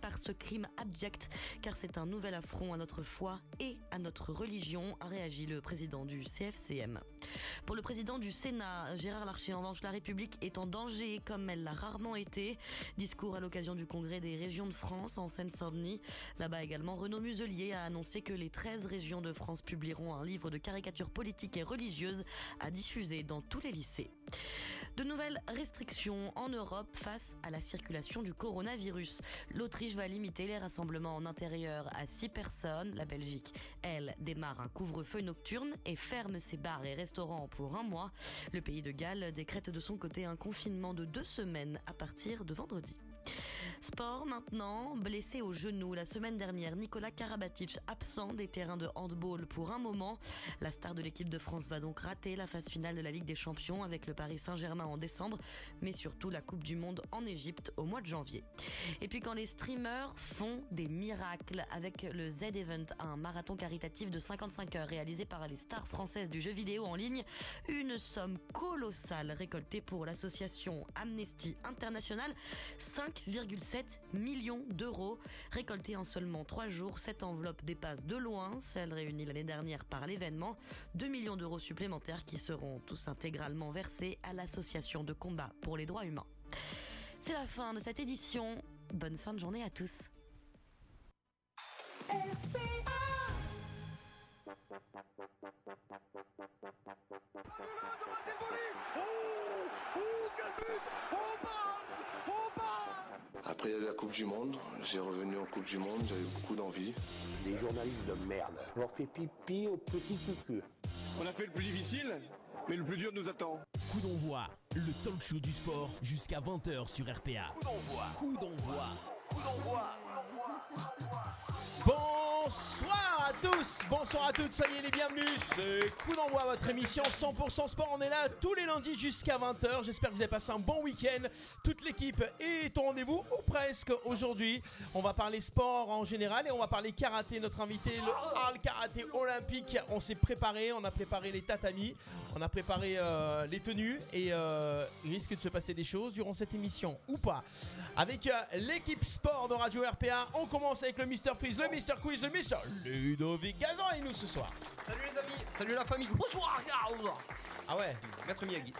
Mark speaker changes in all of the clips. Speaker 1: par ce crime abject, car c'est un nouvel affront à notre foi et à notre religion, a réagi le président du CFCM. Pour le président du Sénat, Gérard Larcher, en revanche, la République est en danger comme elle l'a rarement été. Discours à l'occasion du congrès des régions de France en Seine-Saint-Denis. Là-bas également, Renaud Muselier a annoncé que les 13 régions de France publieront un livre de caricatures politiques et religieuses à diffuser dans tous les lycées. De nouvelles restrictions en Europe face à la circulation du coronavirus. L'Autriche va limiter les rassemblements en intérieur à 6 personnes. La Belgique, elle, démarre un couvre-feu nocturne et ferme ses bars et restaurants pour un mois. Le pays de Galles décrète de son côté un confinement de deux semaines à partir de vendredi. Sport maintenant, blessé au genou la semaine dernière, Nicolas Karabatic absent des terrains de handball pour un moment. La star de l'équipe de France va donc rater la phase finale de la Ligue des Champions avec le Paris Saint-Germain en décembre, mais surtout la Coupe du Monde en Égypte au mois de janvier. Et puis quand les streamers font des miracles avec le Z-Event, un marathon caritatif de 55 heures réalisé par les stars françaises du jeu vidéo en ligne, une somme colossale récoltée pour l'association Amnesty International, 5,7 millions d'euros récoltés en seulement 3 jours. Cette enveloppe dépasse de loin celle réunie l'année dernière par l'événement, 2 millions d'euros supplémentaires qui seront tous intégralement versés à l'association de combat pour les droits humains. C'est la fin de cette édition. Bonne fin de journée à tous.
Speaker 2: C'est volé Oh Oh quel but On passe On passe
Speaker 3: Après la Coupe du Monde, j'ai revenu en Coupe du Monde, j'avais beaucoup d'envie.
Speaker 4: Des journalistes de merde. On leur fait pipi au petit cucu.
Speaker 5: On a fait le plus difficile, mais le plus dur nous attend.
Speaker 6: Coup d'envoi, le talk show du sport jusqu'à 20h sur RPA. Coup d'envoi.
Speaker 7: Bonsoir à tous, bonsoir à toutes, soyez les bienvenus. C'est coup d'envoi à votre émission 100% sport. On est là tous les lundis jusqu'à 20h. J'espère que vous avez passé un bon week-end. Toute l'équipe est au rendez-vous, ou presque aujourd'hui. On va parler sport en général et on va parler karaté. Notre invité, le Harl Karaté Olympique. On s'est préparé, on a préparé les tatamis, on a préparé euh, les tenues et euh, il risque de se passer des choses durant cette émission ou pas. Avec euh, l'équipe sport de Radio RPA, on commence avec le Mister Freeze, le Mister Quiz, le Mister Ludovic Gazan et nous ce soir.
Speaker 8: Salut les amis, salut la famille. Bonsoir, regarde.
Speaker 7: Ah ouais
Speaker 8: Maître Miyagi.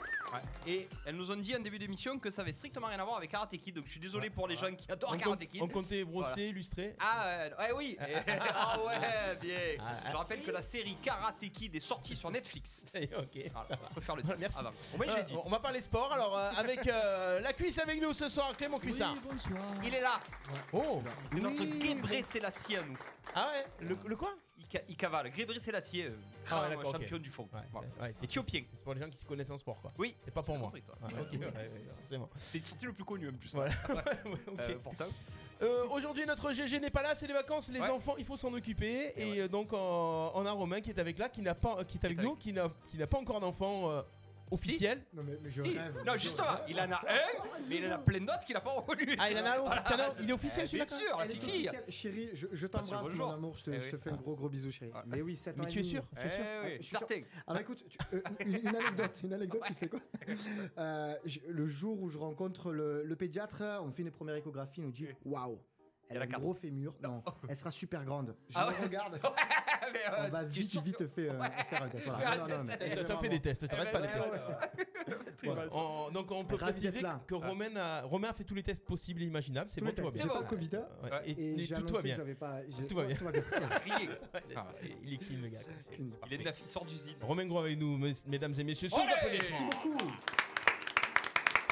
Speaker 8: Et elles nous ont dit en début d'émission que ça avait strictement rien à voir avec Karate Kid, donc je suis désolé pour les gens qui adorent
Speaker 7: On,
Speaker 8: Karate
Speaker 7: com-
Speaker 8: Kid.
Speaker 7: on comptait brosser, illustrer.
Speaker 8: Ah euh, ouais, oui Eh, Ah ouais,
Speaker 7: Ah,
Speaker 8: bien Je rappelle que la série Karate Kid est sortie sur Netflix.
Speaker 7: Eh, ok,
Speaker 8: Voilà,
Speaker 7: ça va.
Speaker 8: je préfère le dire.
Speaker 7: Merci.
Speaker 8: avant. Au moins, je l'ai dit.
Speaker 7: Euh, on va parler sport alors euh, avec euh, la cuisse avec nous ce soir, Clément Cuissard.
Speaker 8: Il est là
Speaker 7: Oh
Speaker 8: C'est notre Gébré Selassie à nous.
Speaker 7: Ah ouais le, le quoi
Speaker 8: Il, ca- il cavale. Gébré Selassie, euh,
Speaker 7: Ah ouais,
Speaker 8: crâne,
Speaker 7: d'accord, ok.
Speaker 8: champion du fond.
Speaker 7: Ouais,
Speaker 8: Voilà.
Speaker 7: ouais, ouais, c'est
Speaker 8: Éthiopien.
Speaker 7: c'est- C'est pour les gens qui se connaissent en sport quoi.
Speaker 8: Oui,
Speaker 7: C'est pas pour
Speaker 8: j'ai
Speaker 7: moi.
Speaker 8: compris, toi.
Speaker 7: Ouais, ok, ouais, ouais, forcément.
Speaker 8: c'est le titre le plus connu en plus.
Speaker 7: Voilà. Ouais, ok.
Speaker 8: Euh, pourtant.
Speaker 7: Euh, Aujourd'hui notre GG n'est pas là, c'est les vacances, les
Speaker 8: Ouais.
Speaker 7: enfants il faut s'en occuper et, euh, donc euh, on a Romain qui est avec là, qui n'a pas, qui est avec
Speaker 8: avec-
Speaker 7: nous, qui n'a qui n'a pas encore d'enfant euh, officiel.
Speaker 9: Non mais, mais je
Speaker 8: Si.
Speaker 9: rêve. Ah,
Speaker 8: Non, justement, il en a un, mais il en a plein d'autres qu'il a pas reconnu.
Speaker 7: Ah il en a un autre.
Speaker 8: Voilà,
Speaker 7: Tiens, non,
Speaker 8: c'est-
Speaker 7: il est officiel
Speaker 8: Eh,
Speaker 7: celui-là.
Speaker 8: Bien sûr, la
Speaker 9: Elle est
Speaker 8: petite fille.
Speaker 9: officielle. Chérie, je, je
Speaker 7: Bah,
Speaker 8: Passe le
Speaker 9: t'embrasse
Speaker 8: bonjour.
Speaker 9: mon amour, je te,
Speaker 8: Eh
Speaker 9: je te
Speaker 8: oui.
Speaker 9: fais un gros gros bisou chérie.
Speaker 8: Ah.
Speaker 9: Mais oui, 7 ans
Speaker 7: Mais
Speaker 9: et
Speaker 7: tu es
Speaker 9: demi.
Speaker 7: sûr, tu es sûr
Speaker 9: Je
Speaker 8: Eh oui,
Speaker 9: suis
Speaker 8: certain.
Speaker 9: Alors écoute, tu- euh, une, une anecdote, une anecdote, tu sais quoi Euh, je- Le jour où je rencontre le, le pédiatre, on fait une première échographie, il nous dit waouh, elle
Speaker 8: a
Speaker 9: a un
Speaker 8: la carte.
Speaker 9: gros fémur. Non, elle sera super grande. Je
Speaker 8: Ah
Speaker 9: la
Speaker 8: ouais.
Speaker 9: regarde.
Speaker 8: Mais, euh,
Speaker 9: On va
Speaker 8: tu es
Speaker 9: vite
Speaker 8: sûr
Speaker 9: vite faire, euh, faire un test. Voilà.
Speaker 8: Faire un
Speaker 9: Non, non,
Speaker 8: test, Eh ben,
Speaker 9: mais-
Speaker 8: allez.
Speaker 7: Eh, T'as t'as fait des tests, t'arrêtes pas les
Speaker 9: ouais,
Speaker 7: tests.
Speaker 9: ouais.
Speaker 7: Voilà. On- donc on peut
Speaker 9: Ravi
Speaker 7: préciser
Speaker 9: d'être là. Ah.
Speaker 7: que Romain a, Romain a fait tous les tests possibles et imaginables. C'est
Speaker 9: Tous
Speaker 7: bon,
Speaker 9: les
Speaker 7: tout va
Speaker 9: tests.
Speaker 7: bien.
Speaker 9: J'ai
Speaker 8: bon.
Speaker 9: pas le Covid. hein.
Speaker 7: Ouais, et-
Speaker 9: Et,
Speaker 7: et
Speaker 9: j'ai
Speaker 7: tout
Speaker 9: annoncé
Speaker 7: va
Speaker 9: que
Speaker 7: bien.
Speaker 9: j'avais pas. j'ai-
Speaker 7: Tout va bien.
Speaker 9: tout va bien.
Speaker 8: Crier.
Speaker 7: Ah, il est clean le gars. comme c'est-
Speaker 9: Clean.
Speaker 8: Il
Speaker 7: c'est
Speaker 8: est
Speaker 7: parfait.
Speaker 8: neuf, il sort d'usine.
Speaker 7: Romain Gros avec nous, mes- mesdames et messieurs, sous
Speaker 8: Olé
Speaker 7: applaudissements.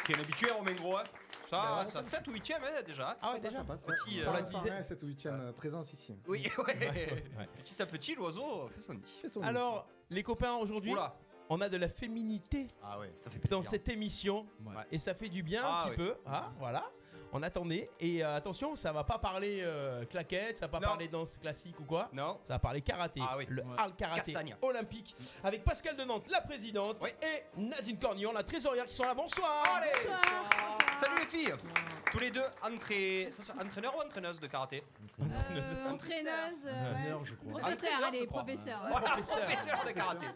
Speaker 8: T'es un habitué, Romain Gros. hein.
Speaker 9: Bah
Speaker 8: Ça,
Speaker 9: ouais,
Speaker 8: ça,
Speaker 9: ça-
Speaker 8: 7 ou 8 hein, déjà.
Speaker 9: Ça
Speaker 7: Ah ouais,
Speaker 9: passe,
Speaker 7: déjà.
Speaker 9: ça passe.
Speaker 8: Petit, euh,
Speaker 9: Pour
Speaker 7: on
Speaker 9: la
Speaker 7: le disait-
Speaker 9: dizaine, cette huitième euh, présence ici.
Speaker 8: Oui, ouais.
Speaker 7: ouais.
Speaker 8: Petit à petit, l'oiseau fait son nid.
Speaker 9: C'est son
Speaker 7: Alors, les copains, aujourd'hui,
Speaker 8: Oula.
Speaker 7: on a de la féminité
Speaker 8: Ah ouais, ça fait
Speaker 7: dans cette émission.
Speaker 8: Ouais.
Speaker 7: Et ça fait du bien un
Speaker 8: Ah
Speaker 7: petit
Speaker 8: oui.
Speaker 7: peu. Ah, voilà. On attendait. Et euh, attention, ça va pas parler euh, claquette, ça va pas
Speaker 8: Non.
Speaker 7: parler danse classique ou quoi.
Speaker 8: Non
Speaker 7: Ça va parler karaté,
Speaker 8: Ah oui.
Speaker 7: le
Speaker 8: Ouais.
Speaker 7: hard karaté
Speaker 8: Castagne.
Speaker 7: olympique, avec Pascal de Nantes, la présidente,
Speaker 8: Oui.
Speaker 7: et Nadine Cornillon, la trésorière, qui sont là. Bonsoir
Speaker 8: Allez Salut les filles Tous les deux, entra- ça, c'est entraîneur ou entraîneuse de karaté
Speaker 10: Euh, entraîneuse, euh, ouais. professeur,
Speaker 8: Entraîneur, je
Speaker 10: allez,
Speaker 8: crois.
Speaker 10: professeur.
Speaker 7: Professeur.
Speaker 8: Professeur de karaté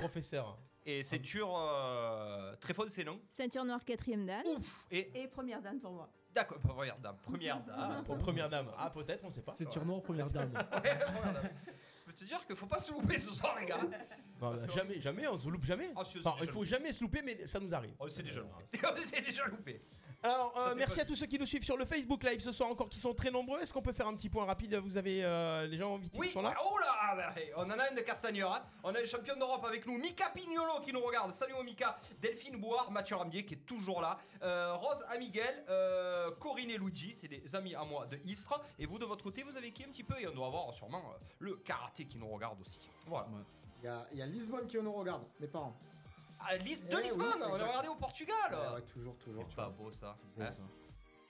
Speaker 7: Professeur.
Speaker 8: Et c'est dur, euh, très faux de ses noms.
Speaker 10: Ceinture noire, quatrième dan.
Speaker 8: Ouf Et
Speaker 11: Et première dame pour moi.
Speaker 8: D'accord, bah, première dame. Première dame.
Speaker 7: Pour première dame. Ah, peut-être, on sait pas.
Speaker 11: C'est surnom première dame.
Speaker 8: Ouais, première dame. Je peux te dire qu'il faut pas se louper ce soir, les gars.
Speaker 7: Non,
Speaker 8: Parce Ah, que-
Speaker 7: Bah, jamais, jamais, on se loupe jamais. Enfin,
Speaker 8: déjà
Speaker 7: il faut
Speaker 8: loupé.
Speaker 7: jamais se louper, mais ça nous arrive.
Speaker 8: Oh, c'est déjà loupé. c'est déjà loupé.
Speaker 7: Alors,
Speaker 8: Ça,
Speaker 7: euh,
Speaker 8: c'est
Speaker 7: merci
Speaker 8: pas-
Speaker 7: à tous ceux qui nous suivent sur le Facebook Live ce soir encore, qui sont très nombreux. Est-ce qu'on peut faire un petit point rapide Vous avez euh, les gens en vitesse
Speaker 8: Oui,
Speaker 7: qui sont là
Speaker 8: ouais, oh là, ah bah, hey, on en a une de Castagneur. hein. On a le champion d'Europe avec nous, Mika Pignolo qui nous regarde. Salut au Mika. Delphine Bouard, Mathieu Rambier qui est toujours là. Euh, Rose Amiguel, euh, Corinne et Luigi, c'est des amis à moi de Istres. Et vous de votre côté, vous avez qui un petit peu Et on doit avoir sûrement euh, le karaté qui nous regarde aussi. Voilà.
Speaker 9: Il y, a- il y a Lisbonne qui nous regarde, mes parents.
Speaker 8: Ah, Lis-
Speaker 9: Eh
Speaker 8: de
Speaker 9: oui,
Speaker 8: Lisbonne, on l'a
Speaker 9: exact. Eh
Speaker 8: regardé au Portugal.
Speaker 9: Ouais, toujours, toujours.
Speaker 8: c'est pas beau ça. Hein.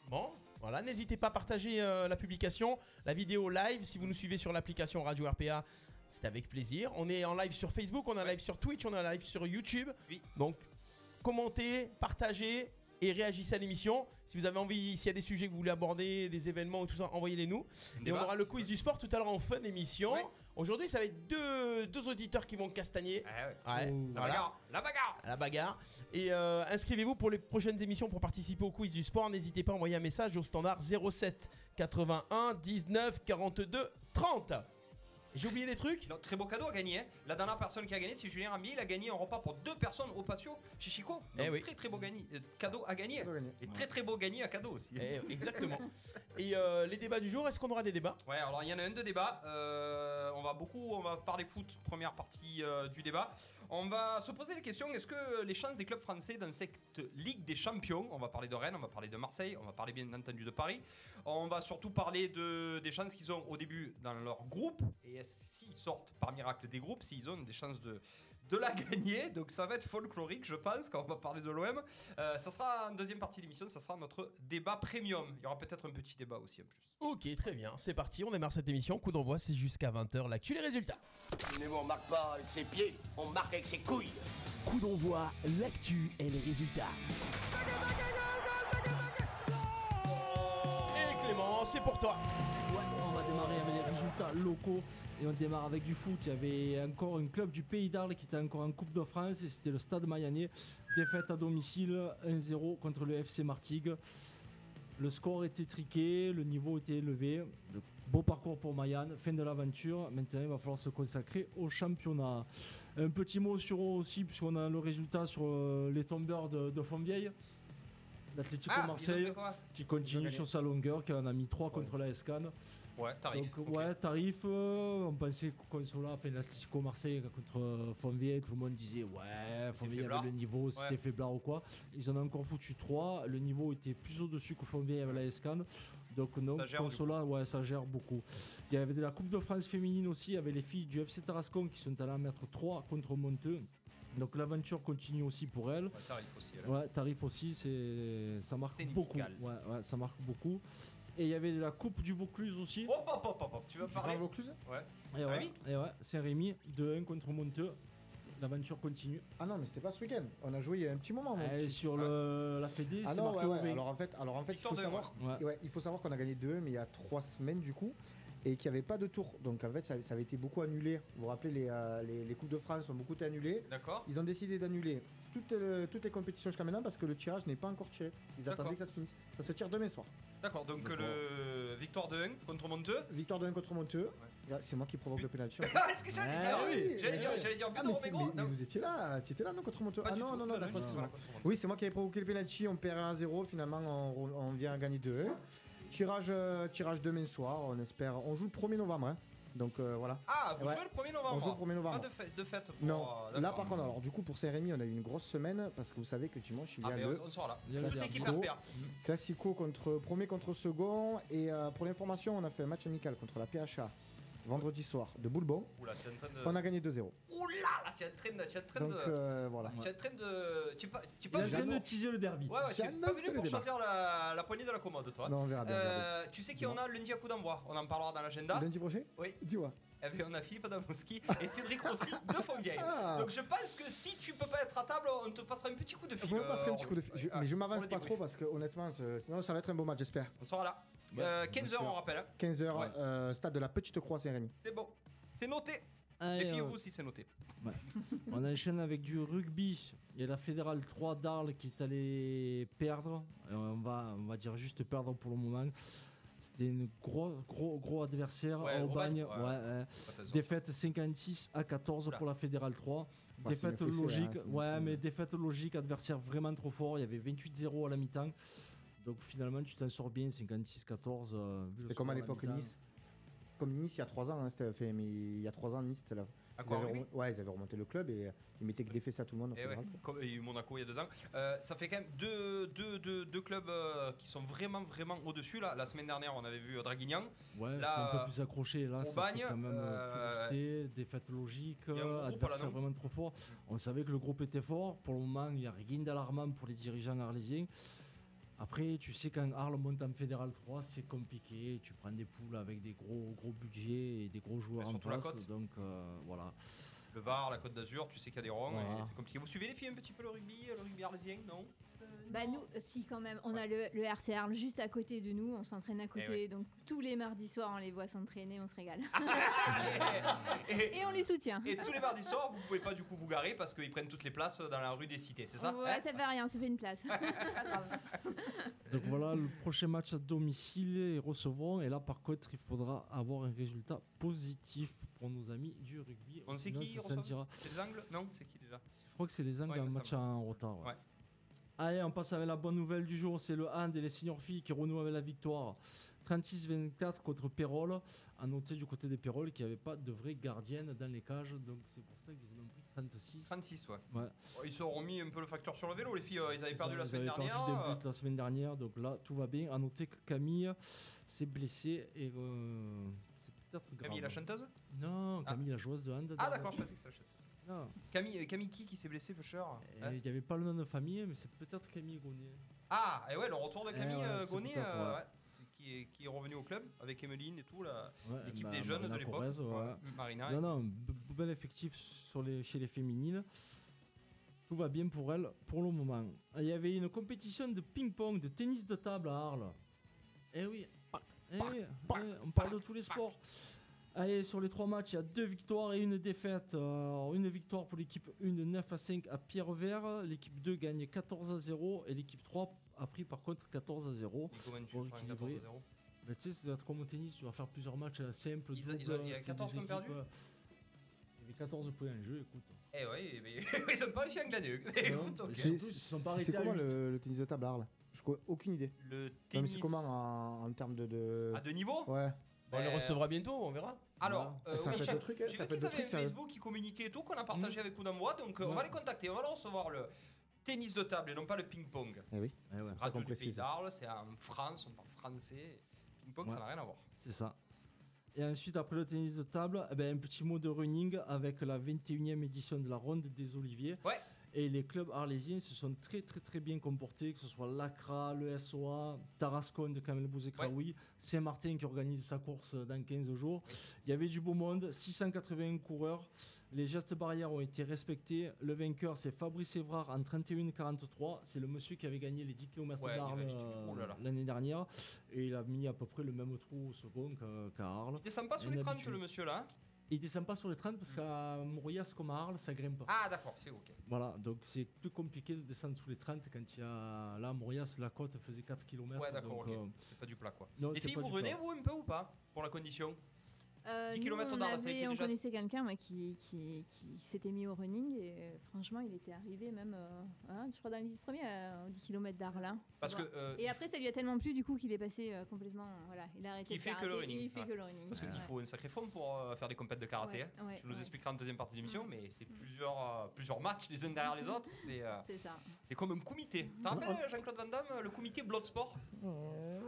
Speaker 7: Bon, voilà, n'hésitez pas à partager euh, la publication, la vidéo live. Si vous nous suivez sur l'application Radio RPA, c'est avec plaisir. On est en live sur Facebook, on est en live sur Twitch, on est en live sur YouTube. Donc, commentez, partagez et réagissez à l'émission. Si vous avez envie, s'il y a des sujets que vous voulez aborder, des événements ou tout ça, envoyez-les nous. Et on
Speaker 8: Débat.
Speaker 7: aura le quiz du sport tout à l'heure en fin d'émission. Aujourd'hui, ça va être deux, deux auditeurs qui vont castagner. Ouais,
Speaker 8: La
Speaker 7: voilà
Speaker 8: bagarre, la bagarre.
Speaker 7: à la bagarre. Et euh, inscrivez-vous pour les prochaines émissions pour participer au quiz du sport. N'hésitez pas à envoyer un message au standard 07 81 19 42 30. J'ai oublié des trucs
Speaker 8: Non, très beau cadeau à gagner. hein. La dernière personne qui a gagné, c'est Julien Rambier. Il a gagné un repas pour deux personnes au patio chez Chico. Donc,
Speaker 7: Eh oui.
Speaker 8: Très très beau gagné, euh, cadeau à gagner. Et très très beau gagné à cadeau aussi. hein.
Speaker 7: Eh, exactement. Et euh, les débats du jour, est-ce qu'on aura des débats
Speaker 8: Ouais, alors il y en a un de débat. Euh, on va beaucoup, on va parler foot, première partie euh, du débat. On va se poser la question est-ce que les chances des clubs français dans cette Ligue des Champions On va parler de Rennes, on va parler de Marseille, on va parler bien entendu de Paris. On va surtout parler de, des chances qu'ils ont au début dans leur groupe et est-ce- s'ils sortent par miracle des groupes, s'ils ont des chances de de la gagner, donc ça va être folklorique, je pense, quand on va parler de l'OM. Euh, ça sera en deuxième partie de l'émission, ça sera notre débat premium. Il y aura peut-être un petit débat aussi en plus.
Speaker 7: Ok, très bien. C'est parti, on démarre cette émission. Coup d'envoi, c'est jusqu'à 20h. L'actu, les résultats.
Speaker 4: Mais bon, on marque pas avec ses pieds, on marque avec ses couilles.
Speaker 6: Coup d'envoi, l'actu et les résultats.
Speaker 7: Et Clément, c'est pour toi.
Speaker 11: Ouais, on va démarrer avec les résultats locaux et on démarre avec du foot. Il y avait encore un club du Pays d'Arles qui était encore en Coupe de France et c'était le Stade Mayanais. Défaite à domicile 1-0 contre le FC Martigues. Le score était triqué, le niveau était élevé. Beau parcours pour Mayan, fin de l'aventure. Maintenant, il va falloir se consacrer au championnat. Un petit mot sur aussi, puisqu'on a le résultat sur euh, les tombeurs de, de Fontvieille. L'Atlético
Speaker 8: Ah, ils ont
Speaker 11: Marseille
Speaker 8: fait quoi
Speaker 11: qui
Speaker 8: Ils ont
Speaker 11: continue
Speaker 8: gagné.
Speaker 11: sur sa longueur, qui en a mis 3 contre la SCAN.
Speaker 8: Ouais, tarif.
Speaker 11: Donc, ouais, tarif. euh, on pensait qu'on soit là, enfin, l'Atlético Marseille contre euh, Fontvieille, tout le monde disait ouais, Fontvieille
Speaker 8: faiblard.
Speaker 11: avait le niveau, c'était
Speaker 8: Ouais.
Speaker 11: faiblard ou quoi. Ils en ont encore foutu 3. Le niveau était plus au-dessus que Fontvieille avec la Escan. Donc, non,
Speaker 8: Ça gère,
Speaker 11: pour
Speaker 8: du
Speaker 11: cela, ouais, ça gère beaucoup. Il y avait de la Coupe de France féminine aussi, avec les filles du FC Tarascon qui sont allées en mettre 3 contre Monteux. Donc, l'aventure continue aussi pour elles.
Speaker 8: Ouais, tarif aussi. là.
Speaker 11: Ouais, tarif aussi, c'est ça marque beaucoup.
Speaker 8: Sénical.
Speaker 11: Ouais, ouais, ça marque beaucoup. Et il y avait la Coupe du Vaucluse aussi.
Speaker 8: Hop, hop, hop, hop, hop, tu veux parler
Speaker 9: Vaucluse
Speaker 8: Ouais.
Speaker 11: Et ouais,
Speaker 8: Rémi
Speaker 11: et ouais, Saint-Rémy, 2-1 contre Monteux. L'aventure continue.
Speaker 9: Ah non, mais c'était pas ce week-end. On a joué il y a un petit moment. mon
Speaker 11: Elle est
Speaker 9: petit.
Speaker 8: Ah.
Speaker 11: sur le, la Fédé,
Speaker 9: Ah
Speaker 11: c'est
Speaker 9: non, ouais,
Speaker 11: marqué au
Speaker 9: ouais.
Speaker 11: V.
Speaker 9: Alors en fait, alors en fait, il
Speaker 11: Victoire
Speaker 9: faut
Speaker 11: de
Speaker 9: savoir,
Speaker 11: Rennes. Ouais.
Speaker 9: ouais, il faut savoir qu'on a gagné 2 mais il y a 3 semaines du coup, et qu'il n'y avait pas de tour. Donc en fait, ça, ça avait été beaucoup annulé. Vous vous rappelez, les, euh, les, les coupes de France ont beaucoup été annulées.
Speaker 8: D'accord.
Speaker 9: Ils ont décidé d'annuler toutes, euh, toutes les compétitions jusqu'à maintenant parce que le tirage n'est pas encore tiré. Ils
Speaker 8: D'accord.
Speaker 9: attendaient que ça se finisse. Ça se tire demain soir.
Speaker 8: D'accord, donc le victoire de 1 contre Monteux.
Speaker 9: Victoire de 1 contre Monteux. Là, C'est moi qui provoque le pénalty. en fait.
Speaker 8: Ah, est-ce que j'allais dire
Speaker 9: Ouais,
Speaker 8: oui,
Speaker 9: oui,
Speaker 8: J'allais
Speaker 9: ouais,
Speaker 8: dire,
Speaker 9: ouais.
Speaker 8: j'allais dire,
Speaker 9: Ah,
Speaker 8: Bruno
Speaker 9: mais c'est-
Speaker 8: Romero,
Speaker 9: mais- mais
Speaker 8: non.
Speaker 9: vous étiez là, tu étais là non contre Monteux.
Speaker 8: Pas
Speaker 9: Ah
Speaker 8: du
Speaker 9: non,
Speaker 8: tout.
Speaker 9: non, non,
Speaker 8: Non,
Speaker 9: d'accord,
Speaker 8: non,
Speaker 9: excuse-moi.
Speaker 8: non, non, non.
Speaker 9: Oui, c'est moi qui avais provoqué le penalty, on perd 1-0, finalement on, on vient à gagner 2 Tirage, euh, tirage demain soir, on espère. On joue le 1er novembre, hein. donc euh, voilà.
Speaker 8: Ah, vous
Speaker 9: Ouais.
Speaker 8: jouez le 1er novembre
Speaker 9: On joue le 1er novembre.
Speaker 8: Pas de fête, de fête pour,
Speaker 9: Non,
Speaker 8: euh,
Speaker 9: là
Speaker 8: d'accord.
Speaker 9: par contre, alors du coup pour Saint-Rémy, on a eu une grosse semaine parce que vous savez que dimanche il y
Speaker 8: Ah,
Speaker 9: a
Speaker 8: mais
Speaker 9: le.
Speaker 8: on, on sera là.
Speaker 9: il y a
Speaker 8: Toute
Speaker 9: le
Speaker 8: l'équipe
Speaker 9: Classico.
Speaker 8: RPA.
Speaker 9: Classico contre premier contre second. Et euh, pour l'information, on a fait un match amical contre la PHA vendredi soir de Boulbon.
Speaker 8: Oula, tu es en train de.
Speaker 9: On a gagné 2-0.
Speaker 8: Oula, là, tu es en train de. Tu es en train
Speaker 9: Donc
Speaker 8: de.
Speaker 9: euh, voilà.
Speaker 8: Tu es en train de. Tu es pas, tu es
Speaker 11: Il
Speaker 8: pas
Speaker 11: est en
Speaker 8: venu
Speaker 11: train de
Speaker 8: pour-
Speaker 11: teaser le derby.
Speaker 8: Ouais, ouais, tu es pas
Speaker 9: J'annonce
Speaker 8: venu
Speaker 9: le
Speaker 8: pour
Speaker 9: débat.
Speaker 8: choisir la, la poignée de la commode, toi.
Speaker 9: Non, on verra bien, on verra
Speaker 8: Euh, tu sais qui on a lundi à coup d'envoi On en parlera dans l'agenda.
Speaker 9: Lundi prochain
Speaker 8: Oui.
Speaker 9: Dis-moi.
Speaker 8: Eh bien, on a Philippe Adamowski et Cédric Rossi de Fontvieille.
Speaker 9: Ah.
Speaker 8: Donc, je pense que si tu peux pas être à table, on te passera un petit coup de fil.
Speaker 9: Vous me passerez
Speaker 8: euh,
Speaker 9: un petit coup de fil. Je-
Speaker 8: ouais,
Speaker 9: mais je
Speaker 8: on
Speaker 9: m'avance
Speaker 8: le
Speaker 9: pas
Speaker 8: débrief.
Speaker 9: trop parce que honnêtement, je- sinon ça va être un beau match, j'espère.
Speaker 8: On sera là. Euh, 15h, on rappelle. hein.
Speaker 9: 15h,
Speaker 8: Ouais.
Speaker 9: stade de la Petite Croix, Saint-Rémy.
Speaker 8: C'est bon. C'est noté.
Speaker 11: Allez,
Speaker 8: Les filles,
Speaker 11: on-
Speaker 8: vous aussi, c'est noté.
Speaker 11: Ouais. On enchaîne avec du rugby. Il y a la Fédérale 3 d'Arles qui est allée perdre. Euh, on, va, on va dire juste perdre pour le moment. C'était un gros, gros, gros adversaire
Speaker 8: Ouais,
Speaker 11: en
Speaker 8: gros
Speaker 11: Aubagne.
Speaker 8: bagne, ouais.
Speaker 11: Ouais, ouais.
Speaker 8: Ça fait sens.
Speaker 11: Défaite 56 à 14 pour la Fédérale 3.
Speaker 9: Bah, c'est
Speaker 11: défaite
Speaker 9: mieux fait, c'est,
Speaker 11: logique.
Speaker 9: hein, c'est mieux
Speaker 11: ouais,
Speaker 9: fait.
Speaker 11: mais défaite logique. Adversaire vraiment trop fort. Il y avait 28-0 à la mi-temps. Donc finalement, tu t'en sors bien 56-14. euh, vu le
Speaker 9: C'est comme
Speaker 11: score
Speaker 9: à
Speaker 11: la
Speaker 9: l'époque
Speaker 11: mi-temps.
Speaker 9: Nice. C'est Comme Nice il y a 3 ans, hein, c'était fait, mais il y a 3 ans Nice c'était là.
Speaker 8: À
Speaker 9: Ils
Speaker 8: quoi,
Speaker 9: avaient
Speaker 8: en rugby
Speaker 9: remonté- ouais, ils avaient remonté le club et euh, ils mettaient que des fesses à tout le monde. en
Speaker 8: Et Eh ouais,
Speaker 9: général.
Speaker 8: comme il y a eu Monaco il y a deux ans. Euh, ça fait quand même deux, deux, deux, deux clubs euh, qui sont vraiment, vraiment au-dessus. Là, la semaine dernière, on avait vu euh, Draguignan.
Speaker 11: Ouais,
Speaker 8: Là,
Speaker 11: c'est un
Speaker 8: euh,
Speaker 11: peu plus accroché. Là,
Speaker 8: au
Speaker 11: ça fait
Speaker 8: bagne,
Speaker 11: quand même
Speaker 8: euh,
Speaker 11: euh, plus lusté, défaite logique,
Speaker 8: il y a un gros
Speaker 11: euh,
Speaker 8: groupe, là,
Speaker 11: adversaire
Speaker 8: non
Speaker 11: vraiment trop fort.
Speaker 8: Mm.
Speaker 11: On savait que le groupe était fort. Pour le moment, il n'y a rien d'alarmant pour les dirigeants arlésiens. Après, tu sais, quand Arles monte en Fédéral 3, c'est compliqué. Tu prends des poules avec des gros, gros budgets et des gros joueurs
Speaker 8: Mais
Speaker 11: en
Speaker 8: surtout la
Speaker 11: face.
Speaker 8: cote.
Speaker 11: Donc euh, voilà.
Speaker 8: Le Var, la Côte d'Azur, tu sais qu'il y a des ronds
Speaker 11: Voilà.
Speaker 8: et c'est compliqué. Vous suivez les filles un petit peu le rugby, euh, le rugby arlésien, non
Speaker 10: Bah nous, euh, si quand même, on a le, le RC Arles juste à côté de nous, on s'entraîne à côté,
Speaker 8: Eh ouais.
Speaker 10: donc tous les mardis soirs on les voit s'entraîner, on se régale.
Speaker 8: et,
Speaker 10: Et on les soutient.
Speaker 8: et tous les mardis soirs, vous pouvez pas du coup vous garer parce qu'ils prennent toutes les places dans la rue des cités, c'est ça
Speaker 10: Ouais,
Speaker 8: Hein
Speaker 10: ça fait rien, on se fait une place.
Speaker 11: Donc voilà, le prochain match à domicile, ils recevront. Et là, par contre, il faudra avoir un résultat positif pour nos amis du rugby.
Speaker 8: On sait
Speaker 11: Sinon,
Speaker 8: qui
Speaker 11: ça
Speaker 8: reçoit
Speaker 11: sentira-
Speaker 8: C'est les Angles Non, c'est qui déjà
Speaker 11: Je crois que c'est les Angles
Speaker 8: Ouais,
Speaker 11: un
Speaker 8: il me
Speaker 11: match
Speaker 8: semble.
Speaker 11: en retard. ouais.
Speaker 8: Ouais.
Speaker 11: Allez, on passe avec la bonne nouvelle du jour. C'est le Hand et les seniors filles qui renouent avec la victoire. 36-24 contre Pérol. À noter du côté des Pérol qu'il n'y avait pas de vraie gardienne dans les cages. Donc c'est pour ça qu'ils en ont pris 36.
Speaker 8: 36, Hein ouais.
Speaker 11: Ouais.
Speaker 8: Oh, Ils se sont remis un peu le facteur sur le vélo, les filles. euh, Ils avaient
Speaker 11: Ils
Speaker 8: perdu
Speaker 11: ont-
Speaker 8: la
Speaker 11: ils
Speaker 8: semaine
Speaker 11: avaient perdu
Speaker 8: dernière.
Speaker 11: des
Speaker 8: euh,
Speaker 11: buts la semaine dernière, donc là tout va bien. À noter que Camille s'est blessée et euh, c'est peut-être grave.
Speaker 8: Camille, la chanteuse
Speaker 11: Non, Camille la joueuse de hand.
Speaker 8: Ah, d'accord, je pensais que ça chanteuse.
Speaker 11: Non.
Speaker 8: Camille, euh, Camille qui qui s'est blessé, Pusher
Speaker 11: Et
Speaker 8: Hein
Speaker 11: Il n'y avait pas le nom de famille, mais c'est peut-être Camille Grenier.
Speaker 8: Ah, et ouais, le retour de
Speaker 11: Eh
Speaker 8: Camille
Speaker 11: ouais,
Speaker 8: euh,
Speaker 11: c'est
Speaker 8: Gonnet,
Speaker 11: tout à fait,
Speaker 8: euh,
Speaker 11: ouais.
Speaker 8: ouais, qui, est, qui est revenu au club avec Emeline et tout, la-
Speaker 11: Ouais,
Speaker 8: l'équipe
Speaker 11: bah,
Speaker 8: des jeunes
Speaker 11: Marina
Speaker 8: de l'époque.
Speaker 11: Corrèze, ouais.
Speaker 8: Marina.
Speaker 11: Non, non, b- b- bel effectif sur les, chez les féminines. Tout va bien pour elle pour le moment. Il y avait une compétition de ping-pong, de tennis de table à Arles. Eh oui, eh oui, eh, on parle de tous les sports. Allez, sur les trois matchs, il y a deux victoires et une défaite. Alors, une victoire pour l'équipe 1, 9 à 5 à Pierre-Vert. L'équipe 2 gagne 14 à 0 et l'équipe 3 a pris par contre 14 à 0.
Speaker 8: Et comment tu
Speaker 11: Pour
Speaker 8: prends un
Speaker 11: équilibrer.
Speaker 8: 14 à 0
Speaker 11: Mais tu sais, ça doit être comme au tennis, tu vas faire plusieurs matchs euh, simples.
Speaker 8: Ils a-
Speaker 11: doubles,
Speaker 8: ils a- il y a
Speaker 11: c'est
Speaker 8: 14
Speaker 11: des
Speaker 8: points
Speaker 11: équipes,
Speaker 8: perdus
Speaker 11: euh, Il y avait 14 points en jeu, écoute.
Speaker 8: Eh ouais, eh ben, ils ont pas réussi à glaner eux. Mais
Speaker 11: Non,
Speaker 8: écoute, ok.
Speaker 11: mais
Speaker 9: C'est-
Speaker 11: Surtout, ils se sont pas
Speaker 9: C'est
Speaker 11: arrêtés à
Speaker 9: comment
Speaker 11: huit.
Speaker 9: le, le tennis de table à Arles Je connais aucune idée. Non,
Speaker 8: Le
Speaker 9: mais
Speaker 8: tennis. Ah,
Speaker 9: c'est comment en, en termes de. de...
Speaker 8: À deux niveaux
Speaker 9: Ouais.
Speaker 7: Bon, on le
Speaker 8: Euh,
Speaker 7: recevra bientôt, on verra.
Speaker 8: Alors, euh,
Speaker 9: Ça
Speaker 8: oui,
Speaker 9: fait
Speaker 8: j'ai-
Speaker 9: des trucs, hein,
Speaker 8: j'ai
Speaker 9: ça
Speaker 8: vu
Speaker 9: fait
Speaker 8: qu'ils
Speaker 9: des
Speaker 8: avaient
Speaker 9: trucs,
Speaker 8: un
Speaker 9: ça.
Speaker 8: Facebook qui communiquait et tout, qu'on a
Speaker 11: Mm.
Speaker 8: partagé avec coup d'envoi, donc euh, on
Speaker 11: Ouais.
Speaker 8: va les contacter. On va leur recevoir le tennis de table et non pas le ping-pong.
Speaker 9: Eh oui.
Speaker 11: Eh ouais,
Speaker 9: ça qu'on
Speaker 8: Radio du Pays
Speaker 9: précise.
Speaker 8: d'Arles, c'est en France, on parle français. Ping-pong,
Speaker 11: Ouais.
Speaker 8: ça n'a rien à voir.
Speaker 11: c'est ça. Et ensuite, après le tennis de table, eh ben, un petit mot de running avec la 21e édition de la Ronde des Oliviers.
Speaker 8: Ouais.
Speaker 11: Et les clubs arlésiens se sont très très très bien comportés, que ce soit l'ACRA, le SOA, Tarascon de Kamel Bouzekraoui, Saint-Martin qui organise sa course dans 15 jours. Il y avait du beau monde, 681 coureurs. Les gestes barrières ont été respectés. Le vainqueur, c'est Fabrice Évrard en 31-43. C'est le monsieur qui avait gagné les 10 km
Speaker 8: Ouais, il
Speaker 11: d'Arles
Speaker 8: va vite, lui.
Speaker 11: euh,
Speaker 8: Ouh oh là là.
Speaker 11: l'année dernière. Et il a mis à peu près le même trou au second qu'à- qu'à Arles.
Speaker 8: Il descend pas sous
Speaker 11: Une
Speaker 8: les 30,
Speaker 11: habitude.
Speaker 8: le monsieur là. hein
Speaker 11: Il descend pas sur les 30 parce qu'à Mourias comme à Arles, ça grimpe.
Speaker 8: Ah, d'accord, c'est ok.
Speaker 11: Voilà, donc c'est plus compliqué de descendre sous les 30 quand il y a. Là, à Mourias, la côte faisait 4 km.
Speaker 8: Ouais, d'accord, ok.
Speaker 11: donc, euh,
Speaker 8: C'est pas du plat quoi.
Speaker 11: non,
Speaker 8: Et
Speaker 11: c'est
Speaker 8: puis
Speaker 11: pas
Speaker 8: vous
Speaker 11: du
Speaker 8: venez
Speaker 11: plat.
Speaker 8: vous un peu ou pas Pour la condition
Speaker 10: Euh,
Speaker 8: 10
Speaker 10: nous,
Speaker 8: kilomètres au
Speaker 10: on,
Speaker 8: nord, là, ça a
Speaker 10: avait-
Speaker 8: été
Speaker 10: on
Speaker 8: déjà-
Speaker 10: connaissait quelqu'un moi, qui, qui, qui s'était mis au running et euh, franchement il était arrivé même, euh, hein, je crois, dans les 10 premiers euh, aux 10 km d'Arlin.
Speaker 8: Parce que, euh,
Speaker 10: Et après ça lui a tellement plu du coup qu'il est passé euh, complètement, voilà, il a arrêté
Speaker 8: Il
Speaker 10: de
Speaker 8: fait
Speaker 10: karaté,
Speaker 8: que le running,
Speaker 10: Il fait
Speaker 8: ouais.
Speaker 10: que le running.
Speaker 8: parce qu'il
Speaker 10: ouais.
Speaker 8: faut un sacré fond pour euh, faire des compètes de karaté.
Speaker 10: Ouais,
Speaker 8: hein.
Speaker 10: ouais,
Speaker 8: tu nous
Speaker 10: ouais. Mm.
Speaker 8: expliqueras en deuxième partie de l'émission, mais c'est plusieurs, euh, plusieurs matchs les uns derrière les autres. C'est euh,
Speaker 10: C'est ça.
Speaker 8: c'est comme un comité. T'en rappelles Jean-Claude Van Damme, le comité Bloodsport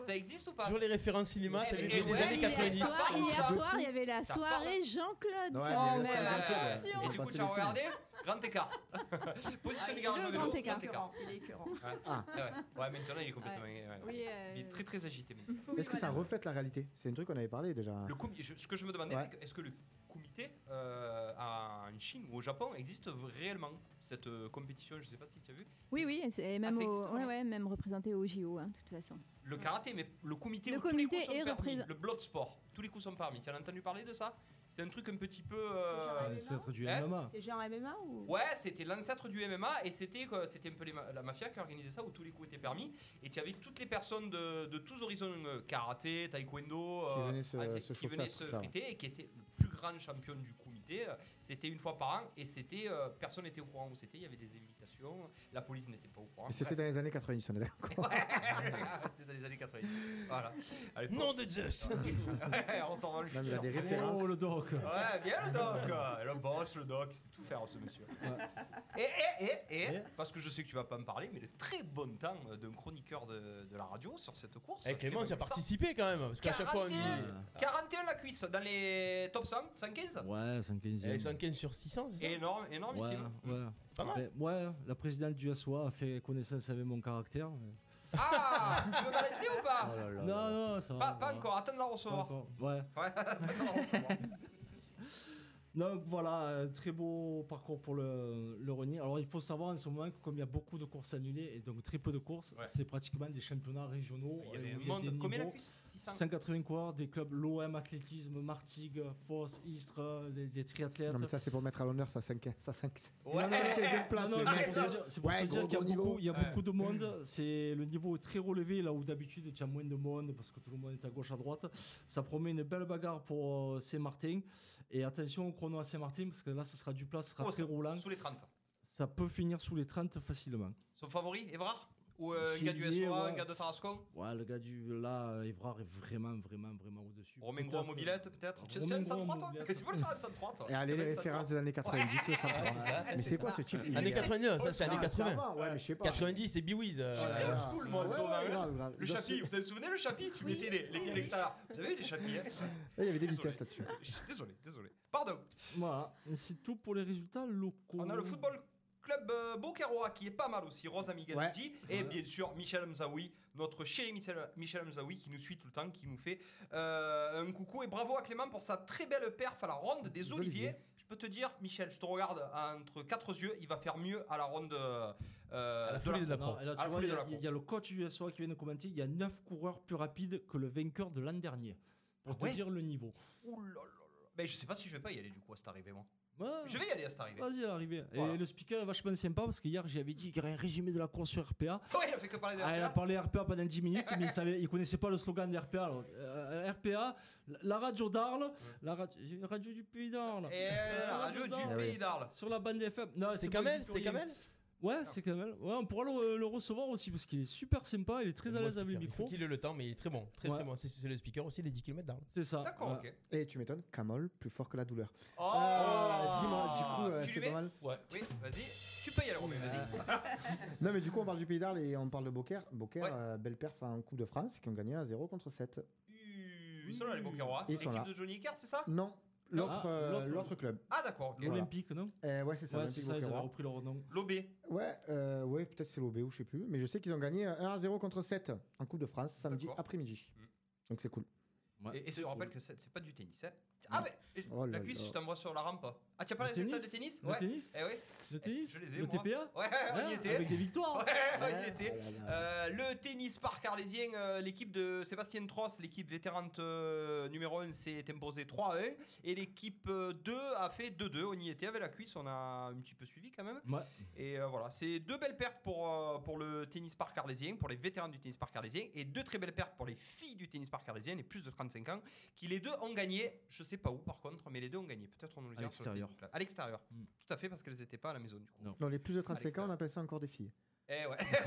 Speaker 8: Ça existe ou pas
Speaker 7: Toujours les références cinéma,
Speaker 8: Eh,
Speaker 7: t'as vu
Speaker 8: eh,
Speaker 7: des
Speaker 8: ouais,
Speaker 7: années
Speaker 8: il y a
Speaker 7: 90.
Speaker 8: ça. parle,
Speaker 10: Hier
Speaker 8: ça.
Speaker 10: soir, il y avait la
Speaker 8: Ça Oh,
Speaker 10: soirée Jean-Claude.
Speaker 7: Oh,
Speaker 9: Ouais,
Speaker 10: Quand
Speaker 9: mais
Speaker 10: même,
Speaker 9: là, c'est-
Speaker 10: attention.
Speaker 8: Et du coup, tu as
Speaker 9: Attention.
Speaker 8: regardé Grand écart. Position du garage
Speaker 10: Ah, le
Speaker 8: de vélo.
Speaker 10: grand écart.
Speaker 12: Il est écœurant.
Speaker 7: Ah.
Speaker 8: Ouais, ouais. Ouais, maintenant il est complètement. ouais.
Speaker 10: Oui, euh,
Speaker 8: Il est très très agité. maintenant.
Speaker 9: Est-ce que ça reflète la réalité C'est un truc qu'on avait parlé déjà.
Speaker 8: Le comi- je- ce que je me demandais,
Speaker 9: Ouais.
Speaker 8: c'est que- est-ce que le comité euh, en Chine ou au Japon existe réellement cette euh, compétition. Je sais pas si tu as vu.
Speaker 10: Oui, oui, c'est et même,
Speaker 8: ça
Speaker 10: au-
Speaker 8: existe
Speaker 10: ouais,
Speaker 8: vraiment
Speaker 10: ouais, même représenté au JO, hein, de toute façon.
Speaker 8: Le karaté, mais le comité
Speaker 10: Le
Speaker 8: où tous les
Speaker 10: comité
Speaker 8: coups sont
Speaker 10: est
Speaker 8: permis.
Speaker 10: représent-
Speaker 8: Le blood sport, tous les coups sont permis. Tu as entendu parler de ça C'est un truc un petit peu.
Speaker 12: genre
Speaker 8: euh,
Speaker 12: MMA
Speaker 11: Ah, C'est du
Speaker 8: Hein
Speaker 11: MMA.
Speaker 12: C'est genre MMA ou
Speaker 8: Ouais, c'était l'ancêtre du MMA et c'était quoi, c'était un peu les ma- la mafia qui organisait ça où tous les coups étaient permis et tu avais toutes les personnes de, de tous horizons euh, karaté, taekwondo
Speaker 9: Qui venaient se-
Speaker 8: ancien-
Speaker 9: se
Speaker 8: qui
Speaker 9: chauffer hein.
Speaker 8: venaient
Speaker 9: à ce
Speaker 8: se
Speaker 9: truc-là.
Speaker 8: friter et qui étaient le plus grand champion du comité. euh, C'était une fois par an et c'était euh, personne n'était au courant où c'était. Il y avait des invitations, la police n'était pas au courant.
Speaker 9: Et c'était dans
Speaker 8: Bref.
Speaker 9: les années 90, on est d'accord.
Speaker 8: C'était dans les années 90. Voilà. Allez,
Speaker 7: Nom
Speaker 8: faut-
Speaker 7: de Zeus.
Speaker 8: Ouais, on t'en va le
Speaker 9: Non, mais il a des
Speaker 8: chier.
Speaker 9: références.
Speaker 11: Oh, le doc.
Speaker 8: Ouais, bien le
Speaker 7: Eh,
Speaker 8: doc quoi. Le boss, le doc, c'est tout faire ce monsieur. Et, et, et, et, parce que je sais que tu vas pas me parler, mais le très bon temps euh, d'un chroniqueur de, de la radio sur cette course.
Speaker 7: Eh, Clément, tu as participé quand même, parce qu'à chaque fois on dit.
Speaker 8: 41, 41 la cuisse dans les top 100, 115
Speaker 11: Ouais, 115
Speaker 7: Eh, 115 sur 600, c'est ça
Speaker 8: Énorme,
Speaker 11: Ouais,
Speaker 8: énormissime.
Speaker 11: ouais.
Speaker 7: C'est pas mal.
Speaker 11: Mais, ouais, la présidente du SOA a fait connaissance avec mon caractère. mais-
Speaker 8: Ah Tu veux balancer ou
Speaker 11: Oh
Speaker 8: pas
Speaker 11: non, non, ça va.
Speaker 8: Pas, pas encore, attends de la recevoir.
Speaker 11: Pas encore, Ouais.
Speaker 8: Ouais, attends de la recevoir.
Speaker 11: Donc voilà, un très beau parcours pour le, le running. Alors il faut savoir en ce moment que comme il y a beaucoup de courses annulées et donc très peu de courses, c'est pratiquement des championnats régionaux.
Speaker 8: Il y avait
Speaker 11: euh, où
Speaker 8: un
Speaker 11: il
Speaker 8: monde.
Speaker 11: des
Speaker 8: Combien la
Speaker 11: niveaux.
Speaker 8: cuisse 600.
Speaker 11: 180 coureurs, des clubs l'OM, Athlétisme, Martigues, Fosse, Istres, euh, des, des triathlètes.
Speaker 9: Non, mais ça, c'est pour mettre à l'honneur sa 5 sa 5
Speaker 11: Non, non, non,
Speaker 9: place.
Speaker 11: non,
Speaker 9: le
Speaker 11: non, c'est
Speaker 9: mec.
Speaker 11: pour se dire- c'est pour
Speaker 9: Ouais,
Speaker 11: se
Speaker 9: gros,
Speaker 11: dire qu'il y a
Speaker 9: gros niveau.
Speaker 11: beaucoup, il y a beaucoup de monde. C'est le niveau est très relevé là où d'habitude tu as moins de monde parce que tout le monde est à gauche à droite. Ça promet une belle bagarre pour euh, Saint-Martin. Et attention au chrono à Saint-Martin parce que là, ça sera du plat, ça sera
Speaker 8: Oh,
Speaker 11: très
Speaker 8: ça-
Speaker 11: roulant.
Speaker 8: Sous les 30.
Speaker 11: Ça peut finir sous les 30 facilement.
Speaker 8: Son favori, Evrard Ou euh, un
Speaker 11: S'il
Speaker 8: gars du
Speaker 11: y est,
Speaker 8: SOA, un
Speaker 11: ouais.
Speaker 8: gars de Tarascon
Speaker 11: Ouais, le gars du là, euh, Evrard est vraiment, vraiment, vraiment au-dessus.
Speaker 8: Romain
Speaker 11: Peut-être,
Speaker 8: Gros en mobilette, peut-être Tu
Speaker 11: Romain
Speaker 8: tiens le
Speaker 11: Gros en
Speaker 8: 103, toi
Speaker 11: mobilette.
Speaker 8: Tu peux le faire le 103, toi
Speaker 9: Et allez, les
Speaker 8: Tu peux le 103.
Speaker 9: références des années 90, le 103.
Speaker 8: Ouais, c'est ça,
Speaker 9: Mais
Speaker 8: c'est
Speaker 9: Ah, c'est quoi
Speaker 8: ça.
Speaker 9: ce type il
Speaker 7: Ah, Années
Speaker 9: est-
Speaker 7: 89, ça c'est
Speaker 9: Ah,
Speaker 7: années 80.
Speaker 9: va, Ouais, mais je sais pas.
Speaker 7: 90, c'est Biwiz. euh.
Speaker 8: Je suis très old school, moi,
Speaker 9: Ah Ouais,
Speaker 8: sur
Speaker 9: ouais,
Speaker 8: ma-
Speaker 9: grave, grave.
Speaker 8: Le
Speaker 9: Dans
Speaker 8: chapi,
Speaker 9: ce-
Speaker 8: vous vous souvenez le chapi Tu mettais les, les pieds à l'extérieur. Vous avez des chapis, hein
Speaker 9: Il y avait des vitesses là-dessus.
Speaker 8: Désolé, désolé. Pardon.
Speaker 11: Voilà. C'est tout pour les résultats locaux.
Speaker 8: On a le football club euh, Bocarois qui est pas mal aussi, Rosa Miguel
Speaker 11: Ouais.
Speaker 8: dit, et bien sûr Michel Mzaoui, notre chéri Michel, Michel Mzaoui qui nous suit tout le temps, qui nous fait euh, un coucou et bravo à Clément pour sa très belle perf à la ronde des Oliviers. Je peux te dire, Michel, je te regarde entre quatre yeux, il va faire mieux à la ronde euh,
Speaker 7: la folie de la pro.
Speaker 11: Non, et là,
Speaker 8: à
Speaker 11: Ah, tu
Speaker 8: la
Speaker 11: vois,
Speaker 8: folie
Speaker 11: il y
Speaker 8: de
Speaker 11: a-
Speaker 8: la
Speaker 11: il y, a le coach USOA qui vient de commenter il y a 9 coureurs plus rapides que le vainqueur de l'an dernier. Pour
Speaker 8: Ah
Speaker 11: te
Speaker 8: ouais
Speaker 11: dire le niveau.
Speaker 8: pro. Ouh là là là. Ben, je sais pas si je vais pas y aller du coup à cette arrivée, moi.
Speaker 11: Ouais.
Speaker 8: Je vais y aller à cette arrivée.
Speaker 11: Vas-y, à l'arrivée.
Speaker 8: Voilà.
Speaker 11: Et le speaker est vachement sympa parce que hier, j'avais dit qu'il y aurait un résumé de la course sur RPA.
Speaker 8: Ouais, il a fait que parler de
Speaker 11: Ah, il a
Speaker 8: RPA.
Speaker 11: parlé RPA pendant 10 minutes, mais il savait, il connaissait pas le slogan des RPA. alors. Euh, RPA, la- la radio d'Arles, la ra- radio du Pays d'Arles.
Speaker 8: Et euh, la radio du
Speaker 11: d'Arles.
Speaker 9: Ah
Speaker 8: Pays d'Arles. Ah.
Speaker 11: Sur la bande FM. Non,
Speaker 7: C'était
Speaker 11: c'est pas
Speaker 7: Kamel,
Speaker 11: Exit
Speaker 7: c'était
Speaker 11: Orient.
Speaker 7: Kamel
Speaker 11: Ouais, c'est Kamel. Ouais, on pourra le, le recevoir aussi parce qu'il est super sympa, il est très à l'aise avec le
Speaker 7: Il faut
Speaker 11: micro.
Speaker 7: qu'il ait le temps, mais il est très bon. Très
Speaker 11: Ouais.
Speaker 7: très bon. C'est- C'est le speaker aussi, les 10 km d'Arles.
Speaker 11: C'est ça.
Speaker 8: D'accord, ok.
Speaker 9: Et tu m'étonnes, Kamol, plus fort que la douleur.
Speaker 8: Oh
Speaker 9: Ah, dis-moi, du coup, euh,
Speaker 8: Tu lui
Speaker 9: c'est
Speaker 8: mets
Speaker 9: pas mal.
Speaker 8: Ouais, oui, vas-y. Tu peux y aller, Romain, vas-y. Ah,
Speaker 9: Non, mais du coup, on parle du Pays d'Arles et on parle de Beaucaire. Beaucaire, euh, belle perf en Coupe de France qui ont gagné à 0 contre 7.
Speaker 8: Ils sont là, les Bocarois.
Speaker 9: Ils sont
Speaker 8: L'équipe
Speaker 9: là.
Speaker 8: de Johnny Icar, c'est ça
Speaker 9: Non, l'autre
Speaker 11: Ah,
Speaker 9: euh,
Speaker 11: l'autre.
Speaker 9: l'autre club.
Speaker 8: Ah, d'accord, ok.
Speaker 9: Voilà.
Speaker 11: Olympique, non
Speaker 9: Euh, ouais, c'est ça.
Speaker 11: Ouais,
Speaker 9: l'Olympique
Speaker 11: c'est ça, ils avaient
Speaker 9: Beaucairois.
Speaker 11: repris leur nom.
Speaker 8: L'OB.
Speaker 9: Ouais, euh, ouais peut-être c'est l'OB ou je sais plus. Mais je sais qu'ils ont gagné 1 à 0 contre 7 en Coupe de France samedi
Speaker 8: D'accord. Mm.
Speaker 9: après-midi. Donc c'est cool.
Speaker 8: Et, et je rappelle que c'est c'est pas du tennis. hein. Ah, mais
Speaker 9: Oh là
Speaker 8: la cuisse,
Speaker 9: là.
Speaker 8: je t'envoie sur la rampe. Ah, tu as pas
Speaker 11: Le
Speaker 8: les résultats de
Speaker 11: tennis
Speaker 8: tennis
Speaker 11: Le tennis
Speaker 8: Eh ouais.
Speaker 11: Le tennis
Speaker 8: Je les ai.
Speaker 11: Le
Speaker 8: moi.
Speaker 11: TPA
Speaker 8: Ouais, on y
Speaker 11: Ouais,
Speaker 8: était.
Speaker 11: Ah, avec des victoires.
Speaker 8: Ouais, on y
Speaker 11: Ouais.
Speaker 8: était.
Speaker 11: Ah là
Speaker 8: Euh, le tennis parc arlésien, euh, l'équipe de Sébastien Tross, l'équipe vétérante euh, numéro 1, s'est imposée 3-1. Et l'équipe euh, 2 a fait 2-2. On y était avec la cuisse, on a un petit peu suivi quand même.
Speaker 11: Ouais.
Speaker 8: Et euh, voilà, c'est deux belles perfs pour, euh, pour le tennis parc arlésien, pour les vétérans du tennis parc arlésien, et deux très belles perfs pour les filles du tennis parc arlésien, les plus de 35 ans, qui les deux ont gagné, je sais pas où par contre, mais les deux ont gagné. Peut-être on nous le
Speaker 11: À
Speaker 8: dira sur le
Speaker 11: l'extérieur.
Speaker 8: Facebook Live. À l'extérieur,
Speaker 11: Mm.
Speaker 8: tout à fait, parce qu'elles n'étaient pas à la maison du coup.
Speaker 9: Dans les plus de
Speaker 8: À
Speaker 9: 35 ans, on appelle ça encore des filles.
Speaker 8: Eh ouais.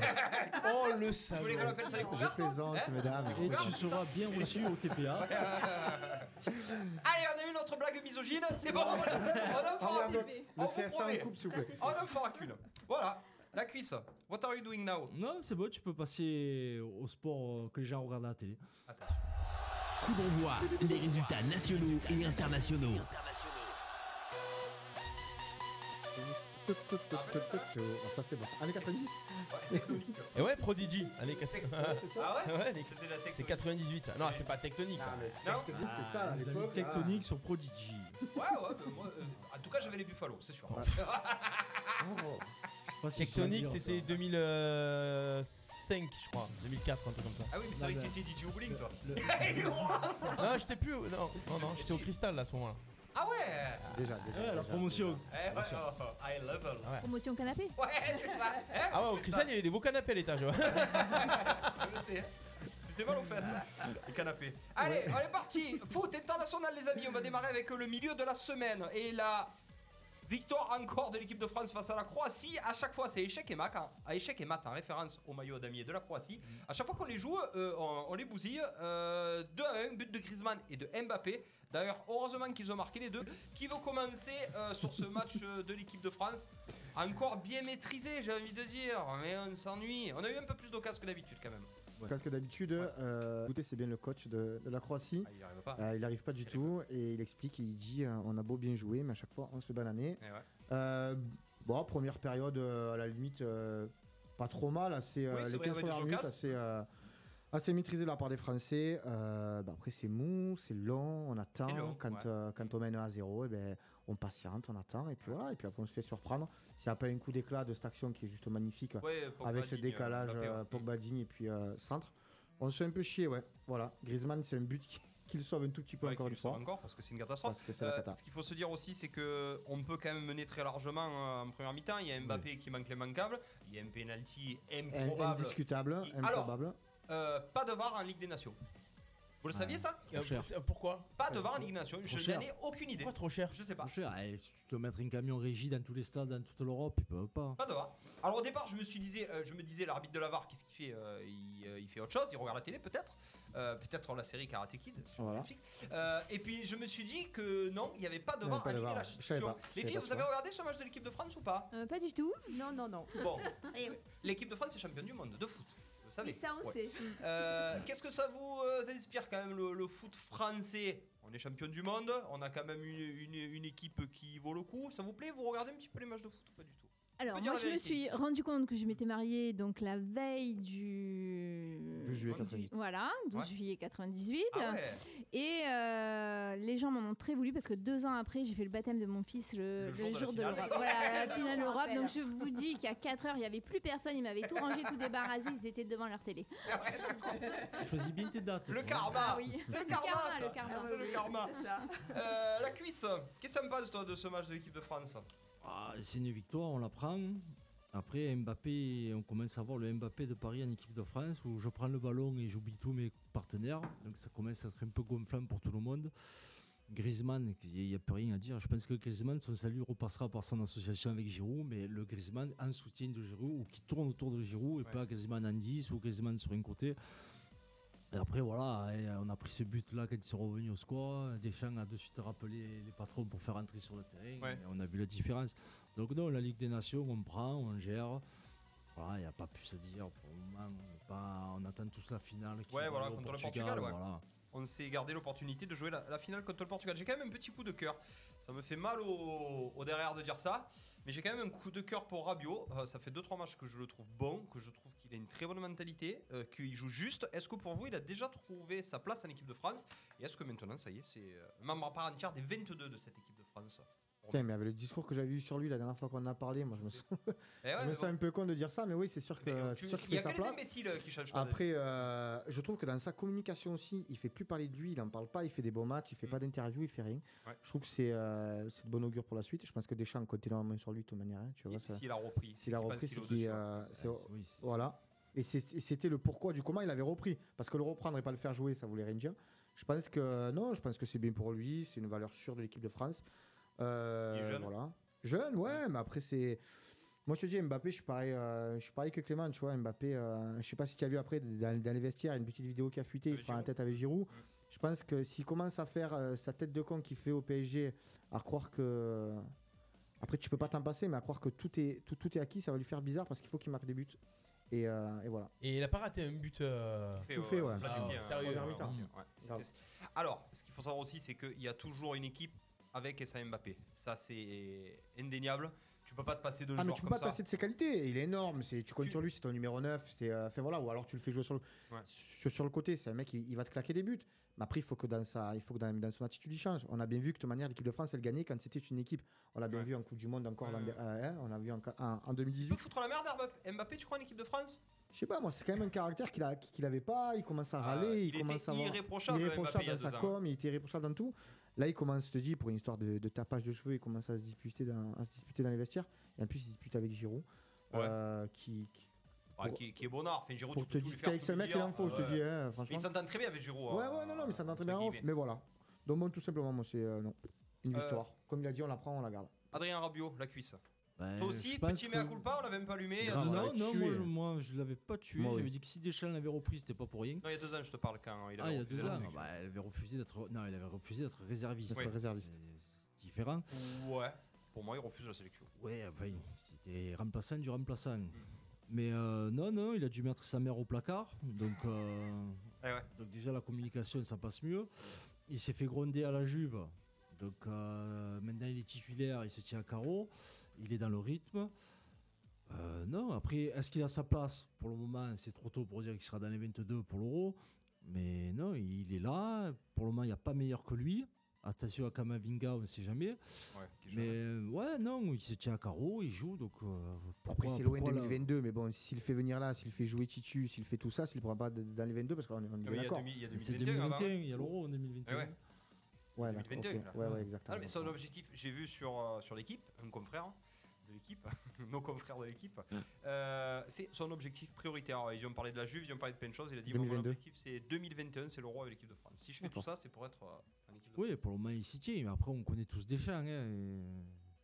Speaker 7: Oh le
Speaker 8: Tu
Speaker 7: salaud
Speaker 8: voulais qu'on appelle ça les Eh,
Speaker 9: Je
Speaker 8: couverts toi
Speaker 9: plaisante, mesdames.
Speaker 11: Et tu seras bien reçu au TPA.
Speaker 8: Allez, on a eu notre blague misogyne, c'est bon, on en fera
Speaker 9: Regarde,
Speaker 8: plus.
Speaker 9: Le
Speaker 8: On vous
Speaker 9: CSA
Speaker 8: promet.
Speaker 9: en coupe, s'il vous plaît.
Speaker 8: On en fera qu'une. Voilà, la cuisse. What are you doing now
Speaker 11: Non, c'est bon, tu peux passer au sport euh, que les gens regardent à la télé.
Speaker 8: Attention.
Speaker 6: Coup d'envoi, les résultats nationaux et internationaux.
Speaker 9: Oh, Ça c'était bon. Années 90
Speaker 7: Et ouais, Prodigy, allez,
Speaker 9: c'est ça. Ah ouais
Speaker 7: les- C'est 98. ça. Non, c'est pas Tectonic ça.
Speaker 9: Tectonic, Ah, c'était ça, à
Speaker 11: nous a mis
Speaker 9: l'époque, là.
Speaker 11: Tectonic sur Prodigy.
Speaker 8: Ouais, ouais, ben, moi, euh, en tout cas, j'avais les Buffalo, c'est sûr.
Speaker 9: Oh.
Speaker 7: Tectonic, c'était 2005, je crois. 2004, un truc comme ça.
Speaker 8: Ah oui, mais c'est vrai que t'étais DJ au bowling, toi. Eh, Il est loin.
Speaker 7: Non, j'étais plus. au- Non, non, non, j'étais au cristal là, à ce moment-là.
Speaker 8: Ah ouais
Speaker 9: Déjà,
Speaker 7: la promotion.
Speaker 8: Eh ouais, oh, high level.
Speaker 10: Promotion canapé
Speaker 8: Ouais, c'est ça Hein
Speaker 7: Ah ouais, au cristal, il y avait des beaux canapés à l'étage. ouais.
Speaker 8: Je sais. hein. Je sais pas l'on fait ça. Le canapé. Allez, on est parti. Foot international, les amis. On va démarrer avec le milieu de la semaine. Et la victoire encore de l'équipe de France face à la Croatie. À chaque fois, c'est échec et mat. hein. À échec et mat, en référence au maillot à damier de la Croatie. À chaque fois qu'on les joue, euh, on, on les bousille. Euh, 2 à 1, but de Griezmann et de Mbappé. D'ailleurs, heureusement qu'ils ont marqué les deux. Qui veut commencer euh, sur ce match euh, de l'équipe de France Encore bien maîtrisé, j'ai envie de dire. Mais on s'ennuie. On a eu un peu plus d'occasions que d'habitude, quand même.
Speaker 9: Parce que d'habitude, euh, écoutez, c'est bien le coach de, de la Croatie.
Speaker 8: Ah, il arrive pas.
Speaker 9: Euh, il arrive pas du tout et il explique, il dit euh, on a beau bien jouer, mais à chaque fois on se fait bananer.
Speaker 8: Eh ouais.
Speaker 9: Euh, bon, première période euh, à la limite euh, pas trop mal, assez, euh,
Speaker 8: Oui, c'est
Speaker 9: les
Speaker 8: vrai,
Speaker 9: 15
Speaker 8: il y avait
Speaker 9: premières
Speaker 8: des
Speaker 9: minutes,
Speaker 8: occasions.
Speaker 9: assez, euh, assez maîtrisé de la part des Français. Euh, bah, après c'est mou, c'est long, on attend.
Speaker 8: long,
Speaker 9: quand,
Speaker 8: ouais.
Speaker 9: euh, quand on mène à 0, et ben, on patiente, on attend et puis voilà, et puis après on se fait surprendre. S'il n'y a pas un coup d'éclat de cette action qui est juste magnifique
Speaker 8: Ouais, Pogba
Speaker 9: avec ce
Speaker 8: digne,
Speaker 9: décalage
Speaker 8: Mbappé, ouais.
Speaker 9: euh, Pogba digne et puis euh, centre. On se fait un peu chier, ouais. Voilà, Griezmann c'est un but qui- qui le sauve un tout petit peu
Speaker 8: Ouais,
Speaker 9: encore
Speaker 8: qu'il
Speaker 9: une
Speaker 8: le soit
Speaker 9: fois.
Speaker 8: encore parce que c'est une catastrophe.
Speaker 9: Parce que c'est la cata.
Speaker 8: Euh, ce qu'il faut se dire aussi, c'est que on peut quand même mener très largement euh, en première mi-temps. Il y a Mbappé qui manque l'immanquable. Il y a un penalty improbable.
Speaker 9: Indiscutable,
Speaker 8: qui- Alors,
Speaker 9: improbable.
Speaker 8: euh, pas de VAR en Ligue des Nations. Vous le saviez ça
Speaker 7: Euh, c'est- Pourquoi
Speaker 8: Pas de VAR en Ligue des Nations.
Speaker 11: Trop
Speaker 8: Je
Speaker 11: cher.
Speaker 8: n'en ai aucune idée.
Speaker 7: Pas trop cher.
Speaker 8: Je sais pas.
Speaker 11: Trop cher. Eh, si tu dois mettre un camion régie dans tous les stades, dans toute l'Europe, ils peuvent pas.
Speaker 8: Pas de VAR. Alors au départ, je me suis disais, euh, je me disais l'arbitre de la VAR, qu'est-ce qu'il fait Euh, il, euh, il fait autre chose, il regarde la télé peut-être, Euh, peut-être la série Karate Kid sur
Speaker 9: Voilà.
Speaker 8: Netflix. Euh, et puis je me suis dit que non, il n'y avait pas de
Speaker 9: Il y avait
Speaker 8: VAR
Speaker 9: pas
Speaker 8: à
Speaker 9: de
Speaker 8: Ligue des
Speaker 9: VAR.
Speaker 8: Nations.
Speaker 9: Je savais pas. Je
Speaker 8: Les
Speaker 9: savais
Speaker 8: filles,
Speaker 9: pas,
Speaker 8: vous
Speaker 9: tu
Speaker 8: avez
Speaker 9: vois.
Speaker 8: regardé ce match de l'équipe de France ou pas
Speaker 12: Euh, Pas du tout. Non, non, non.
Speaker 8: Bon,
Speaker 12: Et oui.
Speaker 8: l'équipe de France est championne du monde de foot. Vous le savez.
Speaker 12: Oui, ça, on
Speaker 8: Ouais.
Speaker 12: sait.
Speaker 8: Euh, Qu'est-ce que ça vous euh, inspire quand même le, le foot français On est champion du monde, on a quand même une, une- une équipe qui vaut le coup. Ça vous plaît Vous regardez un petit peu les matchs de foot ou pas du tout
Speaker 10: Alors, moi,
Speaker 8: dire la
Speaker 10: je me
Speaker 8: vérité
Speaker 10: suis
Speaker 8: ici.
Speaker 10: rendu compte que je m'étais mariée donc la veille du.
Speaker 9: Du juillet
Speaker 8: du-
Speaker 9: 98.
Speaker 10: Voilà, 12
Speaker 8: Ouais.
Speaker 10: juillet 98.
Speaker 8: Ah ouais.
Speaker 10: Et euh, les gens m'en ont très voulu parce que deux ans après, j'ai fait le baptême de mon fils le,
Speaker 8: Le jour de la
Speaker 10: jour de
Speaker 8: finale.
Speaker 10: l'Europe. Voilà, la finale
Speaker 12: On s'en
Speaker 10: Europe.
Speaker 12: rappelle.
Speaker 10: Donc je vous dis qu'à 4 heures, il n'y avait plus personne. Ils m'avaient tout rangé, tout débarrassé. Ils étaient devant leur télé.
Speaker 11: Tu choisis bien tes dates.
Speaker 8: Le
Speaker 11: toi.
Speaker 12: Ah
Speaker 8: karma
Speaker 10: oui.
Speaker 8: C'est le
Speaker 10: Le
Speaker 8: karma,
Speaker 10: karma,
Speaker 8: ça. Ah,
Speaker 10: le karma,
Speaker 8: C'est le
Speaker 10: oui.
Speaker 8: karma.
Speaker 12: C'est ça.
Speaker 8: Euh, La cuisse Qu'est-ce que ça me passe toi de ce match de l'équipe de France
Speaker 11: Ah, c'est une victoire, on la prend. Après, Mbappé, on commence à voir le Mbappé de Paris en équipe de France où je prends le ballon et j'oublie tous mes partenaires. Donc ça commence à être un peu gonflant pour tout le monde. Griezmann, il n'y a plus rien à dire. Je pense que Griezmann, son salut repassera par son association avec Giroud, mais le Griezmann en soutien de Giroud ou qui tourne autour de Giroud et
Speaker 8: Ouais.
Speaker 11: pas Griezmann en 10 ou Griezmann sur un côté. Et après, voilà, et euh, on a pris ce but-là quand ils sont revenus au score. Deschamps a de suite rappelé les patrons pour faire entrer sur le terrain.
Speaker 8: Ouais.
Speaker 11: Et on a vu la différence. Donc, non, la Ligue des Nations, on prend, on gère. Voilà, il n'y a pas plus à dire pour le moment. On, est pas- on attend tous la finale. qui
Speaker 8: Ouais,
Speaker 11: va
Speaker 8: voilà,
Speaker 11: aller au
Speaker 8: contre le Portugal, ouais.
Speaker 11: voilà.
Speaker 8: On s'est gardé l'opportunité de jouer la, la finale contre le Portugal. J'ai quand même un petit coup de cœur. Ça me fait mal au, au derrière de dire ça. Mais j'ai quand même un coup de cœur pour Rabiot. Euh, ça fait 2-3 matchs que je le trouve bon, que je trouve qu'il a une très bonne mentalité, euh, qu'il joue juste. Est-ce que pour vous, il a déjà trouvé sa place en équipe de France Et est-ce que maintenant, ça y est, c'est euh, membre à part entière des 22 de cette équipe de France
Speaker 9: Putain, mais avec le discours que j'avais eu sur lui la dernière fois qu'on en a parlé, moi je me sens,
Speaker 8: Eh
Speaker 9: je
Speaker 8: ouais,
Speaker 9: me
Speaker 8: mais
Speaker 9: sens un peu con de dire ça, mais oui, c'est sûr
Speaker 8: bon,
Speaker 9: que
Speaker 8: tu-
Speaker 9: c'est sûr qu'il
Speaker 8: il y
Speaker 9: fait
Speaker 8: a
Speaker 9: sa
Speaker 8: que les
Speaker 9: place.
Speaker 8: imbéciles euh, qui changent pas d'avis.
Speaker 9: Après, euh, je trouve que dans sa communication aussi, il fait plus parler de lui, il en parle pas, il fait des bons matchs, il fait pas d'interview, il fait rien.
Speaker 8: Mm. Ouais.
Speaker 9: Je trouve que c'est euh, c'est de bon augure pour la suite. Je pense que Deschamps compte énormément sur lui de toute manière. hein, tu
Speaker 8: Si-
Speaker 9: vois, ça-
Speaker 8: S'il a repris.
Speaker 9: S'il a
Speaker 8: pense
Speaker 9: repris,
Speaker 8: qu'il
Speaker 9: c'est
Speaker 8: est
Speaker 9: qu'il.
Speaker 8: au-dessus. hein.
Speaker 9: euh, c'est-
Speaker 11: Ouais, c'est- oui, c'est-
Speaker 9: Voilà. Et c'est- et c'était le pourquoi du comment il avait repris. Parce que le reprendre et pas le faire jouer, ça voulait rien dire. Je pense que non, je pense que c'est bien pour lui. C'est une valeur sûre de l'équipe de France. Euh,
Speaker 8: Il est jeune.
Speaker 9: Voilà. Jeune, ouais, mais après c'est. Moi je te dis Mbappé, je suis pareil, euh, je suis pareil que Clément, tu vois. Mbappé, euh, je sais pas si tu as vu après dans, dans les vestiaires une petite vidéo qui a fuité, il se
Speaker 8: Avec
Speaker 9: prend la
Speaker 8: Giroud.
Speaker 9: tête avec Giroud. Je pense que s'il commence à faire euh, sa tête de con qu'il fait au PSG, à croire que après, tu peux pas t'en passer, mais à croire que tout est, tout, tout est acquis, ça va lui faire bizarre parce qu'il faut qu'il marque des buts. Et, euh, et voilà.
Speaker 7: Et il a pas raté un but. euh,
Speaker 8: Tout fait,
Speaker 9: Tout
Speaker 8: ouais,
Speaker 9: fait,
Speaker 8: ouais,
Speaker 9: ouais.
Speaker 8: plein de
Speaker 7: Ah,
Speaker 8: bien,
Speaker 7: sérieux,
Speaker 8: ouais,
Speaker 9: première
Speaker 8: ouais,
Speaker 9: mi-temps.
Speaker 8: ouais, ouais.
Speaker 9: Grave.
Speaker 8: Alors, ce qu'il faut savoir aussi, c'est qu'il y a toujours une équipe avec Essa Mbappé. Ça, c'est indéniable. Tu Tu peux pas te passer de
Speaker 9: Ah, mais
Speaker 8: joueurs
Speaker 9: tu peux
Speaker 8: comme
Speaker 9: pas
Speaker 8: ça.
Speaker 9: passer de ses qualités. Il est énorme. c'est- Tu comptes sur lui, c'est ton numéro 9. C'est, euh, enfin, voilà. Ou alors tu le fais jouer sur le,
Speaker 8: Ouais.
Speaker 9: sur, sur le côté. C'est un mec, il, il va te claquer des buts. Mais après, il faut que dans, sa, il faut que dans, dans son attitude, il change. On a bien vu que de toute manière, l'équipe de France, elle gagnait quand c'était une équipe. On l'a bien vu en Coupe du Monde encore. l'an der- euh, hein, on a vu en, en- en 2018.
Speaker 8: Foutre la merde Mbappé- Mbappé, tu crois en équipe de France
Speaker 9: Je sais pas, moi, c'est quand même un caractère qu'il a- qu'il avait pas. Il commence à râler, il,
Speaker 8: Ah, il
Speaker 9: commence
Speaker 8: était
Speaker 9: à avoir-
Speaker 8: irréprochable,
Speaker 9: il est
Speaker 8: Mbappé, il y a
Speaker 9: dans
Speaker 8: deux
Speaker 9: sa
Speaker 8: ans. hein.
Speaker 9: com, il était irréprochable dans tout. Là, il commence, je te dis, pour une histoire de, de tapage de cheveux, il commence à se disputer dans, à se disputer dans les vestiaires. Et en plus, il se dispute avec Giroud, euh, qui, qui-
Speaker 8: Ouais, Ah, qui, qui est bonnard. Enfin, Giroud,
Speaker 9: pour
Speaker 8: tu peux
Speaker 9: te
Speaker 8: tout lui
Speaker 9: discuter
Speaker 8: faire.
Speaker 9: avec
Speaker 8: tout
Speaker 9: ce
Speaker 8: lui
Speaker 9: mec, il
Speaker 8: dire.
Speaker 9: en faut, je te
Speaker 8: Ah
Speaker 9: dis,
Speaker 8: ouais.
Speaker 9: hein, franchement.
Speaker 8: Mais il s'entend très bien avec Giroud. hein.
Speaker 9: Ouais, ouais, non, non, mais ça donne très bien en off.
Speaker 8: guillemets.
Speaker 9: Mais voilà. Donc, bon, tout simplement, moi, c'est euh, non. une
Speaker 8: Euh,
Speaker 9: victoire. Comme il a dit, on la prend, on la garde.
Speaker 8: Adrien Rabiot, la cuisse.
Speaker 9: Bah,
Speaker 11: Ben,
Speaker 8: Toi aussi,
Speaker 11: je pense
Speaker 8: petit mea
Speaker 11: que-
Speaker 8: culpa, Ah, on l'avait même pas allumé. il y a deux ans.
Speaker 11: non, non, moi je, moi, je l'avais pas tué.
Speaker 8: Moi, oui.
Speaker 11: J'avais dit que si Deschamps l'avait repris, c'était pas pour rien.
Speaker 8: Non, il y a deux ans, je te parle quand il a
Speaker 11: Ah, il y a
Speaker 8: refusé
Speaker 11: deux
Speaker 8: la
Speaker 11: ans.
Speaker 8: sélection.
Speaker 11: Bah, elle avait refusé d'être. Non, il avait refusé d'être réserviste.
Speaker 8: D'être Oui. réserviste.
Speaker 11: C'est- C'est différent.
Speaker 8: Ouais, pour moi, il refuse la sélection.
Speaker 11: Ouais, enfin, c'était remplaçant du remplaçant. Mais euh, non, non, il a dû mettre sa mère au placard. Donc, euh, donc déjà, la communication, ça passe mieux. Il s'est fait gronder à la Juve. Donc euh, maintenant, il est titulaire, il se tient à carreau. Il est dans le rythme. Euh, non, après, est-ce qu'il a sa place Pour le moment, c'est trop tôt pour dire qu'il sera dans les 22 pour l'Euro. Mais non, il est là. Pour le moment, il n'y a pas meilleur que lui. Attention à Kamavinga, on ne sait jamais. mais euh, ouais, non, il se tient à carreau, il joue. Donc, euh,
Speaker 9: Après,
Speaker 11: pourquoi-
Speaker 9: c'est loin
Speaker 11: pourquoi la-
Speaker 9: 2022, mais bon, s'il fait venir là, s'il fait jouer Titus, s'il fait tout ça, s'il prend pas de- dans les 22, parce que là, on est, on est
Speaker 8: Non,
Speaker 9: bien
Speaker 8: mais Ah il y a
Speaker 9: d'accord.
Speaker 8: demi- hein, il y a
Speaker 11: Mais c'est
Speaker 8: 2021,
Speaker 11: 2021,
Speaker 8: avant.
Speaker 11: il y a l'Euro en 2021.
Speaker 8: Eh ouais.
Speaker 9: Ouais, d'accord,
Speaker 8: 2022,
Speaker 9: ok.
Speaker 8: là.
Speaker 9: Ouais, ouais, exactement.
Speaker 8: Ah, mais son objectif, j'ai vu sur, euh, sur l'équipe, un confrère de l'équipe, nos confrères de l'équipe, euh, c'est son objectif prioritaire. Ils ont parlé de la Juve, ils ont parlé de plein de choses. Il a dit bon, mon
Speaker 11: 2022.
Speaker 8: objectif, c'est 2021, c'est l'Euro avec l'équipe de France. Si je fais tout
Speaker 11: D'accord.
Speaker 8: ça, c'est pour être euh, en équipe de
Speaker 11: Oui, pour le moment, il s'y tient. Mais après, on connaît tous Deschamps. Hein, et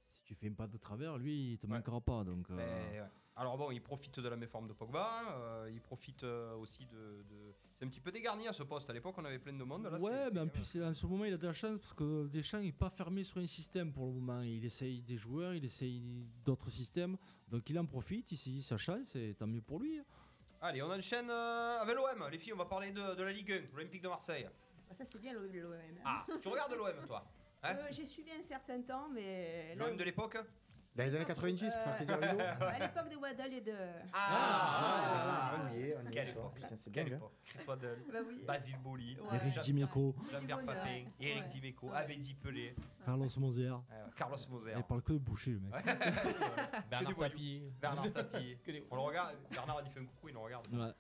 Speaker 11: si tu fais un pas de travers, lui, il te manquera pas. Donc, euh,
Speaker 8: Mais Ben, ouais. Alors bon, il profite de la méforme de Pogba, euh, il profite euh, aussi de... de- C'est un petit peu dégarni à ce poste, à l'époque on avait plein de monde. Là,
Speaker 11: ouais, mais en plus, il a- en ce moment, il a de la chance parce que Deschamps n'est pas fermé sur un système pour le moment. Il essaye des joueurs, il essaye d'autres systèmes. Donc, il en profite, il saisit sa chance et tant mieux pour lui. hein.
Speaker 8: Ah. Allez, on enchaîne euh, avec l'OM, les filles, on va parler de, de la Ligue 1, l'Olympique de Marseille.
Speaker 12: Ah, Ça, c'est bien l'OM.
Speaker 8: Ah, tu regardes l'OM toi hein
Speaker 12: Euh, J'ai suivi un certain temps, mais. là- euh,
Speaker 8: L'OM de l'époque hein.
Speaker 9: Dans les années 90, pour faire plaisir à Ludo.
Speaker 12: À l'époque de Waddle et de.
Speaker 9: Ah,
Speaker 8: Ah,
Speaker 9: on y est, on y est,
Speaker 8: Quelle
Speaker 9: tu vois.
Speaker 8: époque,
Speaker 9: Putain, c'est
Speaker 8: quelle
Speaker 9: dingue, hein.
Speaker 8: époque. Chris Waddle,
Speaker 12: Bah oui.
Speaker 8: Basile Boli,
Speaker 12: Ouais. Eric
Speaker 8: Jean-
Speaker 11: Dimeco.
Speaker 8: Jean-Pierre
Speaker 12: Ouais.
Speaker 8: Papin, Eric
Speaker 12: Ouais.
Speaker 8: Dimeco, Abedi Pelé,
Speaker 11: Carlos Moser.
Speaker 8: euh, Carlos Moser.
Speaker 11: Il parle que de boucher, le mec.
Speaker 8: Bernard
Speaker 7: Tapie.
Speaker 8: Bernard Tapie. On le regarde. Bernard, il fait un coucou, il nous regarde.
Speaker 11: Ouais.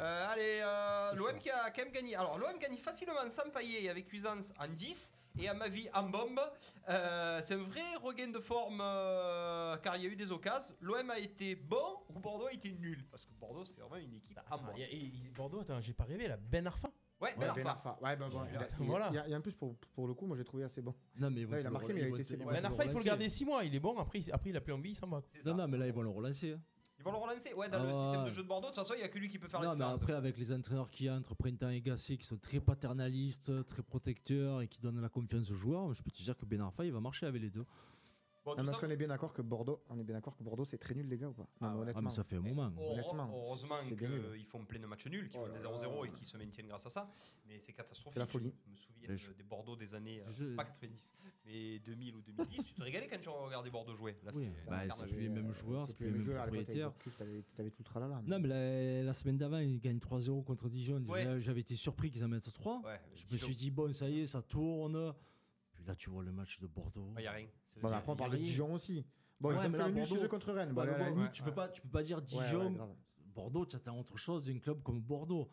Speaker 8: Euh, allez, euh, l'OM qui a quand même gagné. Alors, l'OM gagne facilement sans pailler avec Cuisance en 10 et à ma vie en bombe. Euh, c'est un vrai regain de forme euh, car il y a eu des occasions. L'OM a été bon ou Bordeaux a été nul Parce que Bordeaux, c'est vraiment une équipe à moi.
Speaker 7: Ah, y a- y- y- Bordeaux, attends, j'ai pas rêvé là. Ben Arfa
Speaker 8: Ouais, Ben
Speaker 9: Ben
Speaker 8: Arfa.
Speaker 9: Arfa. Ouais, ben bon, il a- il-
Speaker 7: Voilà.
Speaker 9: il y a- il y a un plus pour, pour le coup, moi j'ai trouvé assez bon.
Speaker 11: Non, mais ils
Speaker 9: il,
Speaker 11: vont te
Speaker 9: a
Speaker 11: le
Speaker 9: marqué,
Speaker 11: re-
Speaker 9: mais il a
Speaker 11: ils vont
Speaker 9: été
Speaker 11: te-
Speaker 9: assez
Speaker 11: ils
Speaker 9: bon.
Speaker 11: vont te
Speaker 7: Ben Arfa, il faut le
Speaker 11: relancer.
Speaker 7: garder 6 mois. Il est bon, après, il- après il a plus envie, il s'en va.
Speaker 11: Non, non, mais là, ils vont le relancer. hein.
Speaker 8: Ils vont le relancer Ouais, dans
Speaker 11: Ah
Speaker 8: le
Speaker 11: ouais.
Speaker 8: système de jeu de Bordeaux, de toute façon, il n'y a que lui qui peut faire la
Speaker 11: Non, mais
Speaker 8: différence.
Speaker 11: après, avec les entraîneurs qui entrent, Printemps et Gassé, qui sont très paternalistes, très protecteurs et qui donnent la confiance aux joueurs, je peux te dire que Ben Arfa, il va marcher avec les deux.
Speaker 8: Bon,
Speaker 9: Non,
Speaker 8: tout
Speaker 9: parce
Speaker 8: ça-
Speaker 9: qu'on est bien d'accord que Bordeaux, on est bien d'accord que Bordeaux c'est très nul les gars ou pas Non, mais honnêtement.
Speaker 11: Ah, mais ça fait un moment.
Speaker 8: Heure-
Speaker 9: Honnêtement,
Speaker 8: heureusement
Speaker 9: c'est bien nul.
Speaker 8: qu'ils font plein de matchs nuls, qu'ils font des 0-0 et qu'ils se maintiennent grâce à ça. Mais c'est catastrophique.
Speaker 9: C'est la folie.
Speaker 8: Je me souviens
Speaker 11: Mais
Speaker 8: de-
Speaker 11: je-
Speaker 8: des Bordeaux des années, euh,
Speaker 11: Je-
Speaker 8: pas 90, mais 2000 ou 2010. tu te régalais quand tu regardais Bordeaux jouer. Là,
Speaker 11: Oui,
Speaker 8: c'est-
Speaker 11: bah, c'est plus les mêmes joueurs, c'est plus les mêmes
Speaker 9: joueurs, à l'époque,
Speaker 11: propriétaires.
Speaker 9: t'avais- T'avais t'avais tout le tralala. mais-
Speaker 11: Non, mais la, la semaine d'avant, ils gagnent 3-0 contre Dijon. Déjà,
Speaker 9: Ouais.
Speaker 11: J'avais été surpris qu'ils en mettent 3.
Speaker 8: Ouais,
Speaker 11: je me
Speaker 8: Dijon.
Speaker 11: suis dit, bon, ça y est, ça tourne. Puis là, tu vois le match de Bordeaux.
Speaker 8: Ouais, y a rien. C'est-
Speaker 9: Bon, mais après on
Speaker 11: Il y a
Speaker 9: parle de
Speaker 11: rien.
Speaker 9: Dijon aussi. Bon, ils
Speaker 11: Ouais,
Speaker 9: ont
Speaker 11: mais
Speaker 9: fait
Speaker 11: là,
Speaker 9: le nul chez
Speaker 11: Bordeaux-
Speaker 9: eux contre Rennes. Bon,
Speaker 11: Ouais,
Speaker 9: allez,
Speaker 11: mais
Speaker 9: à la
Speaker 11: bon,
Speaker 9: limite,
Speaker 11: tu peux pas, tu peux pas dire
Speaker 9: Ouais, ouais,
Speaker 11: Dijon.
Speaker 9: grave.
Speaker 11: Bordeaux, tu attends autre chose d'un club comme Bordeaux.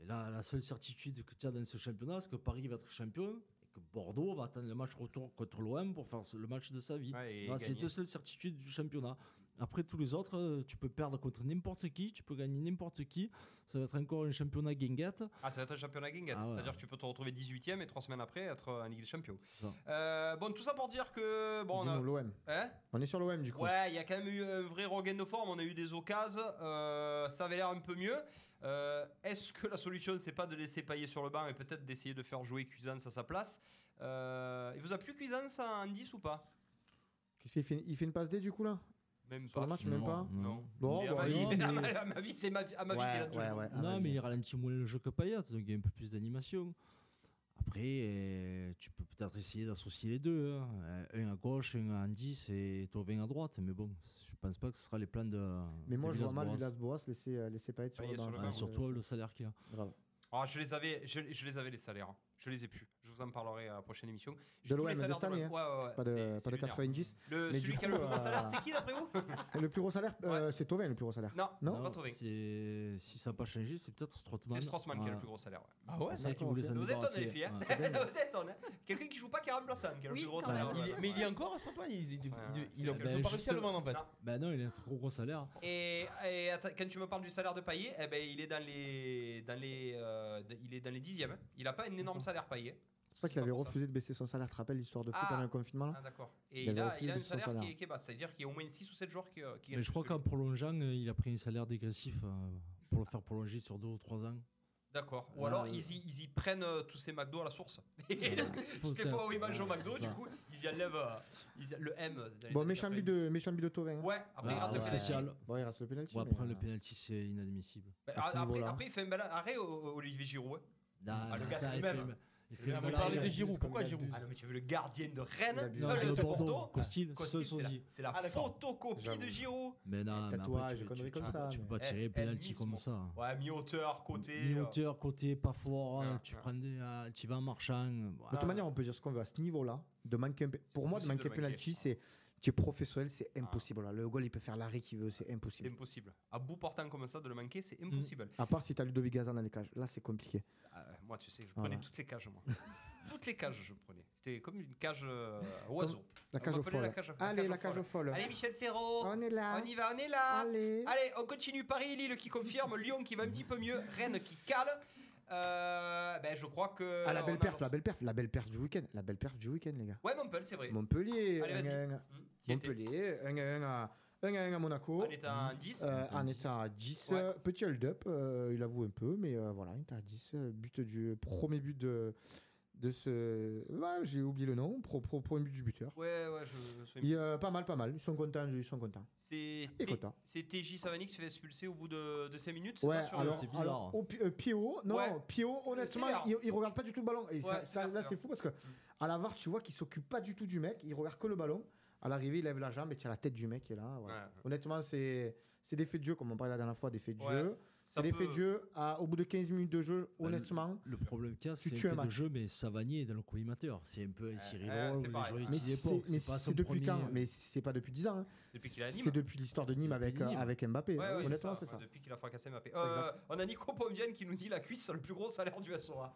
Speaker 11: Et là, la seule certitude que tu as dans ce championnat, c'est que Paris va être champion et que Bordeaux va attendre le match retour contre l'OM pour faire le match de sa vie.
Speaker 8: et
Speaker 11: Voilà, c'est
Speaker 8: gagner.
Speaker 11: deux seules certitudes du championnat. Après tous les autres, euh, tu peux perdre contre n'importe qui, tu peux gagner n'importe qui. Ça va être encore un championnat guinguette.
Speaker 8: Ah, ça va être un championnat guinguette.
Speaker 11: Ah ouais.
Speaker 8: C'est-à-dire que tu peux te retrouver 18ème et 3 semaines après être en Ligue des Champions.
Speaker 11: ça.
Speaker 8: Euh, bon, tout ça pour dire que. Bon, on a-
Speaker 9: Dis-nous l'OM.
Speaker 8: Hein
Speaker 9: On est sur l'OM du coup.
Speaker 8: Ouais, il y a quand même eu un vrai regain de forme. On a eu des occasions. euh, ça avait l'air un peu mieux. Euh, Est-ce que la solution, c'est pas de laisser Payet sur le banc et peut-être d'essayer de faire jouer Cuisance à sa place Euh, Il vous a plu Cuisance en 10 ou pas
Speaker 9: Qu'est-ce qu'il fait Il fait- Il fait une passe D du coup là
Speaker 8: Même
Speaker 9: Sur le match, même pas
Speaker 8: Non.
Speaker 9: Bon,
Speaker 8: C'est
Speaker 9: bah,
Speaker 8: à ma vie,
Speaker 9: non, mais-
Speaker 8: à ma vie, c'est ma vie. À ma vie qu'il a tout le
Speaker 11: non, mais il ralentit moins le jeu que Payet, donc il y a un peu plus d'animation. après, euh, tu peux peut-être essayer d'associer les deux. hein. Euh, Un à gauche, un en 10 et Tovin à droite. Mais bon, je pense pas que ce sera les plans de.
Speaker 9: Mais moi,
Speaker 11: de
Speaker 9: je vois mal
Speaker 11: Villas-Boas.
Speaker 9: Villas-Boas laisser, euh, laisser Payet sur
Speaker 11: Ouais,
Speaker 9: le banc.
Speaker 11: ouais, surtout avec le salaire qu'il a.
Speaker 9: Grave.
Speaker 8: Ah, je les avais, je, je les avais les salaires. Je les ai plus. Je vous en parlerai à la prochaine émission. J'ai
Speaker 9: De
Speaker 8: tous
Speaker 9: l'OM
Speaker 8: les
Speaker 9: de
Speaker 8: salaires
Speaker 9: cette année,
Speaker 8: l'OM. Ouais, ouais,
Speaker 9: hein.
Speaker 8: ouais,
Speaker 9: pas de,
Speaker 8: c'est-
Speaker 9: pas de
Speaker 8: c'est lunaire.
Speaker 9: 90.
Speaker 8: Le-
Speaker 9: Mais
Speaker 8: celui
Speaker 9: du
Speaker 8: qui a le
Speaker 9: coup,
Speaker 8: plus gros
Speaker 9: euh,
Speaker 8: salaire, c'est qui d'après vous
Speaker 9: Le plus gros salaire, euh, c'est Tovin le plus gros salaire.
Speaker 11: c'est- Si ça n'a pas changé, c'est peut-être Strottmann.
Speaker 8: C'est Strossman qui a le
Speaker 11: Ouais.
Speaker 8: plus gros salaire. ouais.
Speaker 11: Ah ouais, C'est ça qui voulait s'en
Speaker 8: Vous êtes
Speaker 11: débarrasser.
Speaker 8: les filles. hein.
Speaker 11: Ouais. C'est dingue.
Speaker 8: Vous êtes honnêtes. Quelqu'un qui joue pas qui est remplaçant, qui a le plus gros salaire.
Speaker 7: Il est-
Speaker 8: ouais.
Speaker 7: mais il y a encore à saint il, il, il- il- il- ils ont
Speaker 11: Ben,
Speaker 7: pas
Speaker 11: juste-
Speaker 7: réussi à le vendre en fait.
Speaker 11: Ben non, il a un trop gros salaire.
Speaker 8: Et, et atta- quand tu me parles du salaire de Payet, eh ben, il est dans les, dans les, euh, de- il est dans les dixièmes. hein. Il a pas un énorme salaire Payet.
Speaker 9: C'est pas qu'il avait refusé de baisser son salaire. Tu te rappelles l'histoire de foot pendant le confinement là
Speaker 8: Ah, d'accord. Et
Speaker 9: Il
Speaker 8: il,
Speaker 9: avait
Speaker 8: a,
Speaker 9: refusé
Speaker 8: il a un
Speaker 9: de son
Speaker 8: salaire,
Speaker 9: salaire.
Speaker 8: Qui, est, qui est bas. C'est-à-dire qu'il y a au moins 6 ou 7 joueurs qui, euh, qui
Speaker 11: Mais je crois qu'en prolongeant, euh, il a pris un salaire dégressif euh, pour le faire prolonger sur deux ou trois ans.
Speaker 8: D'accord. Ou
Speaker 11: Là,
Speaker 8: alors
Speaker 11: il-
Speaker 8: ils y, ils y prennent euh, tous ces McDo à la source. Et donc, Toutes les
Speaker 11: Putain.
Speaker 8: fois où ils mangent au
Speaker 11: Ouais,
Speaker 8: McDo,
Speaker 11: c'est
Speaker 8: du
Speaker 11: ça.
Speaker 8: coup, ils y enlèvent euh, ils y- le M. dans les
Speaker 9: Bon,
Speaker 8: années
Speaker 9: méchant but de, méchant but de Tovin.
Speaker 8: Ah, Ouais, après, il rate le penalty.
Speaker 11: spécial.
Speaker 9: Bon, il reste le penalty.
Speaker 11: Bon,
Speaker 9: mais,
Speaker 11: après, le
Speaker 9: euh,
Speaker 11: penalty, c'est inadmissible.
Speaker 8: Bah,
Speaker 11: À ce
Speaker 8: après,
Speaker 11: niveau-là.
Speaker 8: après, il fait un bel arrêt au- au- Olivier Giroud. hein.
Speaker 11: Non,
Speaker 8: ah, le
Speaker 11: non,
Speaker 8: gars,
Speaker 11: attends,
Speaker 8: c'est
Speaker 11: il
Speaker 8: lui-même.
Speaker 11: fait- il
Speaker 8: C'est
Speaker 11: fait
Speaker 8: lui-même.
Speaker 11: un bel arrêt. Il abuse comme il abuse.
Speaker 8: Ah non, mais tu veux le gardien de Rennes
Speaker 11: Non,
Speaker 8: euh,
Speaker 11: de
Speaker 8: de
Speaker 11: Bordeaux.
Speaker 8: Bordeaux
Speaker 11: Costil, ce
Speaker 8: c'est la-
Speaker 11: sosie.
Speaker 8: C'est la
Speaker 11: Ah, d'accord.
Speaker 8: photocopie de Giroud.
Speaker 11: Mais non, mais
Speaker 9: tatouages,
Speaker 11: après,
Speaker 9: Eh,
Speaker 11: tu,
Speaker 9: des
Speaker 11: peux- tu-
Speaker 9: conneries comme
Speaker 11: tu-
Speaker 9: ça,
Speaker 11: tu peux
Speaker 9: mais-
Speaker 11: pas tirer
Speaker 8: SN
Speaker 11: penalty
Speaker 8: Mismo.
Speaker 11: comme ça.
Speaker 8: Ouais, mi-hauteur, côté. Eh, euh, Ah,
Speaker 11: Mi-hauteur, côté, pas fort. hein, tu, prends des, euh, tu vas en marchant. euh,
Speaker 9: De toute
Speaker 11: voilà.
Speaker 9: manière, on peut dire ce qu'on veut à ce niveau-là. De manquer un pe- Pour moi, de
Speaker 11: impossible
Speaker 9: manquer
Speaker 11: de
Speaker 9: un
Speaker 11: le manquer.
Speaker 9: penalty, c'est. Tu es professionnel, c'est
Speaker 8: Ah.
Speaker 9: impossible. là. Le goal, il peut faire l'arrêt qu'il veut, c'est
Speaker 8: C'est
Speaker 9: impossible.
Speaker 8: impossible. À bout portant comme ça, de le manquer,
Speaker 11: Mm.
Speaker 8: c'est impossible.
Speaker 11: Ah.
Speaker 9: À part si t'as Ludovic Gazan dans les cages. Là, c'est compliqué.
Speaker 8: Ah, euh, moi, tu sais, je
Speaker 9: Ah
Speaker 8: prenais
Speaker 9: ouais.
Speaker 8: toutes les cages, moi. toutes les cages, je prenais. C'était comme une cage euh, à oiseau.
Speaker 9: La
Speaker 8: On
Speaker 9: cage aux
Speaker 8: m'appelait la
Speaker 9: folles.
Speaker 8: cage- la
Speaker 9: Allez,
Speaker 8: cage
Speaker 9: la
Speaker 8: aux
Speaker 9: cage
Speaker 8: folles.
Speaker 9: aux folles.
Speaker 8: Allez, Michel Serrault.
Speaker 9: On est là.
Speaker 8: On y va, on est là.
Speaker 9: Allez.
Speaker 8: on continue. Paris, Lille qui confirme. Lyon qui va un petit peu mieux. Rennes qui cale. Euh, ben, je crois que.
Speaker 9: Ah, la
Speaker 8: on
Speaker 9: belle
Speaker 8: a-
Speaker 9: perf, la belle perf, la belle perf du week-end. La belle perf du week-end, les gars.
Speaker 8: Ouais, Montpellier, c'est vrai.
Speaker 9: Montpellier,
Speaker 8: Allez,
Speaker 9: un
Speaker 8: vas-y.
Speaker 9: à un. Hmm Montpellier, un à un à, un à un à Monaco.
Speaker 8: On est à 10.
Speaker 9: Euh, en étant à 10.
Speaker 8: Ouais.
Speaker 9: euh, Petit hold-up, euh, il avoue un peu, mais euh, voilà, il est à 10. euh, But du, premier but de, de ce. Ouais, j'ai oublié le nom. Pro, pro- premier but du buteur.
Speaker 8: Ouais, ouais, je. je suis-
Speaker 9: Il, euh, pas mal, pas mal. Ils sont contents, ils sont contents.
Speaker 8: C'est
Speaker 9: Et Cota.
Speaker 8: c'est TJ Savani qui se fait expulser au bout de, de 5 minutes. c'est
Speaker 9: Ouais,
Speaker 8: ça, sur le-
Speaker 9: alors, alors au, pi- euh, pied haut, non,
Speaker 8: Ouais.
Speaker 9: pied haut, honnêtement,
Speaker 8: C'est vert.
Speaker 9: il, il regarde pas du tout le ballon. Et
Speaker 8: Ouais,
Speaker 9: ça-
Speaker 8: c'est
Speaker 9: ça-
Speaker 8: vert,
Speaker 9: là,
Speaker 8: c'est Mm.
Speaker 9: c'est
Speaker 8: vert.
Speaker 9: fou parce que à la VAR, tu vois qu'il s'occupe pas du tout du mec, il regarde que le ballon. À l'arrivée, il lève la jambe et tu as la tête du mec qui est là. voilà.
Speaker 8: Ouais.
Speaker 9: Honnêtement, c'est c'est des faits de jeu, comme on parlait la dernière fois, des faits de
Speaker 8: Ouais,
Speaker 9: jeu.
Speaker 8: ça
Speaker 9: C'est des
Speaker 8: peut-
Speaker 9: faits de jeu. à- au bout de 15 minutes de jeu,
Speaker 11: Bah, le-
Speaker 9: honnêtement.
Speaker 11: Le problème qu'il y a,
Speaker 9: tu
Speaker 11: c'est un
Speaker 9: tues un
Speaker 11: fait de
Speaker 9: match.
Speaker 11: jeu, mais Savanier est dans le collimateur. C'est un
Speaker 8: Eh,
Speaker 11: peu un Cyril
Speaker 9: euh,
Speaker 11: Roll ou
Speaker 9: c'est
Speaker 11: les
Speaker 9: pareil.
Speaker 11: joueurs
Speaker 9: Mais
Speaker 11: qui
Speaker 9: c'est-
Speaker 11: déportent.
Speaker 9: mais
Speaker 11: C'est pas
Speaker 9: c'est
Speaker 11: son
Speaker 9: depuis
Speaker 11: premier. euh,
Speaker 9: quand Mais c'est pas depuis 10 ans. hein.
Speaker 8: C'est depuis qu'il est à Nîmes.
Speaker 9: C'est depuis l'histoire de Nîmes avec, euh,
Speaker 8: Nîmes.
Speaker 9: avec Mbappé.
Speaker 8: Ouais, ouais, c'est
Speaker 9: honnêtement,
Speaker 8: ça,
Speaker 9: c'est ça.
Speaker 8: ouais, depuis qu'il a fracassé Mbappé. Euh, on a Nico Pombienne qui nous dit la cuisse, c'est le plus gros salaire du SOA.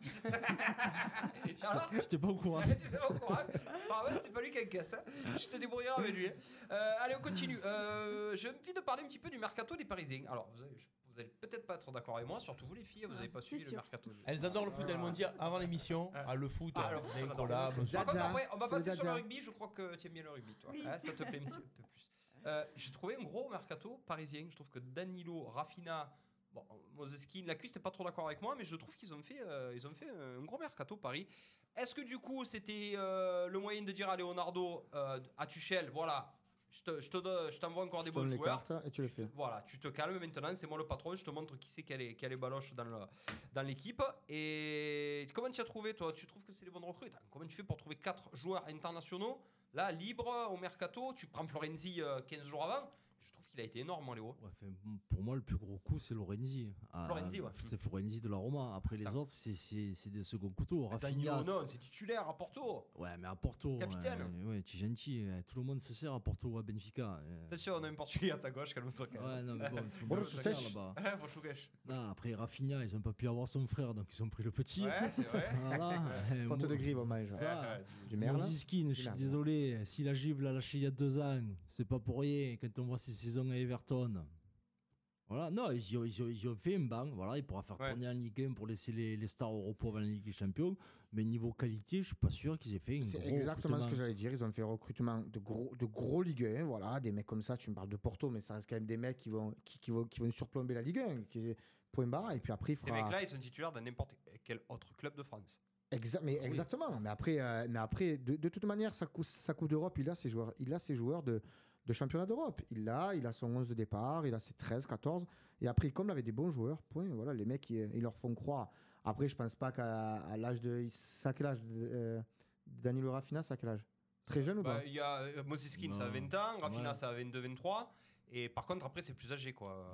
Speaker 8: Alors,
Speaker 11: J'étais pas au courant.
Speaker 8: tu fais au courant Par contre, Bah c'est pas lui qui a cassé. hein. Je te débrouillerai avec lui. hein. Euh, allez, on continue. Euh, J'ai envie de parler un petit peu du mercato des Parisiens. Alors, vous avez- vous allez peut-être pas être d'accord avec moi, surtout vous les filles, hein, vous avez pas suivi le mercato.
Speaker 7: Elles adorent le foot, elles m'ont dit avant l'émission. Ah, le foot,
Speaker 8: Ah, alors,
Speaker 7: euh,
Speaker 8: on adore.
Speaker 7: Nicolas, monsieur.
Speaker 8: Par contre, après, on va
Speaker 7: C'est le
Speaker 8: passer sur le
Speaker 7: Zaza.
Speaker 8: rugby. Je crois que tu aimes bien le rugby, toi.
Speaker 7: Oui.
Speaker 8: Hein, ça te plaît un petit peu plus. Euh, J'ai trouvé un gros mercato parisien. Je trouve que Danilo, Rafinha, bon, Moseskin, Lacus, t'es pas trop d'accord avec moi, mais je trouve qu'ils ont fait, euh, ils ont fait un gros mercato Paris. Est-ce que du coup, c'était euh, le moyen de dire à Leonardo, euh, à Tuchel, voilà, je te, je te donne- je t'envoie encore des
Speaker 9: Tu donnes
Speaker 8: bons
Speaker 9: les
Speaker 8: joueurs.
Speaker 9: cartes et tu le fais.
Speaker 8: Voilà, tu te calmes maintenant, c'est moi le patron, je te montre qui c'est qui a les, qui a les baloches dans, le- dans l'équipe. Et comment tu as trouvé, toi Tu trouves que c'est les bonnes recrues Attends, Comment tu fais pour trouver 4 joueurs internationaux, là, libres, au mercato Tu prends Florenzi euh, 15 jours avant Je trouve qu'il a été énorme, moi, Léo.
Speaker 11: Enfin, m- pour moi, le plus gros coup, c'est Lorenzi. Ah,
Speaker 8: Florenzi, ouais. Ah.
Speaker 11: C'est Florenzi de la Roma. Après, les autres, c'est- c'est c'est des seconds couteaux. Rafinha,
Speaker 8: Danilo,
Speaker 11: c'est-
Speaker 8: non, c'est titulaire à Porto.
Speaker 11: Ouais, mais à Porto.
Speaker 8: Capitaine.
Speaker 11: Ouais, ouais, tu es gentil. euh, Tout le monde se sert à Porto ou à Benfica. euh.
Speaker 8: Attention, on a un Portugais à ta gauche, calme-toi quand même.
Speaker 11: Ouais, non, mais bon, tout le
Speaker 8: Bonjour,
Speaker 11: monde se sert
Speaker 8: Sèche.
Speaker 11: là-bas.
Speaker 8: Ouais, bonjour, Gèche.
Speaker 11: Non, après Rafinha, ils ont pas pu avoir son frère, donc ils ont pris le petit.
Speaker 8: Ouais, c'est vrai.
Speaker 11: Voilà. Euh,
Speaker 9: Fente de
Speaker 11: Mo-
Speaker 9: grive, hommage.
Speaker 11: Ça.
Speaker 9: Du merde.
Speaker 11: Mosiskin, je
Speaker 9: Du
Speaker 11: suis
Speaker 9: merde.
Speaker 11: désolé. Si la Juve l'a lâché il y a deux ans, c'est pas pour rien. Quand on voit ses saisons à Everton. Voilà, non, ils y ont, ils y ont- ils y ont fait un banc. Voilà, il pourra faire tourner en Ligue 1 pour laisser les, les stars au repos avant la Ligue des Champions. Mais niveau qualité, je suis pas sûr qu'ils aient fait une
Speaker 9: C'est exactement ce que j'allais dire. Ils ont fait un recrutement de gros, de gros Ligue 1. Voilà, des mecs comme ça. Tu me parles de Porto, mais ça reste quand même des mecs qui vont, qui, qui vont, qui vont surplomber la Ligue 1. Qui, point barre. Et puis après, il
Speaker 8: Ces
Speaker 9: faudra.
Speaker 11: Ah.
Speaker 8: mecs-là, ils sont titulaires dans n'importe quel autre club de France.
Speaker 9: Exa-
Speaker 8: Ah
Speaker 9: mais exactement. Mais après, euh, mais après de, de toute manière, sa, cou- sa Coupe d'Europe, il a ses joueurs, il a ses joueurs de, de championnat d'Europe. Il l'a, il a son 11 de départ, il a ses 13, 14. Et après, comme il avait des bons joueurs, point, voilà, les mecs, ils, ils leur font croire Après, je pense pas qu'à à l'âge de. Ça a quel âge euh, Danilo Rafinha, ça a quel âge Très jeune ou
Speaker 8: Bah,
Speaker 9: pas
Speaker 8: Il y a euh, Moses Keane, ça a 20 ans, Rafinha, ça a 22-23. Et par contre, après, c'est plus âgé, quoi.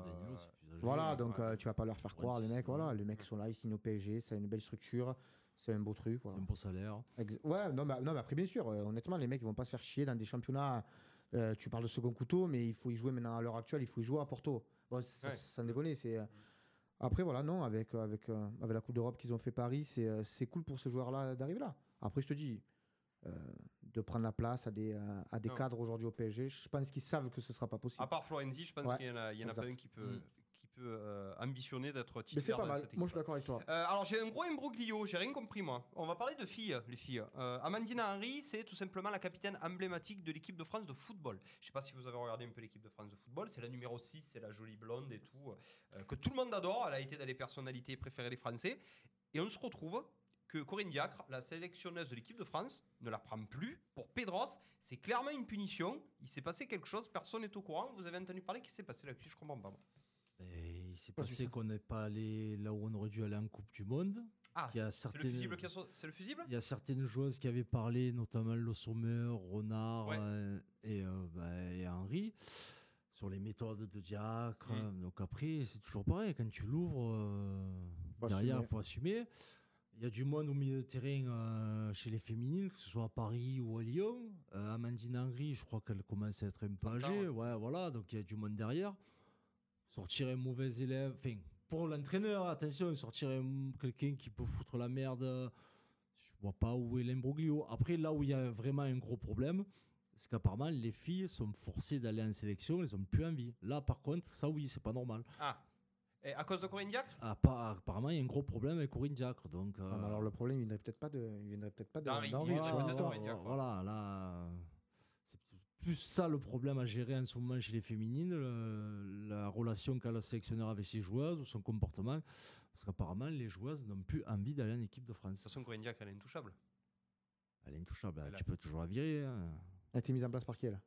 Speaker 9: Voilà, donc euh, tu vas pas leur faire croire, les mecs. Voilà, les mecs sont là, ils signent au PSG, ça a une belle structure, c'est un beau truc. C'est un
Speaker 11: beau salaire.
Speaker 9: ouais, non mais, non, mais après, bien sûr, euh, honnêtement, les mecs, ils vont pas se faire chier dans des championnats. euh, tu parles de second couteau, mais il faut y jouer maintenant à l'heure actuelle, il faut y jouer à Porto. Bon, ça,
Speaker 13: Ouais.
Speaker 9: ça, ça ne déconne, c'est. euh, Après, voilà, non, avec, euh, avec, euh, avec la Coupe d'Europe qu'ils ont fait Paris, c'est euh, c'est cool pour ce joueur-là d'arriver là. Après, je te dis, euh, de prendre la place à des, euh, à des
Speaker 8: Non.
Speaker 9: cadres aujourd'hui au PSG, je pense qu'ils savent que ce sera pas possible.
Speaker 8: À part Florenzi, je pense
Speaker 9: Ouais,
Speaker 8: qu'il y en a, il y en a pas
Speaker 9: exact.
Speaker 8: un qui peut,
Speaker 9: Mm.
Speaker 8: qui peut euh, ambitionner d'être
Speaker 9: Mais c'est
Speaker 8: titulaire
Speaker 9: pas
Speaker 8: dans
Speaker 9: mal,
Speaker 8: cette
Speaker 9: moi je suis d'accord avec toi.
Speaker 8: Euh, alors j'ai un gros imbroglio, j'ai rien compris moi. On va parler de filles, les filles. Euh, Amandina Henry, c'est tout simplement la capitaine emblématique de l'équipe de France de football. Je sais pas si vous avez regardé un peu l'équipe de France de football, c'est la numéro 6, c'est la jolie blonde et tout, euh, que tout le monde adore, elle a été dans les personnalités préférées des Français. Et on se retrouve que Corinne Diacre, la sélectionneuse de l'équipe de France, ne la prend plus. Pour Pedros, c'est clairement une punition, il s'est passé quelque chose, personne n'est au courant, vous avez entendu parler, qui s'est passé là-dessus, je comprends pas. moi.
Speaker 11: Et Ben, il s'est
Speaker 8: Pas du
Speaker 11: passé
Speaker 8: tout.
Speaker 11: qu'on n'est pas allé là où on aurait dû aller en Coupe du Monde.
Speaker 8: Ah,
Speaker 11: Il y a
Speaker 8: c'est le
Speaker 11: certaines-
Speaker 8: fusible qui a sau- C'est le fusible
Speaker 11: Il y a certaines joueuses qui avaient parlé, notamment Le Sommer, Renard euh, et, euh, bah, et Henri, sur les méthodes de Diacre. hein. Donc après, c'est toujours pareil. Quand tu l'ouvres, euh,
Speaker 9: Faut
Speaker 11: derrière, il
Speaker 9: assumer.
Speaker 11: faut assumer. Il y a du monde au milieu de terrain euh, chez les féminines, que ce soit à Paris ou à Lyon. Euh, Amandine Henry, je crois qu'elle commence à être un peu âgée. Ouais, voilà, donc il y a du monde derrière sortir un mauvais élève, enfin, pour l'entraîneur, attention, sortir un- quelqu'un qui peut foutre la merde, euh, je vois pas où est l'imbroglio. Après, là où il y a vraiment un gros problème, c'est qu'apparemment, les filles sont forcées d'aller en sélection, elles ont plus envie. Là, par contre, ça oui, c'est pas normal.
Speaker 8: Ah, et à cause de Corinne Diacre
Speaker 11: Ah, pas- apparemment, il y a un gros problème avec Corinne Diacre, donc...
Speaker 9: Ah, mais alors le problème, il viendrait peut-être pas de, il viendrait peut-être pas de-
Speaker 11: D'Henri,
Speaker 9: d'Henri,
Speaker 11: voilà,
Speaker 9: tu vois l'histoire.
Speaker 11: voilà, voilà, là, c'est plus ça le problème à gérer en ce moment chez les féminines, le- la relation qu'a le sélectionneur avec ses joueuses ou son comportement, parce qu'apparemment les joueuses n'ont plus envie d'aller en équipe de France.
Speaker 8: De toute façon, Corinne Diacre, elle est intouchable.
Speaker 11: Elle est intouchable, hein, tu peux toujours la virer, hein.
Speaker 9: Elle a été mise en place par qui elle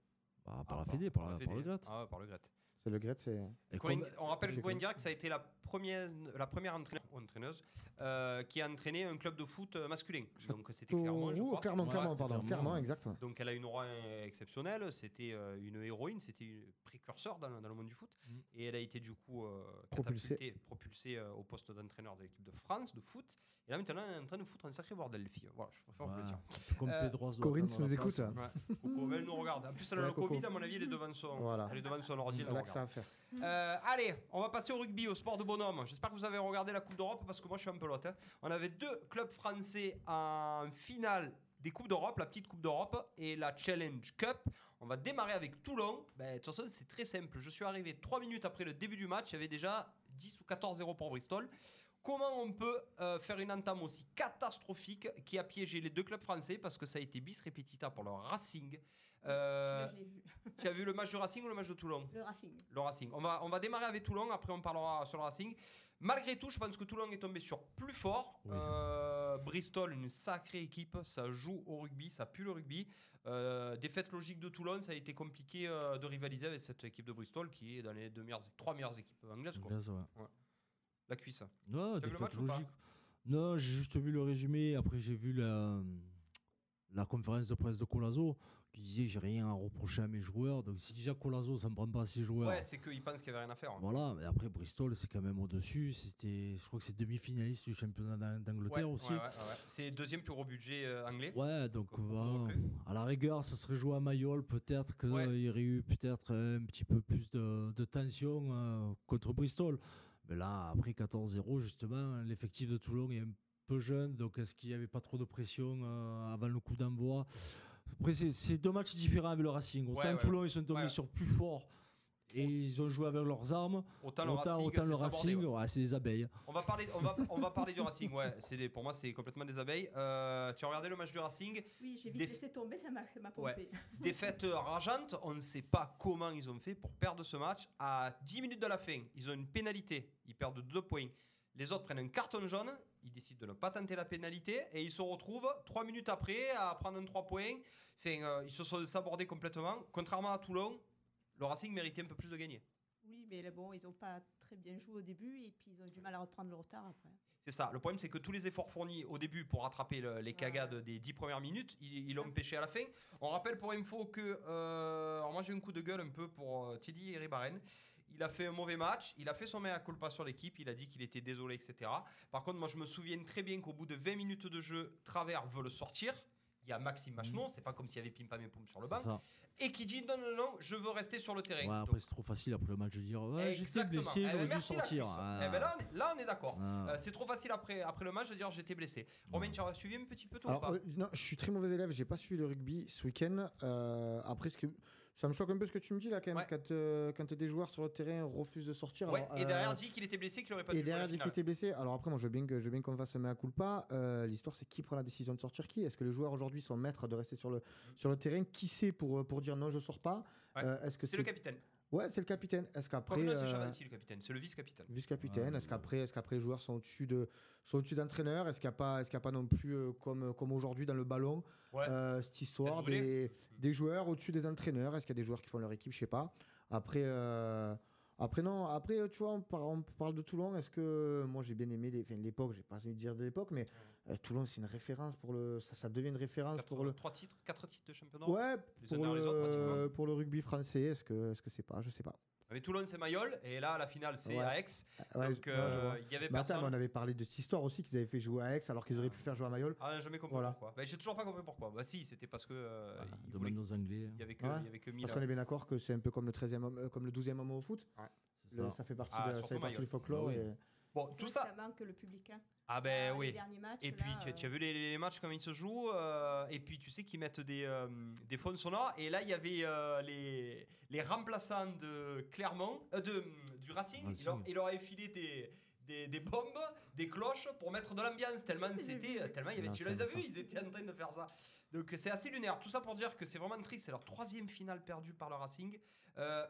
Speaker 11: Bah, par la Fédé, par, la- par le Gratte.
Speaker 8: Ah, ouais, par le Gratte.
Speaker 9: C'est le Gret, c'est.
Speaker 8: Corinne- on rappelle que Corinne Diacre, ça a été la première, la première entraîneur- ou entraîneuse euh, qui a entraîné un club de foot euh, masculin. Donc c'était Clermont, je
Speaker 9: Oh,
Speaker 8: crois.
Speaker 9: Clermont, Clermont,
Speaker 8: c'était
Speaker 9: pardon, Clermont, exactement.
Speaker 8: Donc elle a une aura euh, exceptionnelle, c'était euh, une héroïne, c'était une précurseur dans, le- dans le monde du foot. Et elle a été du coup euh,
Speaker 9: Propulsée.
Speaker 8: catapultée, propulsée euh, au poste d'entraîneur de l'équipe de France de foot. Et là maintenant, elle est en train de foutre un sacré bordel, les filles. Voilà, je préfère vous le
Speaker 11: Ouais,
Speaker 8: dire. Euh,
Speaker 11: tout comme Pedros doit
Speaker 9: Corinne, attendre si la nous place. écoute,
Speaker 8: Ouais, Coco, mais elle nous regarde. En plus, elle a
Speaker 9: Ouais,
Speaker 8: le
Speaker 9: Coco.
Speaker 8: Covid, à mon avis, elle est devant son,
Speaker 9: Voilà.
Speaker 8: elle est devant son ordi. elle
Speaker 9: Elle
Speaker 8: nous
Speaker 9: a que ça
Speaker 8: regarde.
Speaker 9: à faire.
Speaker 8: Euh, allez, on va passer au rugby, au sport de bonhomme. J'espère que vous avez regardé la Coupe d'Europe parce que moi je suis un peu l'autre. hein. On avait deux clubs français en finale des Coupes d'Europe, la petite Coupe d'Europe et la Challenge Cup. On va démarrer avec Toulon. Ben, de toute façon, c'est très simple. Je suis arrivé 3 minutes après le début du match. Il y avait déjà 10 ou 14-0 pour Bristol. Comment on peut euh, faire une entame aussi catastrophique qui a piégé les deux clubs français parce que ça a été bis repetita pour le Racing Euh,
Speaker 12: Celui-là, je l'ai vu.
Speaker 8: Tu as vu le match du Racing ou le match de Toulon
Speaker 12: Le Racing.
Speaker 8: le Racing. On va, on va démarrer avec Toulon, après on parlera sur le Racing. Malgré tout, je pense que Toulon est tombé sur plus fort. Euh, Bristol, une sacrée équipe, ça joue au rugby, ça pue le rugby. Euh, défaite logique de Toulon, ça a été compliqué euh, de rivaliser avec cette équipe de Bristol qui est dans les deux meilleures, trois meilleures équipes anglaises. quoi.
Speaker 11: Anglaises, ouais.
Speaker 8: La cuisse.
Speaker 11: Non,
Speaker 8: T'as vu le
Speaker 11: défaite
Speaker 8: match ou pas
Speaker 11: logique. Non, j'ai juste vu le résumé. Après, j'ai vu la, la conférence de presse de Colazo qui disait j'ai rien à reprocher à mes joueurs. Donc, si déjà Colazo, ça ne prend pas à ses joueurs.
Speaker 8: Ouais, c'est qu'ils pensent qu'il n'y avait rien à faire. hein.
Speaker 11: Voilà, mais après Bristol, c'est quand même au-dessus. C'était, je crois que c'est demi-finaliste du championnat d'Ang- d'Angleterre
Speaker 8: Ouais,
Speaker 11: aussi.
Speaker 8: ouais, ouais, ouais. C'est deuxième plus gros budget euh, anglais.
Speaker 11: Ouais, donc bah, à la rigueur, ça serait joué à Mayol. Peut-être qu'il y aurait eu peut-être un petit peu plus de, de tension euh, contre Bristol. Mais là, après 14-0, justement, l'effectif de Toulon est un peu jeune. Donc est-ce qu'il n'y avait pas trop de pression euh, avant le coup d'envoi Après, c'est- c'est deux matchs différents avec le Racing. Autant
Speaker 8: Ouais, ouais,
Speaker 11: Toulon,
Speaker 8: ouais.
Speaker 11: ils sont tombés sur plus fort. Et ils ont joué avec leurs armes.
Speaker 8: Autant le
Speaker 11: autant
Speaker 8: Racing,
Speaker 11: le
Speaker 8: c'est sabordé,
Speaker 11: Racing,
Speaker 8: ouais.
Speaker 11: ouais, c'est des abeilles.
Speaker 8: On va parler, on va, on va parler du Racing. Ouais, c'est des- pour moi c'est complètement des abeilles. Euh, tu as regardé le match du Racing
Speaker 12: Oui, j'ai vite
Speaker 8: Des-
Speaker 12: laissé tomber, ça m'a ça m'a
Speaker 8: Ouais.
Speaker 12: pompé.
Speaker 8: Défaite rageante, on ne sait pas comment ils ont fait pour perdre ce match. À 10 minutes de la fin, ils ont une pénalité, ils perdent 2 points. Les autres prennent un carton jaune, ils décident de ne pas tenter la pénalité et ils se retrouvent 3 minutes après à prendre un 3 points. Enfin, euh, ils se sont sabordés complètement. Contrairement à Toulon, le Racing méritait un peu plus de gagner.
Speaker 12: Oui, mais là, bon, ils n'ont pas très bien joué au début et puis ils ont eu du mal à reprendre le retard après.
Speaker 8: C'est ça. Le problème, c'est que tous les efforts fournis au début pour rattraper le- les cagades des 10 premières minutes, ils ils l'ont pêché à la fin. On rappelle pour info que. euh, alors, moi, j'ai eu un coup de gueule un peu pour euh, Teddy Ribaren. Il a fait un mauvais match, il a fait son mea culpa sur l'équipe, il a dit qu'il était désolé, etc. Par contre, moi, je me souviens très bien qu'au bout de 20 minutes de jeu, Travers veut le sortir. Il y a Maxime Machenon, c'est pas comme s'il y avait Pim Pam et Poum sur le
Speaker 11: Mm. C'est
Speaker 8: banc.
Speaker 11: ça.
Speaker 8: Et qui dit non, non, non, je veux rester sur le terrain.
Speaker 11: Ouais, après, c'est trop facile après le match de dire ouais, j'étais
Speaker 8: Exactement.
Speaker 11: blessé,
Speaker 8: Eh ben,
Speaker 11: j'aurais dû
Speaker 8: merci,
Speaker 11: sortir.
Speaker 8: Lacus.
Speaker 11: Ah.
Speaker 8: Eh ben là, on est- là, on est d'accord.
Speaker 11: Ah.
Speaker 8: Euh, c'est trop facile après, après le match de dire j'étais blessé. Romain, tu as suivi un petit peu toi ou
Speaker 9: Alors,
Speaker 8: pas
Speaker 9: euh, non, je suis très mauvais élève, j'ai pas suivi le rugby ce week-end. Euh, après, ce que, ça me choque un peu ce que tu me dis là quand même, quand, euh, quand des joueurs sur le terrain refusent de sortir.
Speaker 8: Ouais,
Speaker 9: alors,
Speaker 8: et derrière
Speaker 9: euh,
Speaker 8: dit qu'il était blessé, qu'il aurait pas
Speaker 9: et
Speaker 8: dû jouer la
Speaker 9: derrière dit qu'il
Speaker 8: finale.
Speaker 9: était blessé. Alors après, moi, je veux bien que je veux bien qu'on fasse un mea culpa. Euh, L'histoire, c'est qui prend la décision de sortir qui Est-ce que les joueurs aujourd'hui sont maîtres de rester sur le sur le terrain Qui c'est pour euh, pour dire non, je sors pas
Speaker 8: Ouais.
Speaker 9: Euh, Est-ce que
Speaker 8: C'est le capitaine.
Speaker 9: Ouais, c'est le capitaine. Est-ce qu'aès
Speaker 8: Comme non, c'est
Speaker 9: euh,
Speaker 8: Chavancy, le capitaine, c'est le vice-capitaine. Ah,
Speaker 9: vice-capitaine Est-ce qu'après, est-ce qu'après les joueurs sont au-dessus de sont au-dessus d'entraîneurs Est-ce qu'il n'y a pas, est-ce qu'il y a pas non plus euh, comme comme aujourd'hui dans le ballon
Speaker 8: Ouais.
Speaker 9: euh, cette histoire
Speaker 8: Tête brûlée.
Speaker 9: des, des joueurs au-dessus des entraîneurs Est-ce qu'il y a des joueurs qui font leur équipe Je sais pas. Après. euh, après non, après euh, tu vois on, par- on parle de Toulon, est-ce que moi j'ai bien aimé les- enfin, l'époque, j'ai pas envie de dire de l'époque mais euh, Toulon c'est une référence pour le ça, ça devient une référence pour le
Speaker 8: Trois titres, quatre titres de championnat.
Speaker 9: Ouais,
Speaker 8: les
Speaker 9: pour
Speaker 8: uns derrière les autres, pratiquement.
Speaker 9: le, pour le rugby français, est-ce que est-ce que c'est pas, je sais pas.
Speaker 8: Mais Toulon, c'est Mayol, et là, la finale, c'est
Speaker 9: Ouais. Ah
Speaker 8: à Aix.
Speaker 9: Ouais,
Speaker 8: Donc,
Speaker 9: je-
Speaker 8: euh,
Speaker 9: non, je vois.
Speaker 8: il y avait
Speaker 9: Mais attends,
Speaker 8: personne.
Speaker 9: mais on avait parlé de cette histoire aussi qu'ils avaient fait jouer à Aix alors qu'ils auraient pu faire jouer à Mayol.
Speaker 8: Ah, j'ai jamais compris
Speaker 9: Voilà.
Speaker 8: pourquoi. Bah, j'ai toujours pas compris pourquoi. Bah, si, c'était parce que. euh,
Speaker 11: Ah,
Speaker 8: il voulait-
Speaker 11: Demande aux Anglais. hein.
Speaker 8: Il y avait que,
Speaker 9: Ouais.
Speaker 8: il y avait que Milan.
Speaker 9: Parce qu'on est bien d'accord que c'est un peu comme le 13e, homme- euh, comme le 12e homme au foot.
Speaker 11: c'est
Speaker 9: Le-
Speaker 11: ça.
Speaker 9: ça. fait partie,
Speaker 8: Ah,
Speaker 9: de- ça
Speaker 8: surtout
Speaker 9: fait partie
Speaker 8: Mayol.
Speaker 9: du folklore.
Speaker 8: Ah oui.
Speaker 9: et-
Speaker 8: Bon,
Speaker 12: C'est
Speaker 8: tout
Speaker 12: vrai
Speaker 8: ça.
Speaker 12: que Ça manque le public. hein.
Speaker 8: Ah ben
Speaker 12: les
Speaker 8: oui.
Speaker 12: derniers matchs,
Speaker 8: et puis
Speaker 12: là,
Speaker 8: tu,
Speaker 12: euh,
Speaker 8: tu as vu les, les matchs comment ils se jouent euh, et puis tu sais qu'ils mettent des euh, des fonds sonores et là il y avait euh, les les remplaçants de Clermont euh, de du Racing,
Speaker 11: Racing.
Speaker 8: Ils, leur, ils leur avaient filé des des, des bombes, des cloches pour mettre de l'ambiance tellement c'était tellement il y avait
Speaker 11: Non,
Speaker 8: tu
Speaker 11: ça
Speaker 8: les as
Speaker 11: va
Speaker 8: vus ils étaient en train de faire ça donc c'est assez lunaire tout ça pour dire que c'est vraiment triste c'est leur troisième finale perdue par le Racing Euh,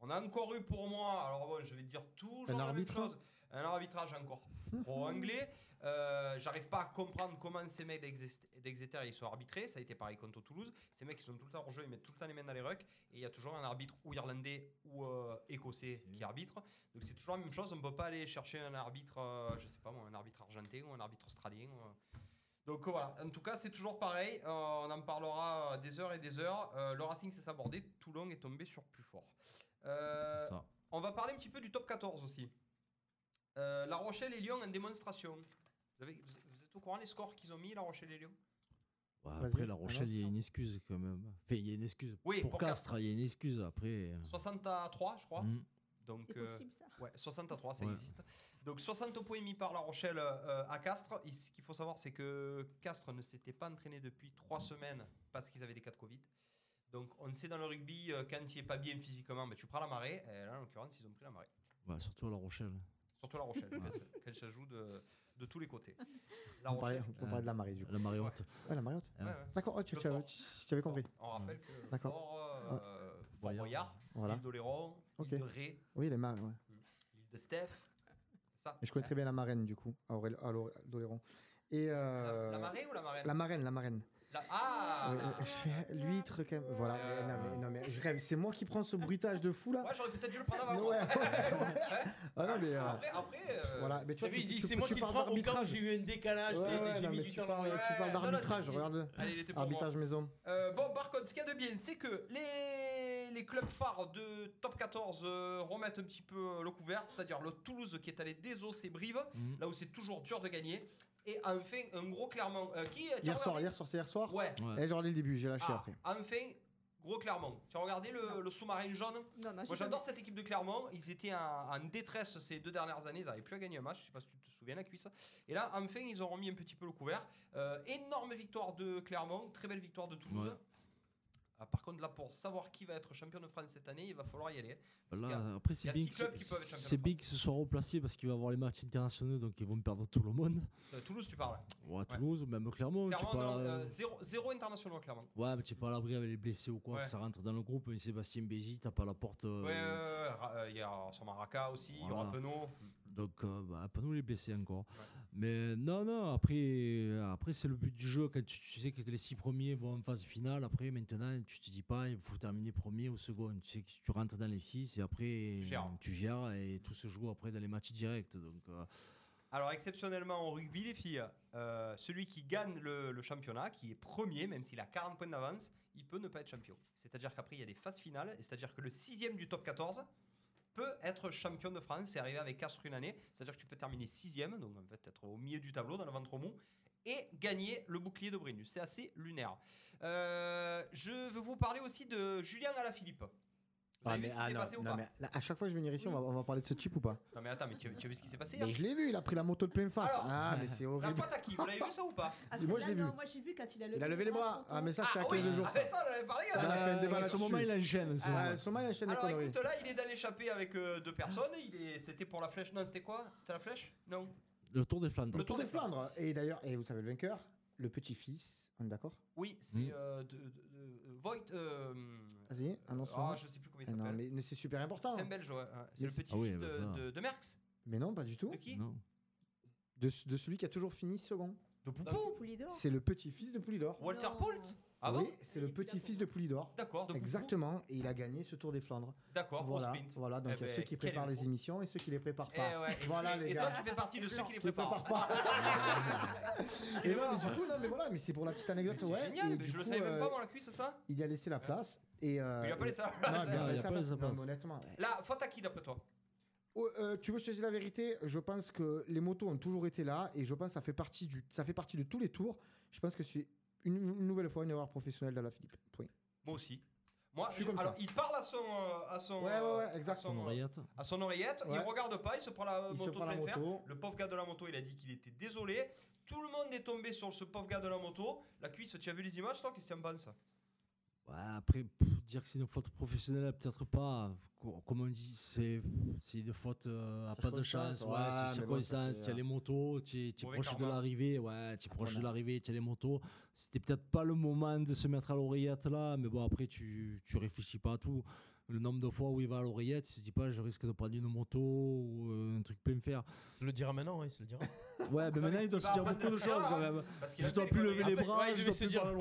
Speaker 8: on a encore eu pour moi, alors bon, je vais dire toujours
Speaker 9: Un
Speaker 8: la même
Speaker 9: arbitre
Speaker 8: chose, un arbitrage encore pro-anglais. Euh, J'arrive pas à comprendre comment ces mecs d'Exest- d'Exeter ils sont arbitrés. Ça a été pareil contre Toulouse. Ces mecs ils sont tout le temps en jeu, ils mettent tout le temps les mains dans les rucks. Et il y a toujours un arbitre ou irlandais ou euh, écossais qui arbitre. Donc c'est toujours la même chose. On peut pas aller chercher un arbitre, euh, je sais pas moi, un arbitre argentin ou un arbitre australien. ou, euh, donc euh, voilà, en tout cas c'est toujours pareil, Euh, on en parlera euh, des heures et des heures. Euh, le Racing s'est sabordé, Toulon est tombé sur plus fort. Euh,
Speaker 11: Ça.
Speaker 8: On va parler un petit peu du top 14 aussi. Euh, la Rochelle et Lyon en démonstration. Vous, avez- vous- vous êtes au courant les scores qu'ils ont mis, La Rochelle et Lyon
Speaker 11: Ouais,
Speaker 9: Vas-y,
Speaker 11: après, la Rochelle,
Speaker 9: annonce.
Speaker 11: il y a une excuse quand même. Enfin, il y a une excuse.
Speaker 8: Oui,
Speaker 11: pour,
Speaker 8: pour
Speaker 11: Castres, il y a une excuse après. euh,
Speaker 8: 63, je crois.
Speaker 11: Mm.
Speaker 8: Donc, euh,
Speaker 12: C'est possible, ça
Speaker 8: ouais, 63, ça
Speaker 11: Ouais.
Speaker 8: existe. Donc 60 points mis par La Rochelle euh, à Castres. Et ce qu'il faut savoir, c'est que Castres ne s'était pas entraîné depuis 3 semaines parce qu'ils avaient des cas de Covid. Donc on sait dans le rugby, euh, quand tu n'es pas bien physiquement, ben, tu prends la marée. Et là, en l'occurrence, ils ont pris la marée.
Speaker 11: Ouais, bah, surtout à la Rochelle.
Speaker 8: Surtout La Rochelle, qu'elle se- qu'elle se joue de, de tous les côtés. La
Speaker 9: On parlait,
Speaker 8: Rochelle.
Speaker 9: on parlait de la marée du coup.
Speaker 11: Euh, La marée haute.
Speaker 9: Ouais, la marée haute.
Speaker 11: Ouais, ouais.
Speaker 9: D'accord, oh, tu,
Speaker 8: Le
Speaker 9: tu avais,
Speaker 8: fort.
Speaker 9: tu- tu avais compris.
Speaker 8: On rappelle que
Speaker 9: D'accord.
Speaker 8: Fort,
Speaker 9: Ouais.
Speaker 8: euh, Fort Boyard,
Speaker 9: Voilà.
Speaker 8: l'île d'Oléron,
Speaker 9: Ok.
Speaker 8: l'île de Ré,
Speaker 9: Oui, les marées, ouais.
Speaker 8: l'île de Steph. c'est Ça.
Speaker 9: Et je connais très bien la marraine du coup, à Aurel- à Aurel- d'Oléron. Et euh,
Speaker 8: la marée ou la marraine
Speaker 9: La marraine, la marraine.
Speaker 8: La- Ah
Speaker 9: Ouais, je fais L'huître quand même. Voilà, mais non, mais, non, mais je rêve, c'est moi qui prends ce bruitage de fou là.
Speaker 8: Ouais, Ah, j'aurais peut-être dû le prendre avant.
Speaker 9: Ouais,
Speaker 8: moi.
Speaker 9: Ah non, mais. euh,
Speaker 8: Après, après, euh,
Speaker 9: voilà, mais tu vois,
Speaker 7: T'as vu,
Speaker 9: tu,
Speaker 7: il dit,
Speaker 9: tu-
Speaker 7: c'est moi
Speaker 9: tu
Speaker 7: qui le
Speaker 9: parles
Speaker 7: prends, autant
Speaker 9: d'arbitrage.
Speaker 7: j'ai eu un décalage,
Speaker 9: Ouais,
Speaker 7: c'est-
Speaker 9: ouais,
Speaker 7: j'ai
Speaker 9: non,
Speaker 7: mis
Speaker 9: mais
Speaker 7: du
Speaker 9: tu
Speaker 7: temps
Speaker 9: parles,
Speaker 7: à
Speaker 9: tu parles
Speaker 8: Ouais, non, non,
Speaker 9: d'arbitrage,
Speaker 8: c'est-
Speaker 9: regarde.
Speaker 8: Allez, il était pour
Speaker 9: Arbitrage
Speaker 8: moi.
Speaker 9: maison.
Speaker 8: Euh, bon, par contre, ce qu'il y a de bien, c'est que les, les clubs phares de top 14 euh, remettent un petit peu le couvert, c'est-à-dire le Toulouse qui est allé désosser Brive,
Speaker 11: Mhm.
Speaker 8: là où c'est toujours dur de gagner, et enfin un gros Clermont euh, qui. t'as
Speaker 9: Hier soir,
Speaker 8: regardé
Speaker 9: hier soir, c'est hier soir. Eh,
Speaker 8: Ouais.
Speaker 11: Ouais.
Speaker 9: Et j'ai regardé le début, j'ai lâché
Speaker 8: Ah,
Speaker 9: après.
Speaker 8: enfin, gros Clermont. Tu as regardé le, le sous-marin jaune
Speaker 12: Non, non, j'ai
Speaker 8: Moi
Speaker 12: pas
Speaker 8: j'adore
Speaker 12: vu.
Speaker 8: cette équipe de Clermont. Ils étaient en, en détresse ces deux dernières années. Ils n'arrivaient plus à gagner un match. Je sais pas si tu te souviens la cuisse. Et là, enfin, ils ont remis un petit peu le couvert. Euh, énorme victoire de Clermont. Très belle victoire de Toulouse.
Speaker 11: Ouais.
Speaker 8: Ah, par contre, là, pour savoir qui va être champion de France cette année, il va falloir y aller.
Speaker 11: Là,
Speaker 8: Il y a-
Speaker 11: après,
Speaker 8: il y
Speaker 11: c'est
Speaker 8: a
Speaker 11: bien
Speaker 8: six
Speaker 11: que
Speaker 8: clubs qui peuvent être champions de
Speaker 11: c'est bien qu'ils se soient replacés parce qu'il va y avoir les matchs internationaux, donc ils vont perdre tout le monde.
Speaker 8: Euh, Toulouse, tu parles.
Speaker 11: Ouais, Toulouse, même Clermont. tu
Speaker 8: Clermont,
Speaker 11: parles,
Speaker 8: non,
Speaker 11: euh,
Speaker 8: euh, zéro, zéro international, Clermont.
Speaker 11: Ouais, mais tu es pas à l'abri avec les blessés ou quoi,
Speaker 8: Ouais.
Speaker 11: que ça rentre dans le groupe. Et Sébastien Bézi, t'as pas la porte. euh,
Speaker 8: Ouais, ouais, ouais, ouais. Ra- euh, il y a sûrement Raka aussi, il y aura
Speaker 11: Voilà.
Speaker 8: Penaud.
Speaker 11: Donc, euh, bah, pour nous, les blessés encore. Mais non, non, après, euh, après c'est le but du jeu. Quand tu, tu sais que les six premiers vont en phase finale, après, maintenant, tu te dis pas, il faut terminer premier ou second. Tu sais que tu rentres dans les six et après,
Speaker 8: gères.
Speaker 11: tu gères et tout se joue après dans les matchs directs. Donc, euh,
Speaker 8: Alors, exceptionnellement, au rugby, les filles, euh, celui qui gagne le, le championnat, qui est premier, même s'il a 40 points d'avance, il peut ne pas être champion. C'est-à-dire qu'après, il y a des phases finales, et c'est-à-dire que le sixième du top 14 peut être champion de France et arriver avec 4 sur une année. C'est-à-dire que tu peux terminer sixième, donc en fait être au milieu du tableau, dans le ventre mou, et gagner le bouclier de Brennus. C'est assez lunaire. Euh, je veux vous parler aussi de Julien Alaphilippe. Vous
Speaker 9: Ah,
Speaker 8: avez vu
Speaker 9: mais,
Speaker 8: ce qui
Speaker 9: ah,
Speaker 8: s'est
Speaker 9: non,
Speaker 8: passé ou
Speaker 9: non,
Speaker 8: pas
Speaker 9: mais là, à chaque fois que je vais venir ici, on va, on va parler de ce type ou pas
Speaker 8: Non mais attends, mais tu, tu as vu ce qui s'est passé
Speaker 9: Mais
Speaker 8: hier
Speaker 9: je l'ai vu, il a pris la moto de pleine face. ah, mais c'est horrible.
Speaker 8: Pataki, vous l'avez vu ça ou pas
Speaker 12: Ah,
Speaker 9: Moi, je
Speaker 12: celle-là,
Speaker 9: l'ai vu.
Speaker 12: non, Moi, j'ai vu quand il a levé,
Speaker 9: Il a levé les bras. Ah, mais ça, c'est à 15
Speaker 8: oui,
Speaker 9: jours.
Speaker 8: ah, mais ça, on en avait parlé,
Speaker 9: Ça, on a
Speaker 8: hein.
Speaker 9: fait un débat
Speaker 11: Euh,
Speaker 9: là-dessus.
Speaker 11: son moment, il enchaîne, son
Speaker 9: Ah,
Speaker 11: moment.
Speaker 9: son moment, il enchaîne des
Speaker 8: Alors
Speaker 9: conneries.
Speaker 8: écoute, là, il est allé échapper avec euh, deux personnes. Il est... C'était pour la flèche. Non, c'était quoi C'était la flèche Non.
Speaker 11: Le Tour des Flandres.
Speaker 9: Le Tour des Flandres. Et d'ailleurs, et vous savez le vainqueur Le petit-fils. On est d'accord
Speaker 8: Oui, c'est
Speaker 9: Hmm.
Speaker 8: euh, de, de- de- Voigt. euh,
Speaker 9: Vas-y, annonce-moi.
Speaker 8: Ah, je sais plus comment il
Speaker 9: Ah non,
Speaker 8: s'appelle.
Speaker 9: mais- mais c'est super important.
Speaker 8: C'est un belge, ouais. hein. C'est
Speaker 9: Mais
Speaker 8: le
Speaker 9: c'est-
Speaker 8: petit
Speaker 9: Ah oui,
Speaker 8: fils
Speaker 9: bah
Speaker 8: de,
Speaker 9: ça.
Speaker 8: de- de Merckx.
Speaker 9: Mais non, pas du tout.
Speaker 8: De qui
Speaker 9: de, ce- de celui qui a toujours fini second.
Speaker 8: De
Speaker 12: Poupou Poulidor
Speaker 9: C'est le petit-fils de Poulidor.
Speaker 8: Walter Poult Ah
Speaker 9: oui,
Speaker 8: bon
Speaker 9: c'est le petit-fils de Poulidor.
Speaker 8: D'accord.
Speaker 9: Exactement. Et il a gagné ce Tour des Flandres.
Speaker 8: D'accord, au
Speaker 9: Voilà.
Speaker 8: sprint.
Speaker 9: Voilà. Donc
Speaker 8: Eh
Speaker 9: il y a
Speaker 8: ben,
Speaker 9: ceux qui
Speaker 8: quel
Speaker 9: préparent les
Speaker 8: info.
Speaker 9: émissions et ceux qui les préparent
Speaker 8: Eh
Speaker 9: pas.
Speaker 8: ouais, et
Speaker 9: Voilà
Speaker 8: tu-
Speaker 9: les
Speaker 8: et
Speaker 9: gars.
Speaker 8: toi, tu fais partie de ceux qui les
Speaker 9: Qui
Speaker 8: préparent.
Speaker 9: préparent pas. et non, mais du coup, non, mais voilà, mais c'est pour la petite anecdote.
Speaker 8: C'est
Speaker 9: ouais,
Speaker 8: génial,
Speaker 9: et
Speaker 8: mais
Speaker 9: du
Speaker 8: je le
Speaker 9: coup,
Speaker 8: savais même
Speaker 9: euh,
Speaker 8: pas, moi, la cuisse, c'est ça
Speaker 9: Il a laissé la place. Et euh,
Speaker 8: Il a pas laissé la
Speaker 9: et-
Speaker 8: place.
Speaker 9: Non, il a pas
Speaker 8: Non, il a
Speaker 9: laissé
Speaker 8: pas
Speaker 9: la place.
Speaker 8: laissé la
Speaker 9: Non,
Speaker 8: place.
Speaker 9: mais honnêtement.
Speaker 8: Là, faute à qui d'après toi
Speaker 9: Oh, euh, tu veux que je te dise la vérité Je pense que les motos ont toujours été là et je pense que ça fait partie, du, ça fait partie de tous les tours. Je pense que c'est une, une nouvelle fois une erreur professionnelle d'Ala Philippe. Point.
Speaker 8: Moi aussi. Moi,
Speaker 9: Je suis
Speaker 8: je-
Speaker 9: comme
Speaker 8: alors,
Speaker 9: ça.
Speaker 8: il parle à son. euh, à son
Speaker 9: Ouais, ouais, ouais,
Speaker 8: euh,
Speaker 9: exact.
Speaker 8: À son, euh, à son oreillette,
Speaker 9: Ouais.
Speaker 8: il regarde pas, il se prend la
Speaker 9: Il se
Speaker 8: moto
Speaker 9: prend
Speaker 8: de
Speaker 9: la
Speaker 8: plein fer.
Speaker 9: moto.
Speaker 8: Le pauvre gars de la moto, il a dit qu'il était désolé. Tout le monde est tombé sur ce pauvre gars de la moto. La cuisse, tu as vu les images, toi Qu'est-ce que tu en penses
Speaker 11: Ouais, Bah, après, pff, dire que c'est une faute professionnelle, peut-être pas. Co- Comme on dit, c'est c'est une faute euh, à pas de
Speaker 7: Circonstance,
Speaker 11: chance. Ouais,
Speaker 7: ouais,
Speaker 11: c'est
Speaker 7: mais bon, ça
Speaker 11: circonstance.
Speaker 7: fait,
Speaker 11: tu as
Speaker 7: euh,
Speaker 11: les motos, tu es, tu es
Speaker 7: mauvais
Speaker 11: proche de
Speaker 7: karma.
Speaker 11: l'arrivée. Ouais, tu es proche
Speaker 7: voilà.
Speaker 11: de l'arrivée, tu as les motos. C'était peut-être pas le moment de se mettre à l'oreillette là, mais bon, après, tu, tu réfléchis pas à tout. Le nombre de fois où il va à l'oreillette, il se dit pas, je risque de prendre une moto ou euh, un truc plein fer.
Speaker 7: le dira maintenant, ouais, il se le dira.
Speaker 11: Ouais, mais maintenant, il doit se dire beaucoup de choses quand même. Je dois plus lever les bras, je dois plus parler à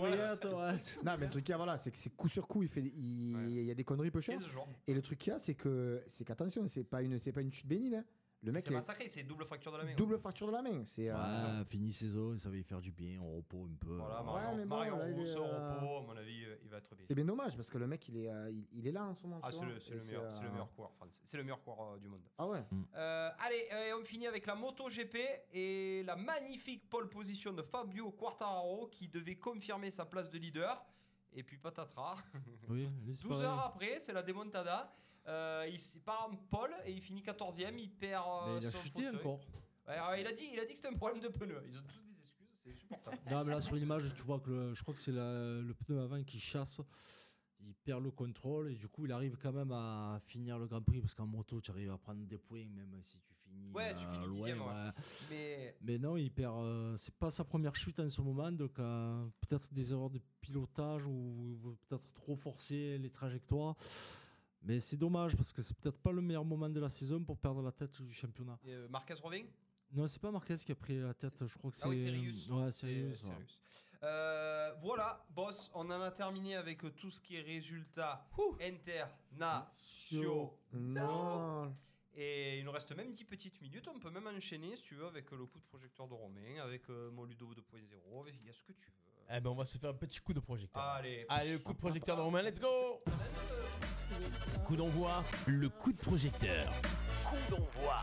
Speaker 11: l'oreillette.
Speaker 9: Non, mais le truc qu'il y a, voilà, c'est que c'est coup sur coup, il, fait, il, il y a des conneries peu chères.
Speaker 8: 15 jours.
Speaker 9: Et le truc qu'il y a, c'est que c'est qu'attention, c'est pas une, c'est pas une chute bénigne. hein. Le mec
Speaker 8: C'est
Speaker 9: est
Speaker 8: massacré, c'est double fracture de la main. ouais.
Speaker 9: double fracture de la main. C'est euh,
Speaker 11: Ouais, fini saison, ça va lui faire du bien, on repos un peu.
Speaker 9: Ouais,
Speaker 8: Voilà, Ah, Marion,
Speaker 9: mais bon,
Speaker 8: Marion
Speaker 9: là, il est,
Speaker 8: Rousseau,
Speaker 9: euh,
Speaker 8: repos, à mon avis, euh, il va être bien.
Speaker 9: c'est bien dommage parce que le mec, il est, euh, il, il est là en ce moment.
Speaker 8: Ah,
Speaker 9: tu vois.
Speaker 8: c'est le, c'est
Speaker 9: Et
Speaker 8: le meilleur, c'est le
Speaker 9: euh,
Speaker 8: meilleur coureur français. C'est le meilleur coureur euh, du monde.
Speaker 9: Ah ouais.
Speaker 11: Mm.
Speaker 8: Euh, allez, euh, on finit avec la MotoGP et la magnifique pole position de Fabio Quartararo qui devait confirmer sa place de leader. Et puis patatras.
Speaker 11: Oui, lui, c'est
Speaker 8: 12
Speaker 11: pareil.
Speaker 8: heures après, c'est la démontada. Euh, il s- part en pole et il finit 14 e Il perd. euh,
Speaker 11: Mais il a
Speaker 8: son
Speaker 11: chuté
Speaker 8: fauteuil.
Speaker 11: encore.
Speaker 8: Ouais, alors, il, a dit, il a dit que c'était un problème de pneu. Ils ont tous des excuses, c'est insupportable.
Speaker 11: Non, mais là, sur l'image, tu vois que le- je crois que c'est la- le pneu avant qui chasse. Il perd le contrôle et du coup, il arrive quand même à finir le Grand Prix parce qu'en moto, tu arrives à prendre des points même si tu finis.
Speaker 8: Ouais, tu
Speaker 11: euh,
Speaker 8: finis
Speaker 11: loin,
Speaker 8: dixième, ouais.
Speaker 11: ouais.
Speaker 8: Mais-
Speaker 11: non, il perd. euh, c'est pas sa première chute en ce moment, donc euh, peut-être des erreurs de pilotage ou peut-être trop forcer les trajectoires. Mais c'est dommage parce que c'est peut-être pas le meilleur moment de la saison pour perdre la tête du championnat.
Speaker 8: Et, euh, Marquez revient
Speaker 11: Non, c'est pas Marquez qui a pris la tête, je crois que c'est.
Speaker 8: Ah oui, c'est Rius.
Speaker 11: Ouais,
Speaker 8: C'est-
Speaker 11: c'est Rius,
Speaker 8: c'est
Speaker 11: ouais.
Speaker 8: Rius. Euh, voilà, boss, on en a terminé avec tout ce qui est résultats internationaux.
Speaker 9: Non.
Speaker 8: Et il nous reste même 10 petites minutes. On peut même enchaîner, si tu veux, avec euh, le coup de projecteur de Romain, avec euh, mon Ludo 2.0, avec- il Oh, y a ce que tu veux.
Speaker 7: Eh ben, on va se faire un petit coup de projecteur.
Speaker 8: Allez.
Speaker 7: Allez, le coup de projecteur de Romain, let's go
Speaker 6: Coup d'envoi, le coup de projecteur.
Speaker 7: Coup d'envoi.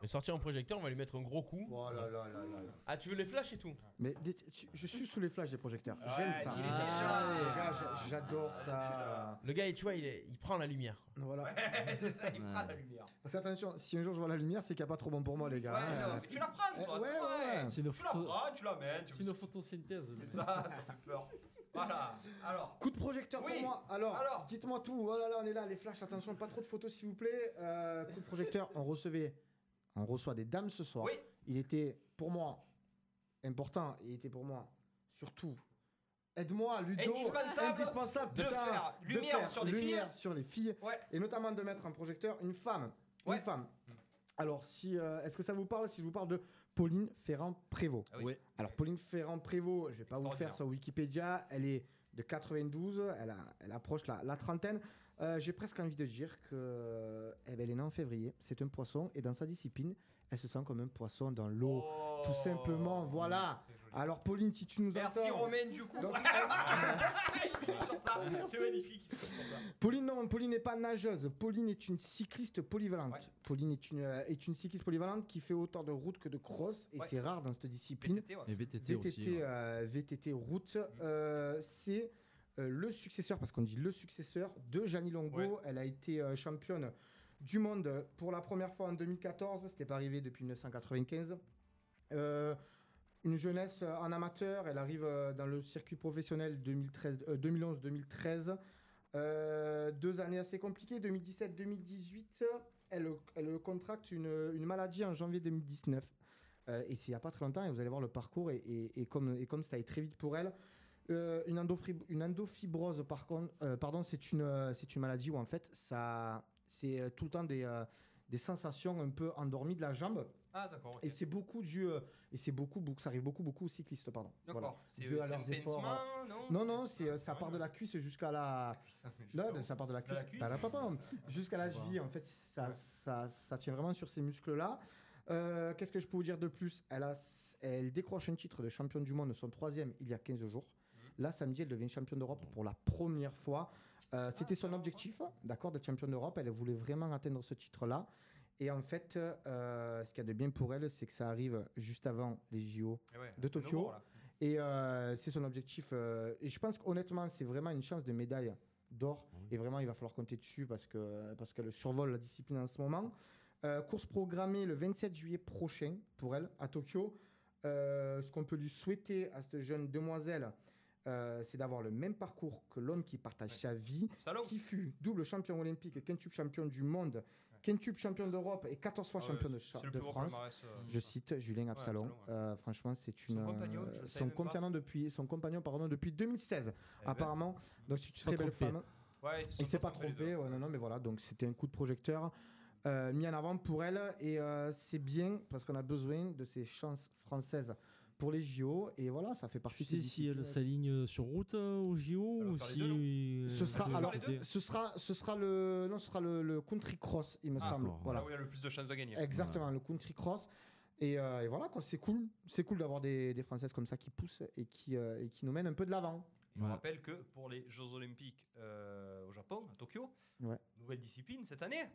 Speaker 7: Mais sortir un projecteur, on va lui mettre un gros coup.
Speaker 9: Oh
Speaker 7: Ah, tu veux les flashs et tout
Speaker 9: Mais des- tu- je suis sous les flashs des projecteurs.
Speaker 7: Ouais,
Speaker 9: J'aime ça.
Speaker 7: il est
Speaker 9: Ah,
Speaker 7: déjà-
Speaker 9: les gars, j'a- j'adore ça.
Speaker 7: Le gars, tu vois, il, est- il prend la lumière.
Speaker 9: Voilà.
Speaker 8: il prend la lumière.
Speaker 9: Parce que attention, si un jour je vois la lumière, c'est qu'il n'y a pas trop bon pour moi, les gars.
Speaker 8: Ouais,
Speaker 9: hein.
Speaker 8: non, mais tu la prends, toi,
Speaker 9: Eh,
Speaker 8: c'est
Speaker 9: ouais,
Speaker 8: pareil.
Speaker 9: ouais.
Speaker 8: Tu la prends, tu la mets. C'est
Speaker 11: une photosynthèse.
Speaker 8: C'est ça, ça fait peur. Voilà, alors.
Speaker 9: Coup de projecteur
Speaker 8: Oui.
Speaker 9: pour moi. Alors, dites-moi tout. Oh là là, on est là, les flashs. Attention, pas trop de photos, s'il vous plaît. Euh, coup de projecteur, on recevait, on reçoit des dames ce soir. Il était pour moi important. Il était pour moi surtout. Aide-moi, Ludo.
Speaker 8: Indispensable
Speaker 9: indispensable,
Speaker 8: de
Speaker 9: putain,
Speaker 8: faire
Speaker 9: de
Speaker 8: lumière
Speaker 9: faire
Speaker 8: sur les
Speaker 9: lumière
Speaker 8: filles.
Speaker 9: sur les filles. Et notamment de mettre un projecteur une femme. Une femme. Alors, si, euh, est-ce que ça vous parle si je vous parle de Pauline Ferrand-Prévot
Speaker 8: Ah
Speaker 11: oui. Ouais.
Speaker 9: Alors, Pauline Ferrand-Prévot, je vais pas vous faire sur Wikipédia, elle est de 92, elle, a- elle approche la, la trentaine. Euh, J'ai presque envie de dire que eh ben, elle est née en février, c'est un poisson, et dans sa discipline, elle se sent comme un poisson dans l'eau.
Speaker 8: Oh,
Speaker 9: Tout simplement, voilà. Alors, Pauline, si tu nous entends.
Speaker 8: Merci Romain du coup.
Speaker 9: Donc-
Speaker 8: Il est sur ça,
Speaker 9: Merci.
Speaker 8: C'est magnifique. il est sur ça.
Speaker 9: Pauline, non, Pauline n'est pas nageuse. Pauline est une cycliste polyvalente. Pauline est une, euh, est une cycliste polyvalente qui fait autant de route que de cross et
Speaker 13: Ouais.
Speaker 9: c'est rare dans cette discipline.
Speaker 13: VTT, ouais. Et VTT aussi, hein. ouais.
Speaker 9: euh, VTT route. Euh, c'est euh, le successeur, parce qu'on dit le successeur de Jani Longo. Elle a été euh, championne du monde pour la première fois en 2014. C'était pas arrivé depuis 1995. Euh, une jeunesse euh, en amateur, elle arrive euh, dans le circuit professionnel 2013 euh, 2011-2013. Euh, deux années assez compliquées, 2017-2018. Elle, elle contracte une, une maladie en janvier 2019. Euh, et c'est il n'y a pas très longtemps, et vous allez voir le parcours, et, et- et comme, et comme ça est très vite pour elle. Euh, une, endofri- une endofibrose, par contre, euh, pardon, c'est une, euh, c'est une maladie où en fait, ça, c'est euh, tout le temps des, euh, des sensations un peu endormies de la jambe.
Speaker 8: Ah, d'accord, ok.
Speaker 9: Et c'est beaucoup dû, euh, et c'est beaucoup, beaucoup, ça arrive beaucoup, beaucoup aux cyclistes, pardon.
Speaker 8: D'accord.
Speaker 9: Voilà.
Speaker 8: C'est,
Speaker 9: Dû à
Speaker 8: euh, c'est
Speaker 9: leurs
Speaker 8: un pincement,
Speaker 9: efforts, euh, Non,
Speaker 8: non
Speaker 9: non, c'est, euh, ça part de la cuisse jusqu'à la.
Speaker 8: hein,
Speaker 9: Non, ben, ça part de la cuisse.
Speaker 8: cuisse.
Speaker 9: Bah, là, papa, hein. Jusqu'à la cheville, en fait, ça, ça, ça tient vraiment sur ces muscles-là. Euh, Qu'est-ce que je peux vous dire de plus elle, a, elle décroche un titre de championne du monde, son troisième, il y a 15 jours. Là, samedi, elle devient championne d'Europe pour la première fois. Euh, C'était son objectif, d'accord, de championne d'Europe. Elle voulait vraiment atteindre ce titre-là. Et en fait, euh, ce qu'il y a de bien pour elle, c'est que ça arrive juste avant les JO
Speaker 8: Eh ouais,
Speaker 9: de
Speaker 8: en
Speaker 9: Tokyo.
Speaker 8: novembre, là.
Speaker 9: Et euh, c'est son objectif. euh, et je pense qu'honnêtement, c'est vraiment une chance de médaille d'or. Et vraiment, il va falloir compter dessus parce que parce qu'elle survole la discipline en ce moment. Euh, course programmée le 27 juillet prochain pour elle à Tokyo. Euh, ce qu'on peut lui souhaiter à cette jeune demoiselle, euh, c'est d'avoir le même parcours que l'homme qui partage sa vie, qui fut double champion olympique, quintuple champion du monde, quintuple champion d'Europe et 14 fois
Speaker 8: Ah ouais,
Speaker 9: champion de,
Speaker 8: c'est le
Speaker 9: de
Speaker 8: plus gros
Speaker 9: France.
Speaker 8: palmarès, euh,
Speaker 9: Je cite Julien Absalon. Euh, franchement, c'est une
Speaker 8: compagnon, je le
Speaker 9: euh,
Speaker 8: savais
Speaker 9: son
Speaker 8: même pas.
Speaker 9: compagnon depuis son compagnon pardon depuis 2016
Speaker 8: ben.
Speaker 9: apparemment. Donc c'est une
Speaker 8: Ils se sont
Speaker 9: très belle
Speaker 8: trompés.
Speaker 9: femme.
Speaker 8: Ouais, ils se
Speaker 9: il
Speaker 8: sont
Speaker 9: s'est
Speaker 8: pas
Speaker 9: pas
Speaker 8: trompés, les
Speaker 9: trompé. ouais, non non mais voilà donc c'était un coup de projecteur euh, mis en avant pour elle et euh, c'est bien parce qu'on a besoin de ces chances françaises pour les JO et voilà ça fait
Speaker 11: Tu
Speaker 9: partie
Speaker 11: sais
Speaker 9: de ces
Speaker 11: si elle
Speaker 9: disciplines.
Speaker 11: s'aligne euh, sur route euh, au JO ou
Speaker 9: faire les
Speaker 11: si.
Speaker 9: deux,
Speaker 11: euh,
Speaker 9: ce sera
Speaker 11: elle
Speaker 9: alors
Speaker 11: fait des-
Speaker 9: ce sera ce sera le non ce sera le, le country cross il me
Speaker 8: Ah,
Speaker 9: semble
Speaker 8: d'accord.
Speaker 9: voilà
Speaker 8: Là où il a le plus de chances de gagner.
Speaker 9: Exactement, le country cross. Et, euh, et voilà, quoi, c'est cool. C'est cool d'avoir des, des Françaises comme ça qui poussent et qui, euh, et qui nous mènent un peu de l'avant.
Speaker 8: On rappelle que pour les Jeux Olympiques euh, au Japon, à Tokyo,
Speaker 9: Ouais.
Speaker 8: nouvelle discipline cette année.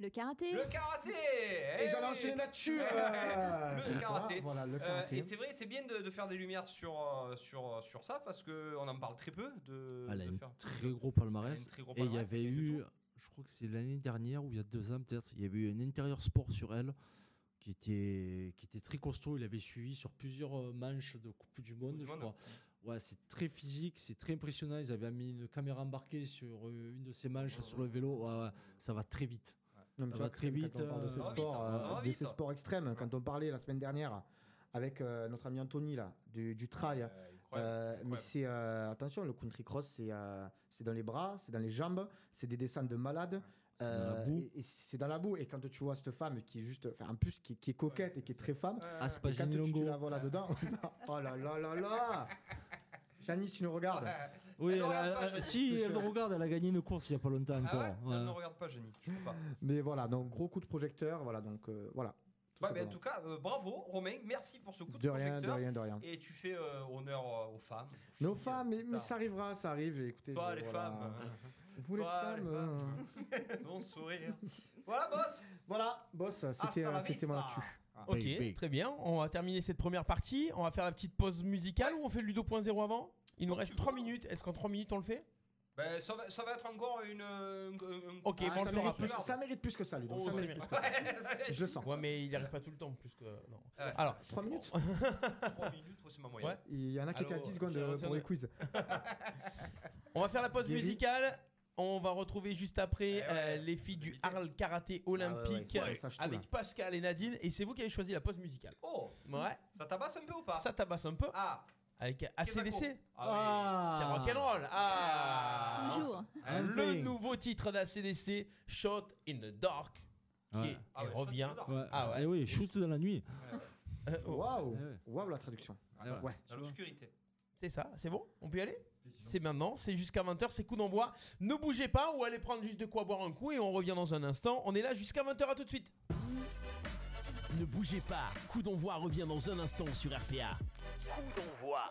Speaker 10: Le karaté
Speaker 8: Le karaté Eh
Speaker 10: Ils ont
Speaker 8: oui
Speaker 10: lancé là-dessus,
Speaker 8: Ouais.
Speaker 10: euh.
Speaker 8: Le karaté
Speaker 9: Voilà, le
Speaker 8: Euh,
Speaker 9: karaté.
Speaker 8: Et c'est vrai, c'est bien de, de faire des lumières sur, euh, sur, sur ça parce qu'on en parle très peu. De,
Speaker 11: Ah, Elle a
Speaker 8: de
Speaker 11: un
Speaker 8: faire-
Speaker 11: très gros palmarès.
Speaker 8: Elle a un très gros
Speaker 11: et il y
Speaker 8: palmarès,
Speaker 11: avait eu, je crois que c'est l'année dernière ou il y a deux ans peut-être, il y avait eu un intérieur sport sur elle qui était, qui était très costaud. Il avait suivi sur plusieurs euh, manches de Coupe du Monde,
Speaker 8: du
Speaker 11: je
Speaker 8: Monde.
Speaker 11: crois. Ouais, c'est très physique, c'est très impressionnant. Ils avaient mis une caméra embarquée sur euh, une de ces manches sur le vélo. Ouais, ouais, ça va très vite.
Speaker 9: Non, mais
Speaker 11: ça
Speaker 9: tu
Speaker 11: va
Speaker 9: vois,
Speaker 11: très
Speaker 9: quand
Speaker 11: vite.
Speaker 9: on parle de ces
Speaker 11: euh,
Speaker 9: sports, euh, de ces sports extrêmes, quand on parlait la semaine dernière avec euh, notre ami Anthony là, du, du trail, euh, mais c'est euh, attention, le country cross, c'est euh, c'est dans les bras, c'est dans les jambes, c'est des descentes de malades. euh,
Speaker 11: C'est dans la boue.
Speaker 9: et- et c'est dans la boue. Et quand tu vois cette femme qui est juste, enfin, en plus, qui, qui est coquette et qui est très femme,
Speaker 11: Ah, c'est
Speaker 9: et
Speaker 11: pas
Speaker 9: quand
Speaker 11: Jenny
Speaker 9: tu- tu
Speaker 11: Longo.
Speaker 9: la vois là dedans, oh là là là là, Janice, tu nous regardes.
Speaker 11: Oui, elle-
Speaker 9: regarde
Speaker 11: elle-
Speaker 9: pas,
Speaker 11: elle-
Speaker 9: Jenny.
Speaker 11: si,
Speaker 9: Parce
Speaker 11: elle
Speaker 9: que-
Speaker 11: regarde, elle a gagné une course il n'y a pas longtemps encore.
Speaker 8: Ah Non,
Speaker 11: Ouais.
Speaker 8: ne regarde pas, Jenny. Je peux pas.
Speaker 9: Mais voilà, donc gros coup de projecteur, voilà donc euh, voilà. Tout
Speaker 8: Ouais,
Speaker 9: simplement.
Speaker 8: mais en tout cas, euh, bravo Romain, merci pour ce coup de,
Speaker 9: De rien,
Speaker 8: projecteur.
Speaker 9: de rien, de rien.
Speaker 8: Et tu fais euh, honneur euh, aux femmes.
Speaker 9: Nos femmes, mais, mais ça arrivera, ça arrive. Écoutez,
Speaker 8: Toi,
Speaker 9: je-
Speaker 8: les
Speaker 9: voilà.
Speaker 8: femmes. euh,
Speaker 9: Vous
Speaker 8: Toi,
Speaker 9: les
Speaker 8: les
Speaker 9: femmes. euh,
Speaker 8: Bon sourire. voilà, boss
Speaker 9: Voilà, boss, c'était
Speaker 8: Hasta la
Speaker 9: euh, c'était mon
Speaker 8: vista.
Speaker 9: actu.
Speaker 7: Ok, très bien. On va terminer cette première partie. On va faire la petite pause musicale ou on fait le Ludo.0 avant Il nous reste 3 minutes. Est-ce qu'en 3 minutes on le fait
Speaker 8: Ben, ça, va, ça va être encore une. euh, un- un-
Speaker 7: Ok,
Speaker 8: Ah,
Speaker 7: bon,
Speaker 8: ça
Speaker 7: on le
Speaker 8: mérite
Speaker 7: fera plus.
Speaker 8: une heure.
Speaker 9: plus que ça, lui.
Speaker 8: donc ça mérite plus que ça.
Speaker 7: Je le sens. Ouais, mais il n'y arrive pas tout le temps. Plus que. Non.
Speaker 8: Ouais.
Speaker 7: Alors.
Speaker 9: 3 minutes
Speaker 8: 3 minutes, faut- c'est ma moyenne.
Speaker 7: Ouais.
Speaker 9: Il y en a qui étaient à
Speaker 7: Allô,
Speaker 9: 10 secondes
Speaker 7: j'ai
Speaker 9: euh,
Speaker 7: lancé
Speaker 9: pour
Speaker 7: un-
Speaker 9: les quiz.
Speaker 7: On va faire la pause
Speaker 9: Guéri.
Speaker 7: musicale. On va retrouver juste après
Speaker 8: Eh
Speaker 7: euh, les filles du Harl Karaté Olympique
Speaker 9: Ah ouais, ouais, ça, je trouve,
Speaker 7: avec
Speaker 9: là.
Speaker 7: Pascal et Nadine. Et c'est vous qui avez choisi la pause musicale.
Speaker 8: Oh
Speaker 7: Ouais.
Speaker 8: Ça tabasse un peu ou pas
Speaker 7: Ça tabasse un peu.
Speaker 8: Ah
Speaker 7: Avec ACDC.
Speaker 8: Ah
Speaker 7: C'est rock'n'roll. Ah
Speaker 10: Toujours.
Speaker 7: Ah, Le
Speaker 11: Enfin.
Speaker 7: nouveau titre d'ACDC, Shot in the Dark, qui
Speaker 11: Ouais.
Speaker 7: est- et revient. Euh, oh.
Speaker 11: Ouais.
Speaker 7: Ah ouais.
Speaker 11: Eh oui, shoot dans la nuit.
Speaker 9: Waouh Waouh la traduction.
Speaker 11: Ah ouais.
Speaker 9: Ouais.
Speaker 8: Dans l'obscurité.
Speaker 7: C'est ça, c'est bon On peut y aller C'est maintenant, c'est jusqu'à 20h, c'est coup d'envoi. Ne bougez pas ou allez prendre juste de quoi boire un coup et on revient dans un instant. On est là jusqu'à 20h, à tout de suite.
Speaker 6: Ne bougez pas, coup d'envoi revient dans un instant sur RPA.
Speaker 2: Coup d'envoi.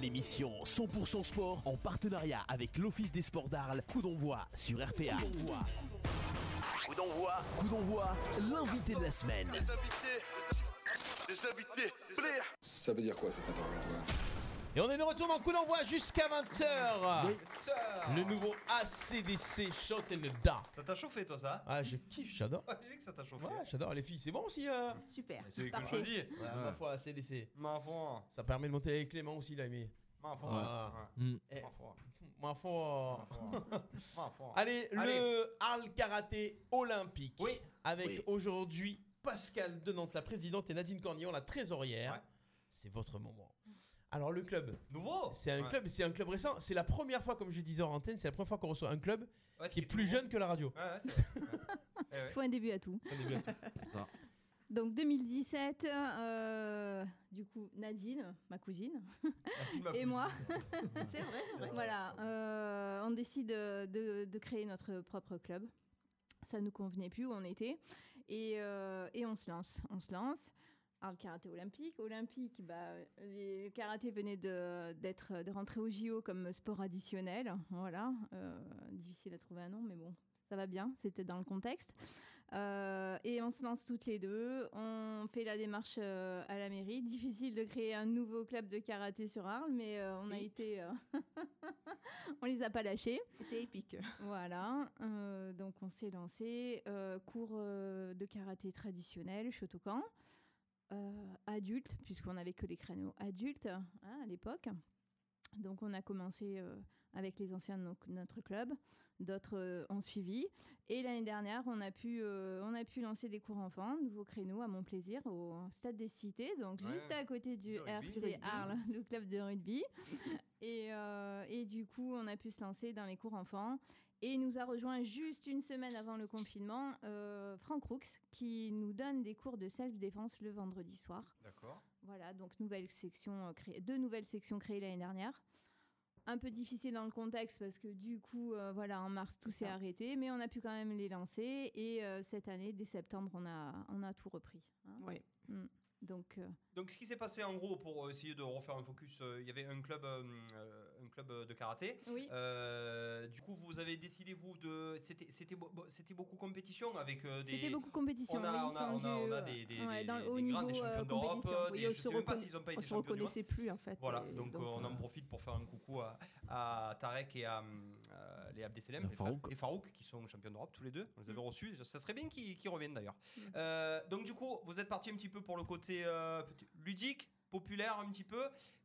Speaker 6: L'émission 100% sport en partenariat avec l'Office des sports d'Arles, coup d'envoi sur RPA.
Speaker 2: Coup d'envoi.
Speaker 6: Coup d'envoi, l'invité de la semaine.
Speaker 2: Les invités.
Speaker 3: Ça veut dire quoi cet interrogatoire
Speaker 7: Et on est de retour dans coup d'envoi jusqu'à 20h.
Speaker 8: Oui. Sir.
Speaker 7: Le nouveau ACDC Shot and the Dark.
Speaker 8: Ça t'a chauffé toi ça
Speaker 7: Ah, je kiffe, j'adore.
Speaker 8: Ouais, J'ai vu que ça t'a chauffé.
Speaker 7: Ouais, j'adore les filles, c'est bon aussi. euh.
Speaker 12: Super.
Speaker 8: C'est lui que je dis.
Speaker 7: Ouais, ma foi, ACDC.
Speaker 8: Ma foi.
Speaker 7: Ça permet de monter avec Clément aussi, là, mais.
Speaker 8: Ma foi.
Speaker 7: Ah.
Speaker 8: Ouais.
Speaker 7: Mm. Eh,
Speaker 8: Ma foi.
Speaker 7: ma foi.
Speaker 8: Ma foi.
Speaker 7: Allez,
Speaker 8: Allez.
Speaker 7: le Arles Karaté Olympique. Avec aujourd'hui Pascal Denante, la présidente, et Nadine Cornillon, la trésorière. C'est votre moment. Alors, le club.
Speaker 8: Nouveau
Speaker 7: C'est un
Speaker 8: Ouais.
Speaker 7: club, c'est un club récent. C'est la première fois, comme je disais en antenne, c'est la première fois qu'on reçoit un club qui est plus jeune que la radio.
Speaker 8: Ouais, ouais, c'est Eh
Speaker 10: Il faut un début à tout. Donc 2017, euh, du coup Nadine, ma cousine, et moi,
Speaker 12: C'est vrai, vrai.
Speaker 10: voilà, euh, on décide euh, de, de créer notre propre club. Ça nous convenait plus où on était et, euh, et on se lance, on se lance. Alors le karaté olympique, olympique, bah, les- le karaté venait de d'être de rentrer au JO comme sport additionnel, voilà, euh, difficile à trouver un nom, mais bon, ça va bien, c'était dans le contexte. Euh, et on se lance toutes les deux. On fait la démarche euh, à la mairie. Difficile de créer un nouveau club de karaté sur Arles, mais euh, on a été. euh, on les a pas lâchés.
Speaker 12: C'était épique.
Speaker 10: Voilà. Euh, donc on s'est lancé. euh, cours euh, de karaté traditionnel, Shotokan. euh, adulte, puisqu'on n'avait que les créneaux adultes hein, à l'époque. Donc on a commencé euh, avec les anciens de no- notre club. D'autres euh, ont suivi. Et l'année dernière, on a, pu, euh, on a pu lancer des cours enfants, nouveau créneau à mon plaisir, au Stade des Cités, donc
Speaker 13: Ouais.
Speaker 10: juste à côté du
Speaker 13: Le rugby.
Speaker 10: RC
Speaker 13: Le rugby.
Speaker 10: Arles, le club de rugby. et, euh, et du coup, on a pu se lancer dans les cours enfants. Et il nous a rejoint juste une semaine avant le confinement, euh, Franck Roux, qui nous donne des cours de self-défense le vendredi soir.
Speaker 8: D'accord.
Speaker 10: Voilà, donc nouvelle section, euh, créée- deux nouvelles sections créées l'année dernière. Un peu difficile dans le contexte parce que du coup, euh, voilà, en mars, tout s'est arrêté, mais on a pu quand même les lancer. Et euh, cette année, dès septembre, on a, on a tout repris. hein.
Speaker 12: Ouais.
Speaker 10: Mm. Donc, euh,
Speaker 8: Donc ce qui s'est passé en gros pour euh, essayer de refaire un focus, euh, il y avait un club, euh, euh, un club euh, de karaté.
Speaker 10: Oui.
Speaker 8: Euh, du coup, vous avez décidé vous de, c'était, c'était, bo- bo- c'était beaucoup compétition avec euh, des.
Speaker 10: C'était beaucoup compétition,
Speaker 8: On a,
Speaker 10: oui,
Speaker 8: on
Speaker 10: ils
Speaker 8: a, on a-
Speaker 10: sont
Speaker 8: on a
Speaker 10: dû,
Speaker 8: des,
Speaker 10: euh,
Speaker 8: des,
Speaker 10: ouais,
Speaker 8: des-
Speaker 10: dans le
Speaker 8: des
Speaker 10: haut
Speaker 8: grandes, des
Speaker 10: niveau, euh,
Speaker 8: champions d'Europe.
Speaker 10: compétition.
Speaker 8: euh,
Speaker 10: Oui,
Speaker 8: des-
Speaker 10: on
Speaker 8: je
Speaker 10: se
Speaker 8: sais même pas
Speaker 10: reconna-
Speaker 8: s'ils ont pas
Speaker 10: on
Speaker 8: été
Speaker 10: se
Speaker 8: champions du monde.
Speaker 10: reconnaissait plus, en fait,
Speaker 8: Voilà,
Speaker 10: et
Speaker 8: donc,
Speaker 10: donc,
Speaker 8: euh, on en profite pour faire un coucou à, à Tarek et à euh, les Abdeselem et Farouk. et Farouk qui sont champions d'Europe tous les deux. On les
Speaker 10: Mm.
Speaker 8: avait reçus. Ça serait bien qu'ils qu'ils reviennent d'ailleurs. Euh, donc du coup, vous êtes parti un petit peu pour le côté euh, petit- ludique, populaire un petit peu,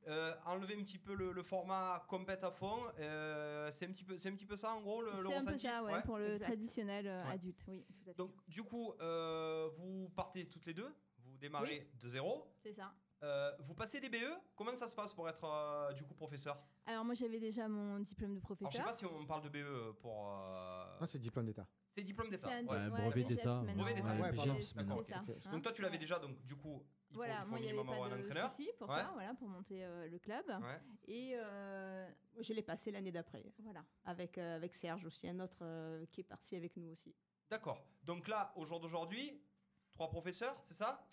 Speaker 8: euh, enlever un petit peu le, le format compète à fond. euh, c'est un petit peu, c'est un petit peu ça en gros le, le
Speaker 10: c'est un peu
Speaker 8: ressenti
Speaker 10: ça, ouais,
Speaker 8: Ouais.
Speaker 10: pour le traditionnel euh,
Speaker 8: Ouais.
Speaker 10: adulte. Oui, tout à fait.
Speaker 8: Donc du coup, euh, vous partez toutes les deux, vous démarrez de zéro.
Speaker 10: C'est ça.
Speaker 8: Euh, vous passez des BE. Comment ça se passe pour être euh, du coup professeur
Speaker 10: Alors moi j'avais déjà mon diplôme de
Speaker 8: Alors, je sais
Speaker 10: professeur.
Speaker 8: pas si on parle de BE pour. euh,
Speaker 9: Ah, c'est diplôme d'État.
Speaker 8: C'est diplôme d'État.
Speaker 10: C'est un
Speaker 9: Ouais, brevet
Speaker 8: d'accord.
Speaker 9: d'État, ouais.
Speaker 8: Brevet d'État.
Speaker 9: Ouais, Ouais, pardon,
Speaker 8: d'accord,
Speaker 9: c'est maintenant.
Speaker 8: ok.
Speaker 10: ça, hein.
Speaker 8: Donc toi, tu l'avais déjà, donc du coup, il faut,
Speaker 10: voilà,
Speaker 8: il faut
Speaker 10: moi il n'y avait
Speaker 8: minimum avoir
Speaker 10: pas
Speaker 8: un
Speaker 10: de
Speaker 8: entraîneur.
Speaker 10: souci pour
Speaker 8: Ouais.
Speaker 10: ça, voilà, pour monter euh, le club.
Speaker 8: Ouais.
Speaker 10: Et euh,
Speaker 12: Moi, Je l'ai passé l'année d'après.
Speaker 10: Voilà.
Speaker 12: Avec, euh, avec Serge aussi, un autre euh, qui est parti avec nous aussi.
Speaker 8: D'accord. Donc là, au jour d'aujourd'hui, trois professeurs, c'est ça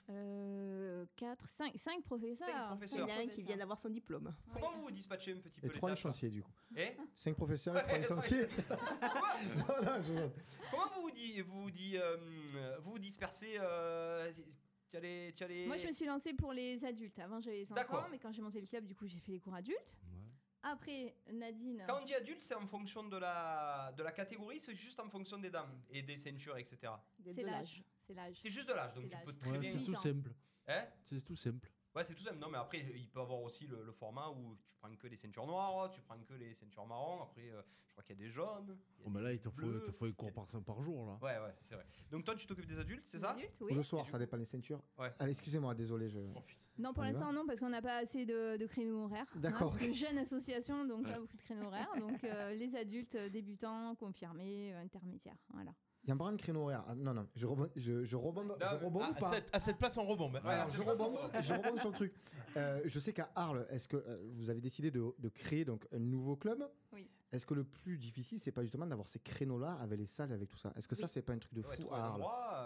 Speaker 10: 4, 5, professeurs.
Speaker 12: Il y en a un qui vient d'avoir son diplôme.
Speaker 8: Comment vous vous dispatchez un petit peu
Speaker 9: Et
Speaker 8: les
Speaker 9: trois
Speaker 8: tâches là
Speaker 9: licenciés, du coup.
Speaker 8: Eh
Speaker 9: Cinq professeurs et trois
Speaker 8: Ouais, trois
Speaker 9: licenciés.
Speaker 8: Comment-
Speaker 9: Voilà, je-
Speaker 8: Comment vous vous dis- vous vous dis- euh, vous vous dispersez euh, tu allais- tu allais-
Speaker 10: Moi je me suis lancée pour les adultes. Avant j'avais les enfants,
Speaker 8: D'accord.
Speaker 10: mais quand j'ai monté le club, du coup j'ai fait les cours adultes. Après Nadine.
Speaker 8: Quand on dit adulte, c'est en fonction de la, de la catégorie, c'est juste en fonction des dames et des ceintures, etc.
Speaker 10: c'est l'âge. C'est l'âge.
Speaker 8: C'est juste de l'âge, donc
Speaker 10: C'est
Speaker 8: tu
Speaker 10: l'âge.
Speaker 8: peux très bien.
Speaker 11: c'est tout simple.
Speaker 8: Hein
Speaker 11: C'est tout simple.
Speaker 8: Ouais, c'est tout simple. Non, mais après, il peut avoir aussi le, le format où tu prends que les ceintures noires, tu prends que les ceintures marrons. Après, euh, je crois qu'il y a des jaunes. il y a
Speaker 14: Oh, mais là,
Speaker 8: des
Speaker 14: il te faut,
Speaker 8: bleus.
Speaker 14: il te faut une cour par 5 par jour, là.
Speaker 8: Ouais, ouais, c'est vrai. Donc toi, tu t'occupes des adultes, c'est ça
Speaker 9: Ou Le soir, ça dépend les ceintures. Allez, excusez-moi, désolé. Je...
Speaker 8: Oh,
Speaker 10: Non, pour
Speaker 9: On y va
Speaker 10: l'instant, non, parce qu'on n'a pas assez de, de créneaux horaires. hein,
Speaker 9: D'accord.
Speaker 10: parce que jeune association, donc pas
Speaker 9: Ouais.
Speaker 10: beaucoup de créneaux horaires. Donc euh, les adultes, euh, débutants, confirmés, euh, intermédiaires. Voilà.
Speaker 9: Il y a un brin de créneau horaire. Ah, non, non, je rebondis je, je rebombe- je rebombe
Speaker 7: Ah,
Speaker 9: ou
Speaker 7: à,
Speaker 9: pas
Speaker 7: cette, à cette place, on rebombe.
Speaker 9: Ouais, alors, je, rebombe, je rebombe sur le truc. Euh, je sais qu'à Arles, est-ce que euh, vous avez décidé de, de créer donc un nouveau club
Speaker 10: Oui.
Speaker 9: Est-ce que le plus difficile, c'est pas justement d'avoir ces créneaux-là avec les salles, avec tout ça Est-ce que ça, c'est pas un truc de fou à Arles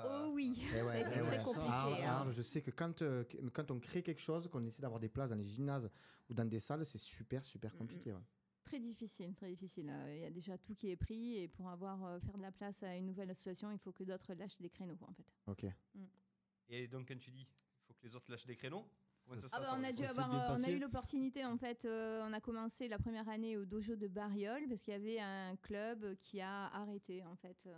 Speaker 10: Oh oui,
Speaker 9: Eh ouais,
Speaker 10: ça a été
Speaker 9: eh
Speaker 10: très
Speaker 9: ouais.
Speaker 10: compliqué.
Speaker 9: Arles,
Speaker 10: hein.
Speaker 9: Arles, je sais que quand, euh, que- quand on crée quelque chose, qu'on essaie d'avoir des places dans les gymnases ou dans des salles, c'est super, super compliqué. ouais.
Speaker 10: Très difficile, très difficile. Euh, Il y a déjà tout qui est pris et pour avoir euh, faire de la place à une nouvelle association, il faut que d'autres lâchent des créneaux en fait.
Speaker 9: Ok.
Speaker 8: Et donc, quand tu dis, il faut que les autres lâchent des créneaux. Comment ça se
Speaker 10: Ah bah,
Speaker 8: passe
Speaker 10: on a dû avoir, euh, on a eu l'opportunité en fait. euh, on a commencé la première année au dojo de Bariol parce qu'il y avait un club qui a arrêté en fait. euh,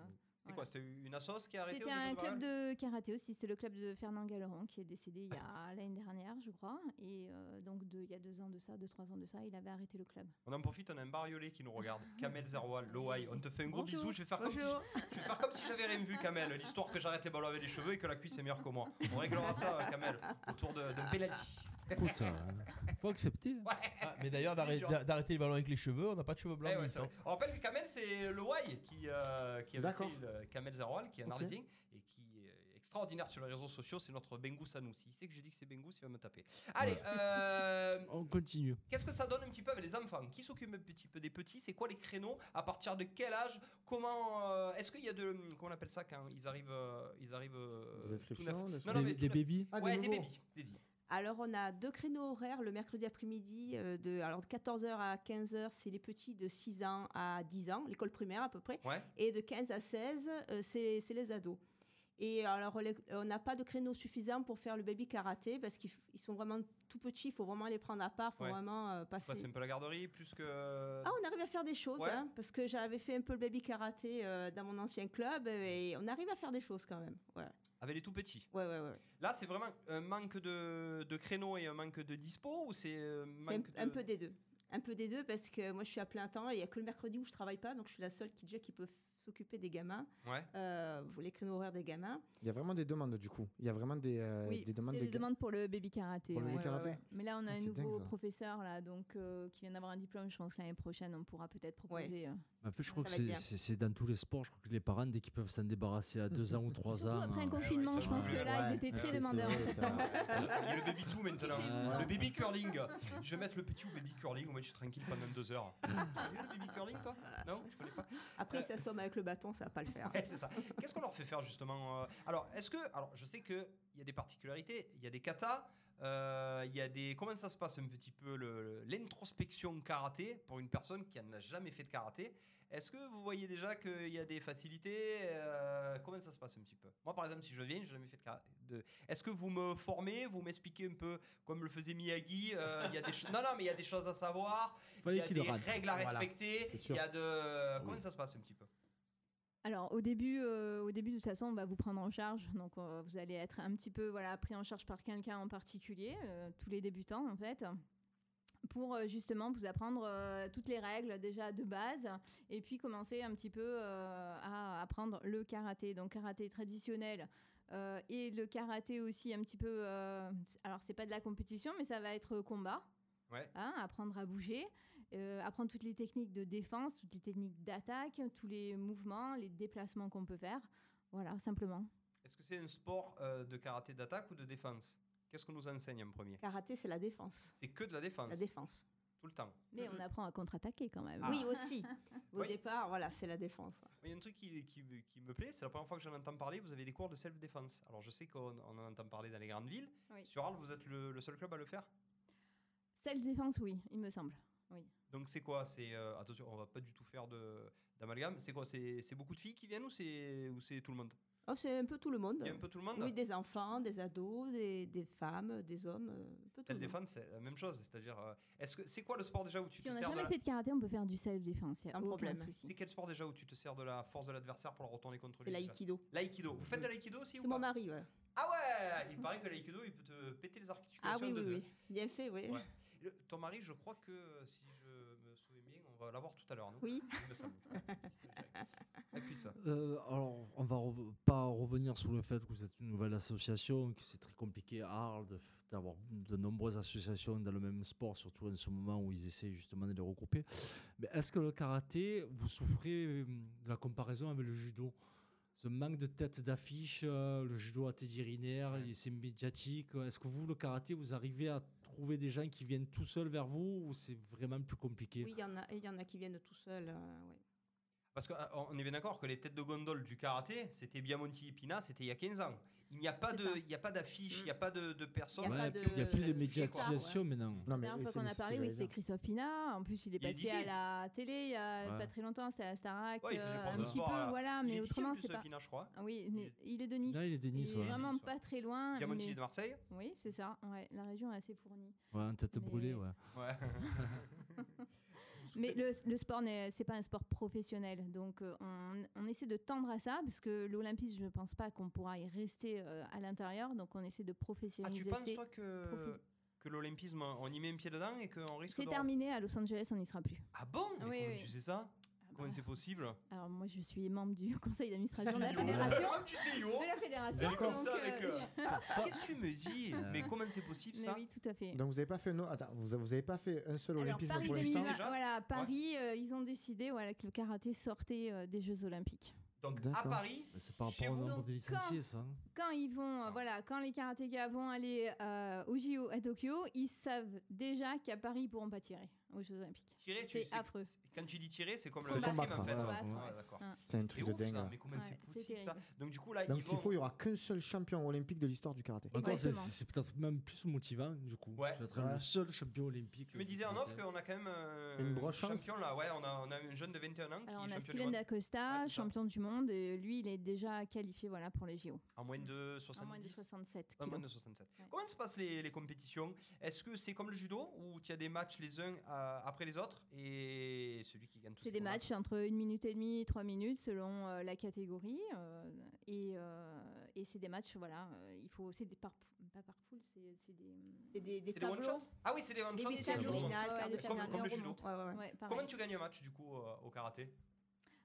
Speaker 8: C'est quoi C'était une assoce qui a arrêté au
Speaker 10: C'était
Speaker 8: Dojo
Speaker 10: un
Speaker 8: de
Speaker 10: club
Speaker 8: Barrel
Speaker 10: de karaté aussi. C'était le club de Fernand Galeron qui est décédé il y a l'année dernière, je crois. Et euh, donc de- il y a deux ans de ça, deux trois ans de ça, il avait arrêté le club.
Speaker 8: On en profite, on a un bariolé qui nous regarde. Kamel Zerwal, Loai. On te fait un gros
Speaker 10: Bonjour.
Speaker 8: bisou. Je vais faire comme si,
Speaker 10: Bonjour.
Speaker 8: je vais faire comme si j'avais rien vu, Kamel. L'histoire que j'arrête les ballons avec les cheveux et que la cuisse est meilleure que moi. On réglera ça, euh, Kamel, autour de, de penalty.
Speaker 7: hein.
Speaker 11: Putain, faut accepter. hein.
Speaker 7: Ah, mais d'ailleurs, d'arrêter
Speaker 8: Dur.
Speaker 7: d'arrêter les ballons avec les cheveux, on n'a pas de cheveux blancs.
Speaker 8: Eh ouais,
Speaker 7: nous,
Speaker 8: c'est
Speaker 7: hein.
Speaker 8: vrai. On rappelle que Kamel, c'est le Y qui, euh, qui avait fait le Kamel Zaroual, qui est un
Speaker 7: Ok.
Speaker 8: Arlésien et qui est extraordinaire sur les réseaux sociaux. C'est notre Bengou Sanou. S'il sait que j'ai dit que c'est Bengou, il va me taper. Allez, euh,
Speaker 11: On continue.
Speaker 8: qu'est-ce que ça donne un petit peu avec les enfants Qui s'occupe un petit peu des petits C'est quoi les créneaux À partir de quel âge Comment euh, Est-ce qu'il y a de comment on appelle ça quand ils arrivent euh, Ils arrivent euh,
Speaker 9: Des inscriptions,
Speaker 8: tout neufs
Speaker 9: des-
Speaker 8: Non, non,
Speaker 9: Des-
Speaker 8: mais
Speaker 9: des
Speaker 8: tout neufs.
Speaker 9: bébés Ah, des
Speaker 8: Ouais, des
Speaker 9: nouveaux.
Speaker 8: bébés. dédiés.
Speaker 12: Alors, on a deux créneaux horaires le mercredi après-midi, euh, de, alors de 14h à 15h, c'est les petits de 6 ans à 10 ans, l'école primaire à peu près.
Speaker 8: Ouais.
Speaker 12: Et de 15 à 16, euh, c'est c'est les ados. Et alors, les- on n'a pas de créneau suffisant pour faire le baby karaté parce qu'ils f- ils sont vraiment tout petits, il faut vraiment les prendre à part, il faut
Speaker 8: Ouais.
Speaker 12: vraiment euh, passer.
Speaker 8: Bah, c'est un peu la garderie plus que.
Speaker 12: Ah, on arrive à faire des choses,
Speaker 8: Ouais.
Speaker 12: hein, parce que j'avais fait un peu le baby karaté euh, dans mon ancien club et on arrive à faire des choses quand même. Ouais.
Speaker 8: Avec les tout petits.
Speaker 12: Ouais, ouais, ouais.
Speaker 8: Là, c'est vraiment un manque de, de créneaux et un manque de dispo ou c'est euh,
Speaker 12: C'est un,
Speaker 8: manque
Speaker 12: un
Speaker 8: de-
Speaker 12: peu des deux. un peu des deux parce que moi je suis à plein temps et il n'y a que le mercredi où je travaille pas, donc je suis la seule qui déjà qui peut f- s'occuper des gamins,
Speaker 8: Ouais.
Speaker 12: euh, les créneaux horaires des gamins.
Speaker 9: Il y a vraiment des demandes du coup. Il y a vraiment des, euh,
Speaker 10: Oui,
Speaker 9: des demandes
Speaker 10: et
Speaker 9: de
Speaker 10: les demandes pour le baby karaté.
Speaker 9: Pour le
Speaker 10: ouais.
Speaker 9: baby karaté
Speaker 10: Mais là, on a
Speaker 9: Ah,
Speaker 10: un
Speaker 9: c'est
Speaker 10: nouveau
Speaker 9: dingue, ça.
Speaker 10: professeur là, donc euh, qui vient d'avoir un diplôme. Je pense que l'année prochaine, on pourra peut-être proposer. euh,
Speaker 11: Mais Bah, En fait, je crois
Speaker 10: Ça
Speaker 11: que
Speaker 10: va
Speaker 11: c'est-
Speaker 10: bien.
Speaker 11: c'est c'est dans tous les sports. Je crois que les parents, dès qu'ils peuvent s'en débarrasser à 2 ans ou 3 ans.
Speaker 10: après un
Speaker 11: hein.
Speaker 10: confinement, je pense que là, ils étaient très demandeurs en septembre.
Speaker 8: Ah, Il y a le baby tout maintenant. Le baby curling. Je vais mettre le petit au baby curling. Au moins, je suis tranquille pendant deux heures. le baby curling, toi Non, je connais pas.
Speaker 12: Après, ils s'assomment avec le bâton, ça va pas le faire.
Speaker 8: Ouais, c'est ça. Qu'est-ce qu'on leur fait faire justement euh, Alors, est-ce que. Alors, je sais qu'il y a des particularités, il y a des katas, euh, il y a des. Comment ça se passe un petit peu le- le- l'introspection karaté pour une personne qui n'a jamais fait de karaté Est-ce que vous voyez déjà qu'il y a des facilités euh, Comment ça se passe un petit peu Moi, par exemple, si je viens, je n'ai jamais fait de karaté. de- Est-ce que vous me formez Vous m'expliquez un peu comme le faisait Miyagi euh, il y a des cho- Non, non, mais il y a des choses à savoir.
Speaker 11: Fallait
Speaker 8: il y a
Speaker 11: qu'il
Speaker 8: des
Speaker 11: le rate.
Speaker 8: règles à
Speaker 11: Voilà,
Speaker 8: respecter.
Speaker 11: c'est sûr. Ah
Speaker 8: il y a de. Comment ça se passe un petit peu
Speaker 10: Alors au début, euh, au début de toute façon, on va vous prendre en charge. Donc euh, vous allez être un petit peu voilà pris en charge par quelqu'un en particulier, euh, tous les débutants en fait, pour euh, justement vous apprendre euh, toutes les règles déjà de base et puis commencer un petit peu euh, à apprendre le karaté. Donc karaté traditionnel. euh, et le karaté aussi un petit peu euh, alors c'est pas de la compétition mais ça va être combat
Speaker 8: Ouais.
Speaker 10: Hein, apprendre à bouger, euh, apprendre toutes les techniques de défense, toutes les techniques d'attaque, tous les mouvements, les déplacements qu'on peut faire. Voilà, simplement.
Speaker 8: Est-ce que c'est un sport euh, de karaté d'attaque ou de défense Qu'est-ce qu'on nous enseigne en premier
Speaker 12: Karaté, c'est la défense.
Speaker 8: C'est que de la défense. La
Speaker 12: défense.
Speaker 8: Tout le temps.
Speaker 10: Mais on apprend à contre-attaquer quand même.
Speaker 8: Ah.
Speaker 12: Oui, aussi. Au
Speaker 8: Oui.
Speaker 12: départ, voilà, c'est la défense.
Speaker 8: Il y a un truc qui, qui- qui me plaît, c'est la première fois que j'en entends parler, vous avez des cours de self-défense. Alors je sais qu'on on en entend parler dans les grandes villes.
Speaker 10: Oui.
Speaker 8: Sur Arles, vous êtes le, le seul club à le faire
Speaker 10: Self-défense, oui, il me semble. Oui.
Speaker 8: Donc c'est quoi C'est euh, Attention, on va pas du tout faire de- d'amalgame. C'est quoi C'est c'est beaucoup de filles qui viennent ou c'est ou c'est tout le monde
Speaker 12: Oh, c'est un peu tout le monde.
Speaker 8: Il y a un peu tout le monde
Speaker 12: Oui, des enfants, des ados, des, des femmes, des hommes. euh, un peu tout le monde.
Speaker 8: Self-défense, c'est la même chose. C'est-à-dire, euh, est-ce que c'est quoi le sport déjà où tu
Speaker 10: Si
Speaker 8: te
Speaker 10: on n'a
Speaker 8: sers de
Speaker 10: jamais
Speaker 8: la-
Speaker 10: fait de karaté, on peut faire du self-défense. Il n'y a aucun souci.
Speaker 8: C'est quel sport déjà où tu te sers de la force de l'adversaire pour le retourner contre
Speaker 12: C'est
Speaker 8: lui déjà
Speaker 12: l'aïkido.
Speaker 8: L'aïkido. Vous faites de l'aïkido aussi ou
Speaker 12: C'est mon
Speaker 8: pas
Speaker 12: mari, ouais.
Speaker 8: Ah ouais Il paraît que l'aïkido, il peut te péter les articulations
Speaker 12: Ah oui,
Speaker 8: de
Speaker 12: oui,
Speaker 8: deux.
Speaker 12: oui. Bien fait, oui.
Speaker 8: Ouais. Le- ton mari, je crois que euh, si je me souviens bien, on va l'avoir tout à l'heure, non
Speaker 12: Oui.
Speaker 8: Il me semble. Et puis ça.
Speaker 11: Euh, alors, on va rev- pas revenir sur le fait que vous êtes une nouvelle association, que c'est très compliqué à Arles de f- d'avoir de nombreuses associations dans le même sport, surtout en ce moment où ils essaient justement de les regrouper. Mais est-ce que le karaté, vous souffrez euh, de la comparaison avec le judo Ce manque de tête d'affiche, euh, le judo à Teddy Riner, il- c'est médiatique. euh, Est-ce que vous, le karaté, vous arrivez à trouver des gens qui viennent tout seuls vers vous ou c'est vraiment plus compliqué
Speaker 12: Oui, il y, en a- il y en a qui viennent tout seuls. euh, ouais.
Speaker 8: Parce qu'on est bien d'accord que les têtes de gondole du karaté, c'était Biamonti et Pina, c'était il y a 15 ans. Il n'y a pas de, il n'y a pas d'affiche, il n'y a pas de, de personne.
Speaker 11: Ouais, puis Il n'y a plus de médiatisation maintenant.
Speaker 10: La dernière fois qu'on a parlé, oui, c'était Christophe Pina. En plus, il est
Speaker 11: Il est
Speaker 10: passé
Speaker 11: d'ici.
Speaker 10: à la télé il y a
Speaker 11: Ouais.
Speaker 10: pas très longtemps, c'était à Starac.
Speaker 8: Ouais, il faisait
Speaker 10: euh,
Speaker 8: prendre
Speaker 10: un
Speaker 8: le
Speaker 10: petit
Speaker 8: sport à-
Speaker 10: peu, voilà,
Speaker 8: il
Speaker 10: mais
Speaker 8: est d'ici, en
Speaker 10: autrement,
Speaker 8: plus,
Speaker 10: c'est pas.
Speaker 8: Pina, je crois.
Speaker 10: Ah Oui, mais il est de Nice.
Speaker 11: Là, il est de Nice,
Speaker 10: Il est
Speaker 11: ouais.
Speaker 10: vraiment pas très loin.
Speaker 8: Diamantine
Speaker 10: mais-
Speaker 8: est de Marseille
Speaker 10: Oui, c'est ça. ouais, la région est assez fournie.
Speaker 11: Ouais, en tête brûlée, ouais.
Speaker 10: Mais le, le sport, n'est- c'est pas un sport professionnel. Donc, euh, on, on essaie de tendre à ça, parce que l'Olympisme, je ne pense pas qu'on pourra y rester euh, à l'intérieur. Donc, on essaie de
Speaker 8: Ah,
Speaker 10: professionnaliser.
Speaker 8: tu penses,
Speaker 10: ces-
Speaker 8: toi, que, que l'Olympisme, on y met un pied dedans et qu'on risque
Speaker 10: C'est
Speaker 8: de-
Speaker 10: terminé à Los Angeles, on n'y sera plus.
Speaker 8: Ah bon
Speaker 10: Oui,
Speaker 8: Mais comment
Speaker 10: oui. Ah bah.
Speaker 8: tu sais ça Comment c'est possible
Speaker 10: Alors, moi, je suis membre du conseil d'administration de la
Speaker 8: CEO.
Speaker 10: fédération.
Speaker 8: Comme tu sais,
Speaker 10: De la
Speaker 9: Ah,
Speaker 10: fédération.
Speaker 8: C'est comme
Speaker 10: donc,
Speaker 8: ça
Speaker 10: euh,
Speaker 8: avec. euh, Qu'est-ce que tu me dis Mais comment c'est possible
Speaker 10: Mais
Speaker 8: ça
Speaker 10: oui, tout à fait.
Speaker 9: Donc vous n'avez pas fait no- attends, vous, vous avez pas fait un seul
Speaker 10: Alors,
Speaker 9: olympisme
Speaker 10: Paris
Speaker 9: pour l'instant
Speaker 10: 2020, voilà, à Paris, euh, ils ont décidé voilà, que le karaté sortait euh, des Jeux Olympiques.
Speaker 8: Donc
Speaker 11: à
Speaker 8: Paris,
Speaker 11: C'est par rapport au nombre de licenciés, ça. hein.
Speaker 10: Quand ils vont, euh, voilà, quand les karatékas vont aller euh, au JO à Tokyo, ils savent déjà qu'à Paris, ils pourront pas tirer aux Jeux Olympiques.
Speaker 8: Tirer, tu
Speaker 10: c'est
Speaker 8: sais-
Speaker 10: affreux.
Speaker 8: Quand tu dis tirer, c'est comme le
Speaker 9: Faut
Speaker 8: basket,
Speaker 9: combattre,
Speaker 8: en fait.
Speaker 9: voilà,
Speaker 8: Ouais,
Speaker 9: combattre.
Speaker 8: ouais, d'accord.
Speaker 10: Ouais. Ah.
Speaker 9: C'est un truc de
Speaker 8: ouf, ça,
Speaker 9: dingue.
Speaker 8: Mais comment c'est possible ça Donc du coup là,
Speaker 9: Donc
Speaker 8: ils
Speaker 9: s'il
Speaker 8: vont.
Speaker 9: faut, il y aura qu'un seul champion olympique de l'histoire du karaté.
Speaker 11: Encore, c'est c'est peut-être même plus motivant, du coup.
Speaker 8: Ouais.
Speaker 11: Je vais être
Speaker 9: Ouais.
Speaker 11: le seul champion olympique.
Speaker 8: Tu me disais en off qu'on a quand même euh,
Speaker 11: Une grosse chance.
Speaker 8: champion là. Ouais, on a on a un jeune de 21 ans qui
Speaker 10: Alors, on
Speaker 8: est
Speaker 10: a
Speaker 8: champion du
Speaker 10: Steven
Speaker 8: monde
Speaker 10: Da Costa, champion du monde, et lui, il est déjà qualifié voilà, pour les JO.
Speaker 8: en moins de
Speaker 10: En moins de
Speaker 8: 70.
Speaker 10: 67
Speaker 8: En moins de
Speaker 10: kilos.
Speaker 8: 67. Comment se passent les, les compétitions Est-ce que c'est comme le judo où tu as des matchs les uns euh, après les autres et celui qui gagne tous
Speaker 10: C'est
Speaker 8: ses
Speaker 10: des
Speaker 8: combats-
Speaker 10: matchs entre une minute et demie et trois minutes selon euh, la catégorie. euh, et, euh, et c'est des matchs, voilà, euh, il faut, c'est des par, pas par poule, c'est c'est des.
Speaker 12: C'est des, des
Speaker 8: C'est des one
Speaker 12: tableaux.
Speaker 8: shot Ah oui, c'est des one shot.
Speaker 12: Des tableaux finales, quarts de
Speaker 8: Comme,
Speaker 12: finale,
Speaker 8: comme le
Speaker 12: on
Speaker 8: judo.
Speaker 12: remonte. Ouais, ouais, ouais.
Speaker 10: Ouais, pareil.
Speaker 8: Comment tu gagnes un match du coup euh, au karaté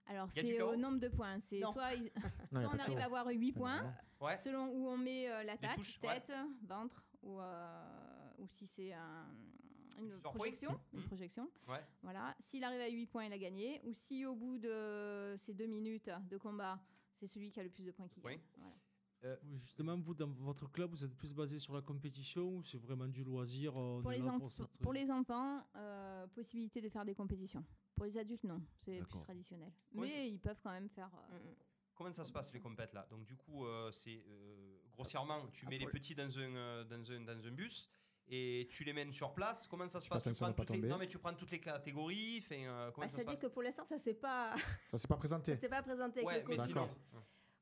Speaker 10: Alors,
Speaker 8: Y a du
Speaker 10: c'est
Speaker 8: chaos
Speaker 10: au nombre de points. C'est soit, il-
Speaker 8: Non, y
Speaker 10: soit
Speaker 8: a pas
Speaker 10: on
Speaker 8: de
Speaker 10: arrive
Speaker 8: chaos.
Speaker 10: à avoir 8 points,
Speaker 8: Ouais.
Speaker 10: selon où on met euh, l'attaque,
Speaker 8: touches, ouais.
Speaker 10: tête, ventre, ou, euh, ou si c'est un- une
Speaker 8: plusieurs points.
Speaker 10: projection.
Speaker 8: Mhm.
Speaker 10: Une projection.
Speaker 8: Ouais.
Speaker 10: Voilà. S'il arrive à 8 points, il a gagné. Ou si au bout de ces 2 minutes de combat, c'est celui qui a le plus de points qui gagne. Voilà.
Speaker 8: Euh,
Speaker 11: Justement, vous, dans votre club, vous êtes plus basé sur la compétition ou c'est vraiment du loisir euh, on
Speaker 10: Pour
Speaker 11: est
Speaker 10: les,
Speaker 11: là
Speaker 10: enf-
Speaker 11: cette-
Speaker 10: pour les enfants, euh, possibilité de faire des compétitions. Pour les adultes, non. C'est plus
Speaker 8: D'accord.
Speaker 10: traditionnel.
Speaker 8: Ouais,
Speaker 10: Mais
Speaker 8: c'est-
Speaker 10: ils peuvent quand même faire.
Speaker 8: Mmh,
Speaker 10: euh,
Speaker 8: Comment ça se passe les compètes là Donc du coup, euh, c'est euh, grossièrement, tu mets les petits dans un, euh, dans, un, dans un bus et tu les mènes sur place. Comment ça se
Speaker 9: Tu
Speaker 8: passe
Speaker 9: fais
Speaker 8: tu
Speaker 9: attention à
Speaker 8: prends,
Speaker 9: pas
Speaker 8: toutes les...
Speaker 9: tomber.
Speaker 8: Non mais tu prends toutes les catégories. Enfin, euh, comment
Speaker 12: Ah,
Speaker 8: ça se
Speaker 12: C'est-à-dire
Speaker 8: passe
Speaker 12: que pour l'instant, ça s'est pas,
Speaker 9: Ça s'est pas présenté.
Speaker 12: ça s'est pas présenté. avec
Speaker 8: Ouais,
Speaker 12: le coach.
Speaker 8: mais sinon.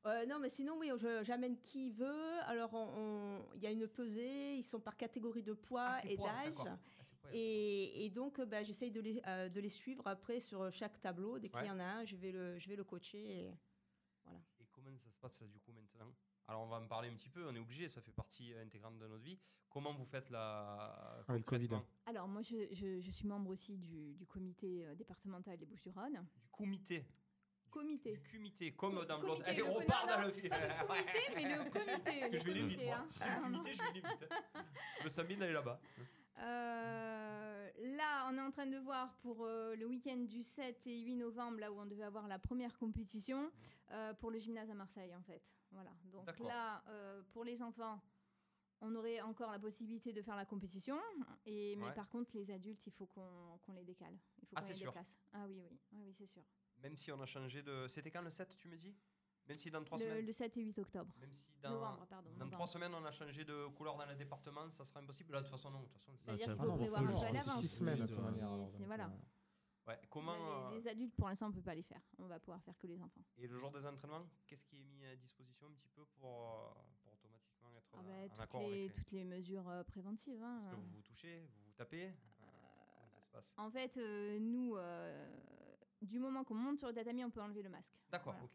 Speaker 12: Euh, non, mais sinon, oui, je- j'amène qui veut. Alors, on- on- il y a une pesée, ils sont par catégorie de poids
Speaker 8: Ah, c'est
Speaker 12: et
Speaker 8: poids,
Speaker 12: d'âge.
Speaker 8: d'accord. Ah, c'est poids,
Speaker 12: et, et donc, euh, bah, j'essaye de, les- euh, de les suivre après sur chaque tableau. Dès qu'il
Speaker 8: Ouais.
Speaker 12: y en a un, je vais le, je vais le coacher. et voilà.
Speaker 8: Et comment ça se passe là du coup maintenant Alors on va en parler un petit peu. On est obligé, ça fait partie euh, intégrante de notre vie. Comment vous faites la
Speaker 9: Avec le Covid.
Speaker 10: Alors, moi, je, je- je suis membre aussi du, du comité euh, départemental des Bouches-du-Rhône.
Speaker 8: Du comité
Speaker 10: Comité.
Speaker 8: comité comme dans
Speaker 10: comité,
Speaker 8: l'autre. Allez,
Speaker 10: le
Speaker 8: on
Speaker 10: co-
Speaker 8: repart
Speaker 10: non,
Speaker 8: dans
Speaker 10: non,
Speaker 8: le
Speaker 10: pas le comité, mais le
Speaker 8: Ouais.
Speaker 10: comité,
Speaker 8: Parce que
Speaker 10: le
Speaker 8: je vais aller
Speaker 10: comité,
Speaker 8: vite, moi.
Speaker 10: hein.
Speaker 8: Si c'est le comité, je vais aller vite. Je sens bien d'aller là-bas.
Speaker 10: Euh, là, on est en train de voir pour euh, le week-end du 7 et 8 novembre, là où on devait avoir la première compétition, euh, pour le gymnase à Marseille, en fait. Voilà. Donc
Speaker 13: D'accord.
Speaker 10: là, euh, pour les enfants, on aurait encore la possibilité de faire la compétition. Et, mais
Speaker 8: Ouais.
Speaker 10: par contre, les adultes, il faut qu'on qu'on les décale. Il faut
Speaker 8: Ah,
Speaker 10: qu'on
Speaker 8: c'est
Speaker 10: les
Speaker 8: sûr.
Speaker 10: déplace. Ah oui, oui, oui, oui, c'est sûr.
Speaker 8: Même si on a changé de. C'était quand le 7, tu me dis Même si dans 3
Speaker 10: Le,
Speaker 8: semaines.
Speaker 10: le 7 et 8 octobre.
Speaker 8: Même si dans,
Speaker 10: Novembre, pardon,
Speaker 8: dans
Speaker 10: novembre.
Speaker 8: trois semaines on a changé de couleur dans le département, ça sera impossible. Là, de toute façon, non. de toute façon, on le sait.
Speaker 10: C'est-à-dire qu'il faut prévoir un peu à l'avance. si- si- voilà.
Speaker 8: Ouais, comment.
Speaker 10: les,
Speaker 8: euh,
Speaker 10: les adultes, pour l'instant, on peut pas les faire. On va pouvoir faire que les enfants.
Speaker 8: Et le jour des entraînements, qu'est-ce qui est mis à disposition un petit peu pour, euh, pour automatiquement être
Speaker 10: Ah
Speaker 8: en-
Speaker 10: bah,
Speaker 8: en
Speaker 10: toutes,
Speaker 8: accord
Speaker 10: les,
Speaker 8: avec les-
Speaker 10: toutes les mesures euh, préventives. hein,
Speaker 8: Est-ce que
Speaker 10: euh.
Speaker 8: vous vous touchez Vous vous tapez Euh, Comment ça se passe
Speaker 10: En fait, euh, nous, euh, du moment qu'on monte sur le tatami, on peut enlever le masque.
Speaker 8: D'accord,
Speaker 10: Voilà.
Speaker 8: ok.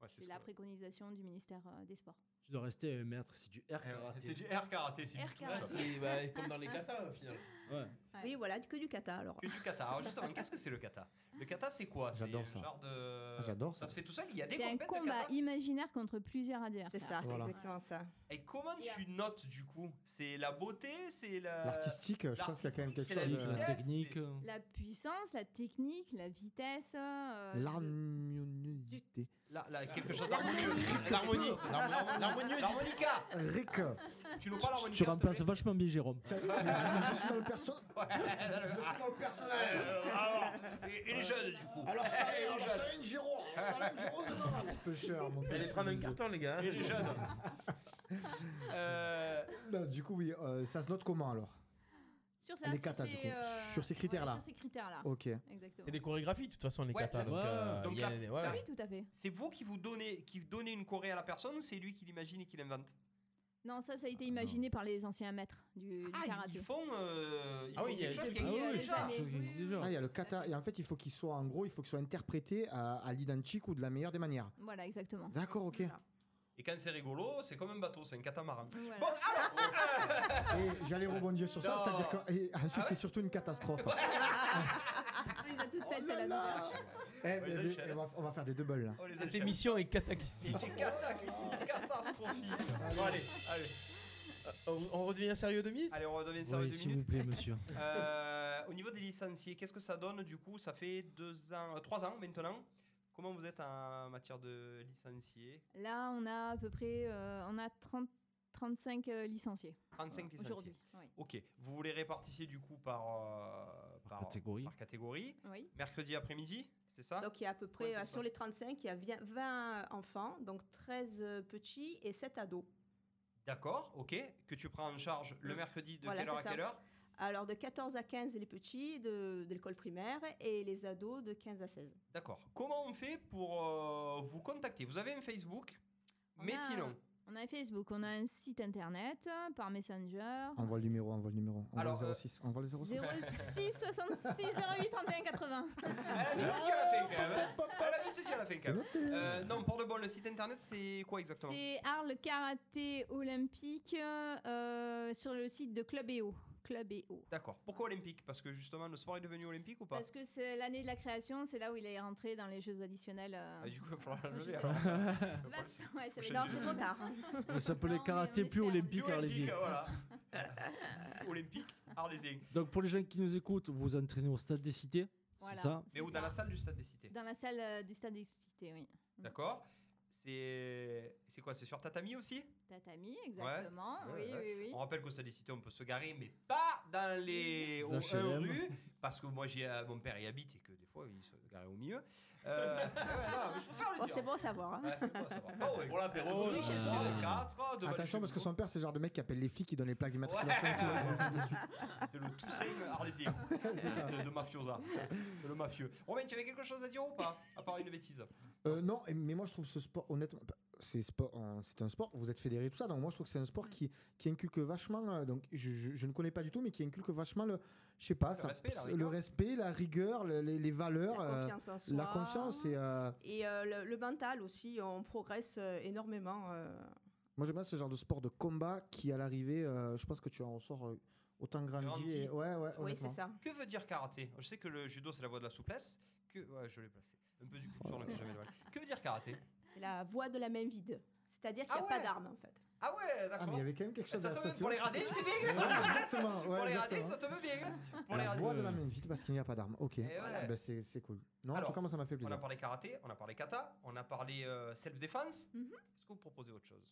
Speaker 8: Ouais, c'est
Speaker 10: C'est
Speaker 8: ce
Speaker 10: la
Speaker 8: que-
Speaker 10: préconisation du ministère euh, des Sports.
Speaker 11: Tu dois rester un mètre, c'est du air karaté.
Speaker 8: Eh c'est du air karaté, c'est
Speaker 10: du Air tout karaté. lâche.
Speaker 7: C'est, bah, comme dans les katas au final.
Speaker 11: Ouais.
Speaker 12: Oui, voilà, que du kata alors.
Speaker 8: Que du kata. Alors justement, qu'est-ce que c'est le kata Le kata, c'est quoi C'est
Speaker 9: J'adore
Speaker 8: un
Speaker 9: ça.
Speaker 8: genre de.
Speaker 9: Ah, j'adore
Speaker 8: Ça se fait tout seul. Il y a des
Speaker 10: C'est un
Speaker 8: compètes de
Speaker 10: combat
Speaker 8: kata.
Speaker 10: imaginaire contre plusieurs adversaires.
Speaker 12: C'est ça, c'est
Speaker 9: Voilà.
Speaker 12: exactement ça.
Speaker 8: Et comment tu notes du coup C'est la beauté, c'est la.
Speaker 9: L'artistique, je pense qu'il y a quand même quelque
Speaker 8: c'est
Speaker 9: chose. euh,
Speaker 8: La vitesse,
Speaker 11: hein.
Speaker 10: La puissance, la technique, la vitesse. euh, le-
Speaker 9: L'harmoniosité.
Speaker 8: Là, là, quelque chose
Speaker 7: L'harmonie. L'harmonie. L'harmonie. L'harmonie.
Speaker 8: L'harmonica.
Speaker 9: Rick.
Speaker 8: Ah, Tu nous parles
Speaker 11: Tu
Speaker 8: harmonica.
Speaker 11: remplaces vachement bien Jérôme.
Speaker 9: Je suis dans le perso.
Speaker 8: Je
Speaker 9: suis dans le personnage.
Speaker 8: Alors, et, et les jeunes du coup.
Speaker 9: Alors, ça,
Speaker 8: Et les
Speaker 9: alors,
Speaker 8: jeunes.
Speaker 9: ça, une Giro. Ça, une Giro, c'est normal. Un peu cher, mon
Speaker 7: Vous allez prendre un carton, les gars. hein.
Speaker 8: Et les jeunes. Euh,
Speaker 9: Non, du coup, oui, euh, ça se note comment alors
Speaker 10: Sur, ça,
Speaker 9: Les
Speaker 10: sur
Speaker 9: katas,
Speaker 10: ces,
Speaker 9: du coup.
Speaker 10: euh,
Speaker 9: Sur ces critères-là.
Speaker 10: ouais, sur ces critères-là.
Speaker 9: Ok.
Speaker 10: Exactement.
Speaker 7: C'est des chorégraphies de toute façon les
Speaker 8: Ouais.
Speaker 7: katas. Donc, euh,
Speaker 8: Donc
Speaker 7: il y a-
Speaker 8: là-
Speaker 7: ouais,
Speaker 8: là-
Speaker 7: ouais.
Speaker 10: Oui, tout à fait.
Speaker 8: C'est vous qui vous donnez, qui donnez une choré à la personne ou c'est lui qui l'imagine et qui l'invente
Speaker 10: Non, ça, ça a été imaginé par les anciens maîtres du, du karaté.
Speaker 8: Ils font, euh, ils
Speaker 7: Ah
Speaker 8: font
Speaker 7: oui, il y a
Speaker 8: quelque chose qui
Speaker 10: quelqu'un qui a
Speaker 8: existe déjà.
Speaker 10: des années.
Speaker 9: Ah, il y a le kata. Et en fait, il faut qu'il soit, en gros, il faut qu'il soit interprété à, à l'identique ou de la meilleure des manières.
Speaker 10: Voilà, exactement.
Speaker 9: D'accord, ok.
Speaker 8: Et quand c'est rigolo, c'est comme un bateau, c'est un catamaran.
Speaker 10: Voilà.
Speaker 8: Bon, alors,
Speaker 9: Et j'allais rebondir sur ça,
Speaker 8: Non. Ah
Speaker 9: c'est-à-dire que et ensuite c'est surtout une catastrophe.
Speaker 10: On les a toutes
Speaker 12: Oh
Speaker 10: faites, celles-là.
Speaker 9: Eh, mais- mais- on, va, on va faire des doubles
Speaker 8: Oh,
Speaker 9: là.
Speaker 7: Cette émission est cataclysmique.
Speaker 8: catastrophique. Bon, allez, allez.
Speaker 7: Euh, on- on redevient sérieux deux minutes
Speaker 8: Allez, on redevient sérieux
Speaker 11: Oui,
Speaker 8: deux
Speaker 11: s'il vous
Speaker 8: minutes.
Speaker 11: plaît, monsieur.
Speaker 8: Euh, au niveau des licenciés, qu'est-ce que ça donne du coup Ça fait deux ans, euh, trois ans maintenant. Comment vous êtes en matière de licenciés
Speaker 10: Là, on a à peu près euh, on a 30, 35 euh, licenciés.
Speaker 8: 35
Speaker 10: Voilà,
Speaker 8: licenciés.
Speaker 10: Aujourd'hui, oui.
Speaker 8: Ok, vous voulez répartissez du coup par, euh, par,
Speaker 11: catégorie.
Speaker 8: par catégorie.
Speaker 10: Oui.
Speaker 8: Mercredi après-midi, c'est ça
Speaker 12: Donc il y a à peu
Speaker 8: Comment
Speaker 12: près,
Speaker 8: ça
Speaker 12: euh,
Speaker 8: se
Speaker 12: sur
Speaker 8: passe
Speaker 12: les 35, il y a vi- 20 enfants, donc 13 euh, petits et 7 ados.
Speaker 8: D'accord, ok. Que tu prends en charge le mercredi de
Speaker 12: Voilà,
Speaker 8: quelle heure à
Speaker 12: c'est ça.
Speaker 8: quelle heure
Speaker 12: Alors de 14 à 15 les petits de, de l'école primaire et les ados de 15 à 16.
Speaker 8: D'accord. Comment on fait pour euh, vous contacter Vous avez un Facebook, mais
Speaker 10: On a-
Speaker 8: sinon.
Speaker 10: On a Facebook, on a un site internet euh, par Messenger.
Speaker 9: Envoie le numéro, envoie le numéro. Envoie
Speaker 8: Alors,
Speaker 9: le
Speaker 8: euh,
Speaker 9: 06. Envoie le 06.
Speaker 10: 06 66 08 31 80.
Speaker 8: Elle a vu qu'elle a fait quand même. Elle a vu qu'elle a fait
Speaker 9: C'est
Speaker 8: quand même. Euh, non, pour de bon, le site internet, c'est quoi exactement
Speaker 10: C'est Arles Karaté Olympique euh, sur le site de Club EO. Club E EO.
Speaker 8: D'accord. Pourquoi olympique Parce que justement, le sport est devenu olympique ou pas
Speaker 10: Parce que c'est l'année de la création, c'est là où il est rentré dans les jeux additionnels. euh.
Speaker 8: Ah, Du coup, il va falloir
Speaker 10: Je
Speaker 8: l'enlever
Speaker 10: sais
Speaker 8: alors.
Speaker 10: Ouais, ça va être-
Speaker 8: Non, c'est trop
Speaker 12: tard.
Speaker 11: Ça s'appelait karaté plus olympique, allez-y.
Speaker 8: Olympique, voilà. olympique, Arlésien.
Speaker 11: Donc pour les gens qui nous écoutent, vous vous entraînez au stade des cités,
Speaker 10: Voilà.
Speaker 11: c'est ça
Speaker 8: Mais ou dans la salle du Stade des Cités.
Speaker 10: Dans la salle euh, du stade excité, oui.
Speaker 8: D'accord. C'est c'est quoi C'est sur tatami aussi
Speaker 10: Tatami,
Speaker 8: Ouais.
Speaker 10: exactement.
Speaker 8: Ouais,
Speaker 10: oui,
Speaker 8: ouais.
Speaker 10: oui, oui.
Speaker 8: On rappelle qu'au Stade des Cités, on peut se garer, mais pas dans les aux
Speaker 11: HLM.
Speaker 8: rues, parce que moi, j'ai euh, mon père y habite et que des fois, il se garait au milieu. Euh, ouais, non, mais je préfère le
Speaker 12: Bon,
Speaker 8: dire.
Speaker 12: c'est bon à savoir. hein.
Speaker 8: Ouais, c'est bon à savoir. Ah ouais.
Speaker 5: Pour l'apéro,
Speaker 8: Oui,
Speaker 5: c'est
Speaker 8: chez
Speaker 5: bon.
Speaker 8: les quatre, devant
Speaker 9: Attention
Speaker 8: le
Speaker 9: parce que son père c'est le genre de mec qui appelle les flics, qui donne les plaques d'immatriculation et tout.
Speaker 8: C'est le Toussaint arlésien de, de mafiosa. C'est le mafieux. Romain, tu avais quelque chose à dire ou pas À part une bêtise.
Speaker 9: Euh, non, et- mais moi je trouve ce sport, honnêtement, bah, c'est sport, euh, c'est un sport. Vous êtes fédérés tout ça, donc moi je trouve que c'est un sport qui qui inculque vachement. euh, donc je, je- je ne connais pas du tout, mais qui inculque vachement le, je sais pas, ça-
Speaker 8: respect, la
Speaker 9: le
Speaker 8: rigueur.
Speaker 9: respect, la rigueur, le- les, les valeurs,
Speaker 12: La
Speaker 9: euh,
Speaker 12: confiance en soi.
Speaker 9: la confiance et euh,
Speaker 12: Et euh, le, le mental aussi, on progresse euh, énormément. euh.
Speaker 9: moi j'aime bien ce genre de sport de combat qui à l'arrivée, euh, je pense que tu en ressors euh, autant grandi.
Speaker 8: Grandi.
Speaker 9: et- ouais, ouais, honnêtement.
Speaker 8: Que veut dire karaté Je sais que le judo, c'est la voie de la souplesse. Que... Ouais, je l'ai placé. Un peu du coup, j'en ai jamais de mal. Que veut dire karaté
Speaker 12: C'est la voie de la main vide. C'est-à-dire qu'il n'y a pas d'arme en fait.
Speaker 8: Ah ouais, d'accord.
Speaker 9: Ah, mais il y avait quand même quelque chose
Speaker 8: Ça
Speaker 9: à-
Speaker 8: te met
Speaker 9: tu
Speaker 8: pour
Speaker 9: vois,
Speaker 8: les radés, c'est bien
Speaker 9: Ouais, exactement, ouais,
Speaker 8: Pour les radés,
Speaker 9: exactement.
Speaker 8: ça te veut bien Pour les
Speaker 9: La
Speaker 8: radés.
Speaker 9: voix de la main vite parce qu'il n'y a pas d'arme. Ok,
Speaker 8: Et voilà.
Speaker 9: Bah, c'est c'est cool. Non, en
Speaker 8: Alors,
Speaker 9: tout cas, moi ça m'a fait
Speaker 8: On
Speaker 9: plaisir.
Speaker 8: a parlé karaté, on a parlé kata, on a parlé euh, self-défense.
Speaker 10: Mhm.
Speaker 8: Est-ce que vous proposez autre chose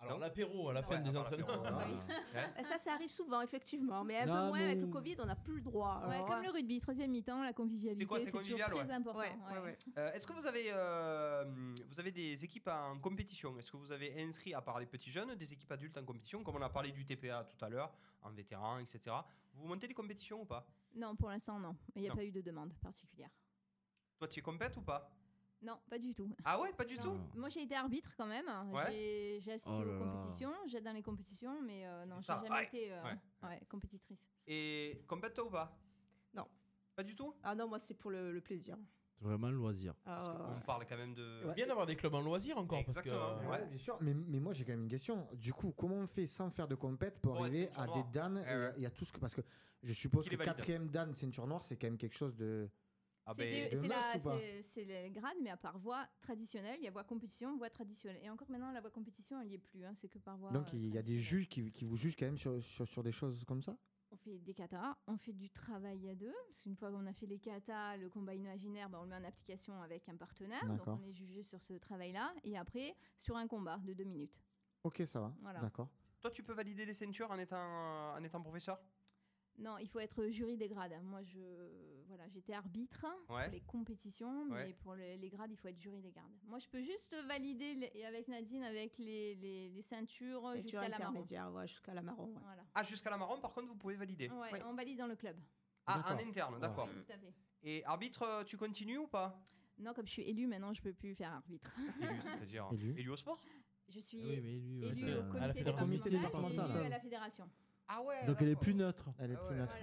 Speaker 7: Alors
Speaker 8: Non
Speaker 7: l'apéro à la fin
Speaker 8: Ouais,
Speaker 7: des
Speaker 8: à part
Speaker 7: entraînements.
Speaker 8: l'apéro, Ah.
Speaker 7: Ouais.
Speaker 12: Et Ça, ça arrive souvent, effectivement. Mais un
Speaker 7: Non,
Speaker 12: peu moins avec
Speaker 7: mais-
Speaker 12: le Covid, on n'a plus le droit. hein.
Speaker 10: Ouais, comme le rugby, troisième mi-temps, la convivialité,
Speaker 8: C'est quoi, c'est
Speaker 10: toujours
Speaker 8: convivial,
Speaker 10: très
Speaker 8: ouais.
Speaker 10: important. ouais.
Speaker 8: Euh, Est-ce que vous avez, euh, vous avez des équipes en compétition Est-ce que vous avez inscrit, à part les petits jeunes, des équipes adultes en compétition Comme on a parlé du TPA tout à l'heure, en vétéran, etc. Vous montez des compétitions ou pas
Speaker 10: Non, pour l'instant, non. Il n'y a
Speaker 8: Non.
Speaker 10: pas eu de demande particulière.
Speaker 8: Toi, tu es compète ou pas
Speaker 10: Non, pas du tout.
Speaker 8: Ah ouais, pas du tout
Speaker 10: Moi, j'ai été arbitre quand même.
Speaker 8: Ouais.
Speaker 10: J'ai- J'ai assisté
Speaker 8: Oh là
Speaker 10: aux
Speaker 8: là.
Speaker 10: compétitions, j'aide dans les compétitions, mais euh, non, j'ai
Speaker 8: Ça,
Speaker 10: jamais
Speaker 8: ouais.
Speaker 10: été euh,
Speaker 8: Ouais.
Speaker 10: ouais, compétitrice.
Speaker 8: Et compète toi ou pas
Speaker 12: Non.
Speaker 8: Pas du tout
Speaker 12: Ah non, moi, c'est pour le, le plaisir.
Speaker 11: C'est vraiment le loisir.
Speaker 12: Ah, ouais, ouais.
Speaker 8: On parle quand même de.
Speaker 7: C'est bien d'avoir des clubs en loisirs encore. Parce que... euh,
Speaker 9: Ouais, bien sûr. Mais, mais moi j'ai quand même une question. Du coup, comment on fait sans faire de compète pour
Speaker 7: Pour être
Speaker 9: arriver
Speaker 7: ceinture
Speaker 9: à des
Speaker 7: noire.
Speaker 9: danes et, à- et à tout ce que parce que je suppose
Speaker 8: Qu'il
Speaker 9: que
Speaker 8: est valide.
Speaker 9: quatrième dan ceinture noire c'est quand même quelque chose de
Speaker 8: Ah
Speaker 10: C'est
Speaker 8: ben,
Speaker 10: des-
Speaker 9: de
Speaker 10: c'est
Speaker 9: must
Speaker 10: la-
Speaker 9: ou pas
Speaker 10: c'est- c'est le grade, mais à part voie traditionnelle, il y a voie compétition, voie traditionnelle. Et encore maintenant, la voie compétition, elle n'y est plus. hein, c'est que par voie.
Speaker 9: Donc
Speaker 10: euh,
Speaker 9: il y a des juges qui, qui vous jugent quand même sur, sur, sur des choses comme ça.
Speaker 10: On fait des katas, on fait du travail à deux, parce qu'une fois qu'on a fait les katas, le combat imaginaire, bah, on le met en application avec un partenaire, donc
Speaker 9: D'accord.
Speaker 10: on est jugé sur ce travail-là, et après sur un combat de deux minutes.
Speaker 9: Ok, ça va.
Speaker 10: Voilà.
Speaker 9: D'accord.
Speaker 8: Toi, tu peux valider les ceintures en étant, euh, en étant professeur
Speaker 10: Non, il faut être jury des grades. Moi, je voilà, j'étais arbitre
Speaker 8: Ouais.
Speaker 10: pour les compétitions, mais
Speaker 8: Ouais.
Speaker 10: pour les, les grades, il faut être jury des grades. Moi, je peux juste valider les- et avec Nadine avec les, les- les ceintures
Speaker 12: Ceinture
Speaker 10: Oh, jusqu'à la marron.
Speaker 12: intermédiaire, ouais, jusqu'à la marron. ouais.
Speaker 10: Voilà.
Speaker 8: Ah, jusqu'à la marron, par contre, vous pouvez valider.
Speaker 10: Ouais, on valide dans le club.
Speaker 8: Ah, en
Speaker 10: D'accord.
Speaker 8: interne, d'accord.
Speaker 10: Oui, tout à fait.
Speaker 8: Et arbitre, euh, tu continues ou pas
Speaker 10: Non, comme je suis élue maintenant, je peux plus faire arbitre.
Speaker 8: Élu, c'est-à-dire élu au sport
Speaker 10: Je suis
Speaker 8: Ah oui, mais élu, ouais,
Speaker 10: élue
Speaker 8: t'es à-
Speaker 10: au
Speaker 8: à la
Speaker 10: comité
Speaker 8: fédération.
Speaker 10: départemental,
Speaker 9: départementale,
Speaker 10: et élue à
Speaker 9: hein.
Speaker 10: la fédération.
Speaker 8: Ah ouais
Speaker 11: Donc elle est plus neutre.
Speaker 9: Elle est
Speaker 8: Ah
Speaker 11: plus
Speaker 9: neutre.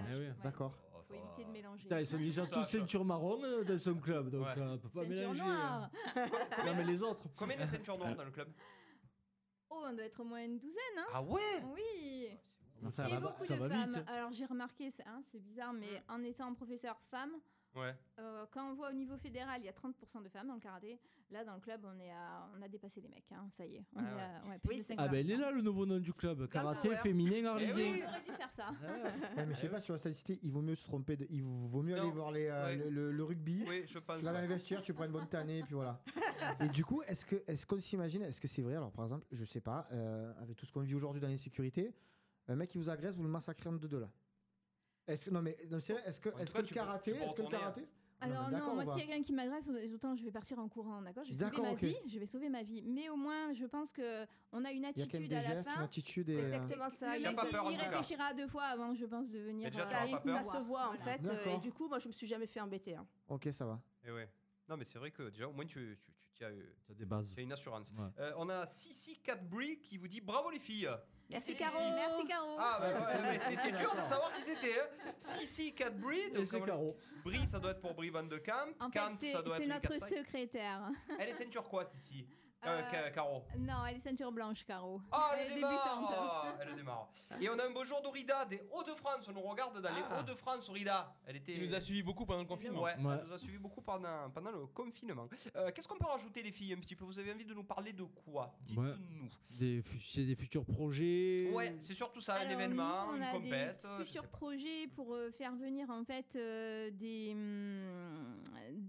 Speaker 9: D'accord.
Speaker 8: Oh,
Speaker 10: Faut éviter de mélanger.
Speaker 11: Putain, ils sont déjà tous ceinture marron euh, dans son club, donc euh, on peut pas
Speaker 10: Ceinture
Speaker 11: mélanger.
Speaker 10: noire. Ah,
Speaker 11: hein. Non mais les autres.
Speaker 8: Combien de ceintures noires dans le club
Speaker 10: Oh, on doit être au moins une douzaine, hein
Speaker 8: Ah ouais Ah,
Speaker 10: Oui
Speaker 11: Enfin,
Speaker 10: Et
Speaker 11: là-bas,
Speaker 10: beaucoup
Speaker 11: ça
Speaker 10: de
Speaker 11: va
Speaker 10: femmes.
Speaker 11: vite.
Speaker 10: Alors j'ai remarqué, ça, hein, c'est bizarre, mais en étant professeur femme,
Speaker 8: Ouais.
Speaker 10: euh, quand on voit au niveau fédéral, il y a 30% de femmes dans le karaté. Là, dans le club, on, est à- on a dépassé les mecs, hein, ça y est. On
Speaker 11: Ah
Speaker 10: est
Speaker 11: ouais.
Speaker 10: à- ouais, plus de 50.
Speaker 11: Ah ben il est là le nouveau nom du club, karaté féminin
Speaker 10: Eh
Speaker 11: arlésien.
Speaker 10: oui, on aurait dû faire ça.
Speaker 9: Ouais, mais je sais pas sur la statistique, il vaut mieux se tromper. De, il vaut mieux aller voir les, euh,
Speaker 8: ouais.
Speaker 9: le, le- le rugby.
Speaker 8: Oui, je pense,
Speaker 9: Tu vas dans les
Speaker 8: ouais.
Speaker 9: vestiaires, tu prends une bonne tannée, puis voilà. Et du coup, est-ce que est-ce qu'on s'imagine, est-ce que c'est vrai Alors par exemple, je sais pas, euh, avec tout ce qu'on vit aujourd'hui dans l'insécurité, un mec qui vous agresse, vous le massacrez en deux deux là. Est-ce que non mais non, c'est vrai, est-ce que
Speaker 8: tout
Speaker 9: est-ce
Speaker 8: cas,
Speaker 9: que le
Speaker 8: tu peux-
Speaker 9: karaté,
Speaker 8: tu peux
Speaker 9: est-ce que le
Speaker 8: retourner,
Speaker 9: karaté Ah,
Speaker 8: hein.
Speaker 10: Alors
Speaker 9: mais
Speaker 10: non,
Speaker 9: d'accord,
Speaker 10: moi
Speaker 9: on va-
Speaker 10: s'il y a quelqu'un qui m'agresse, autant je vais partir en courant, d'accord Je vais sauver
Speaker 9: D'accord,
Speaker 10: ma
Speaker 9: ok.
Speaker 10: vie, je vais sauver ma vie. Mais au moins, je pense que on a une
Speaker 9: Il y a quand même
Speaker 10: attitude
Speaker 9: des
Speaker 10: à la
Speaker 9: gestes,
Speaker 10: fin.
Speaker 9: une attitude et. euh,
Speaker 12: exactement ça.
Speaker 10: Le
Speaker 12: Il y a
Speaker 10: mec,
Speaker 12: pas
Speaker 10: il-
Speaker 12: peur, en
Speaker 10: il
Speaker 12: tout cas.
Speaker 10: réfléchira deux fois avant, je pense, de venir.
Speaker 8: Mais déjà,
Speaker 10: euh,
Speaker 8: t'auras
Speaker 10: et
Speaker 8: pas
Speaker 12: Ça
Speaker 8: peur.
Speaker 12: se voit en
Speaker 10: Voilà.
Speaker 12: fait. euh,
Speaker 9: D'accord.
Speaker 12: Et du coup, moi, je me suis jamais fait embêter. hein.
Speaker 9: Ok, ça va.
Speaker 8: Et ouais. Non, mais c'est vrai que déjà, au moins, tu, tu, tu qui a, euh,
Speaker 11: des bases.
Speaker 8: qui a une assurance.
Speaker 11: Ouais.
Speaker 8: Euh, on a Sissi Cadbury qui vous dit bravo les filles.
Speaker 12: Merci
Speaker 8: Sissi.
Speaker 12: Caro. Merci Caro.
Speaker 8: Ah, bah, ouais, mais c'était dur de savoir qui c'était. hein. Sissi Cadbury. donc,
Speaker 11: c'est
Speaker 8: comme on-
Speaker 11: Caro.
Speaker 8: Brie, ça doit être pour Brie Van de Kamp.
Speaker 10: En fait,
Speaker 8: Kant,
Speaker 10: c'est
Speaker 8: ça doit
Speaker 10: c'est
Speaker 8: être une
Speaker 10: notre
Speaker 8: Katsai.
Speaker 10: secrétaire.
Speaker 8: Elle est ceinture quoi, Sissi Euh,
Speaker 10: Euh,
Speaker 8: Ca- Caro.
Speaker 10: Non, elle est ceinture blanche, Caro.
Speaker 8: Ah,
Speaker 10: elle
Speaker 8: elle,
Speaker 10: est
Speaker 8: démarre Ah,
Speaker 10: débutante.
Speaker 8: Elle démarre. Et on a un beau jour d'Orida des Hauts-de-France. On nous regarde dans
Speaker 10: Ah.
Speaker 8: les Hauts-de-France, Orida. Elle était...
Speaker 7: Qui nous a suivi beaucoup pendant le confinement.
Speaker 8: Ouais, elle nous a suivi beaucoup pendant, pendant le confinement. Euh, Qu'est-ce qu'on peut rajouter, les filles, un petit peu Vous avez envie de nous parler de quoi
Speaker 11: Ouais. Des, fu- c'est des futurs projets.
Speaker 8: Ouais, c'est surtout ça, un
Speaker 10: Euh, Alors,
Speaker 8: événement,
Speaker 10: nous, on
Speaker 8: une
Speaker 10: a
Speaker 8: compète.
Speaker 10: Des
Speaker 8: euh, je sais
Speaker 10: futurs
Speaker 8: pas.
Speaker 10: projets pour euh, faire venir en fait euh, des hum,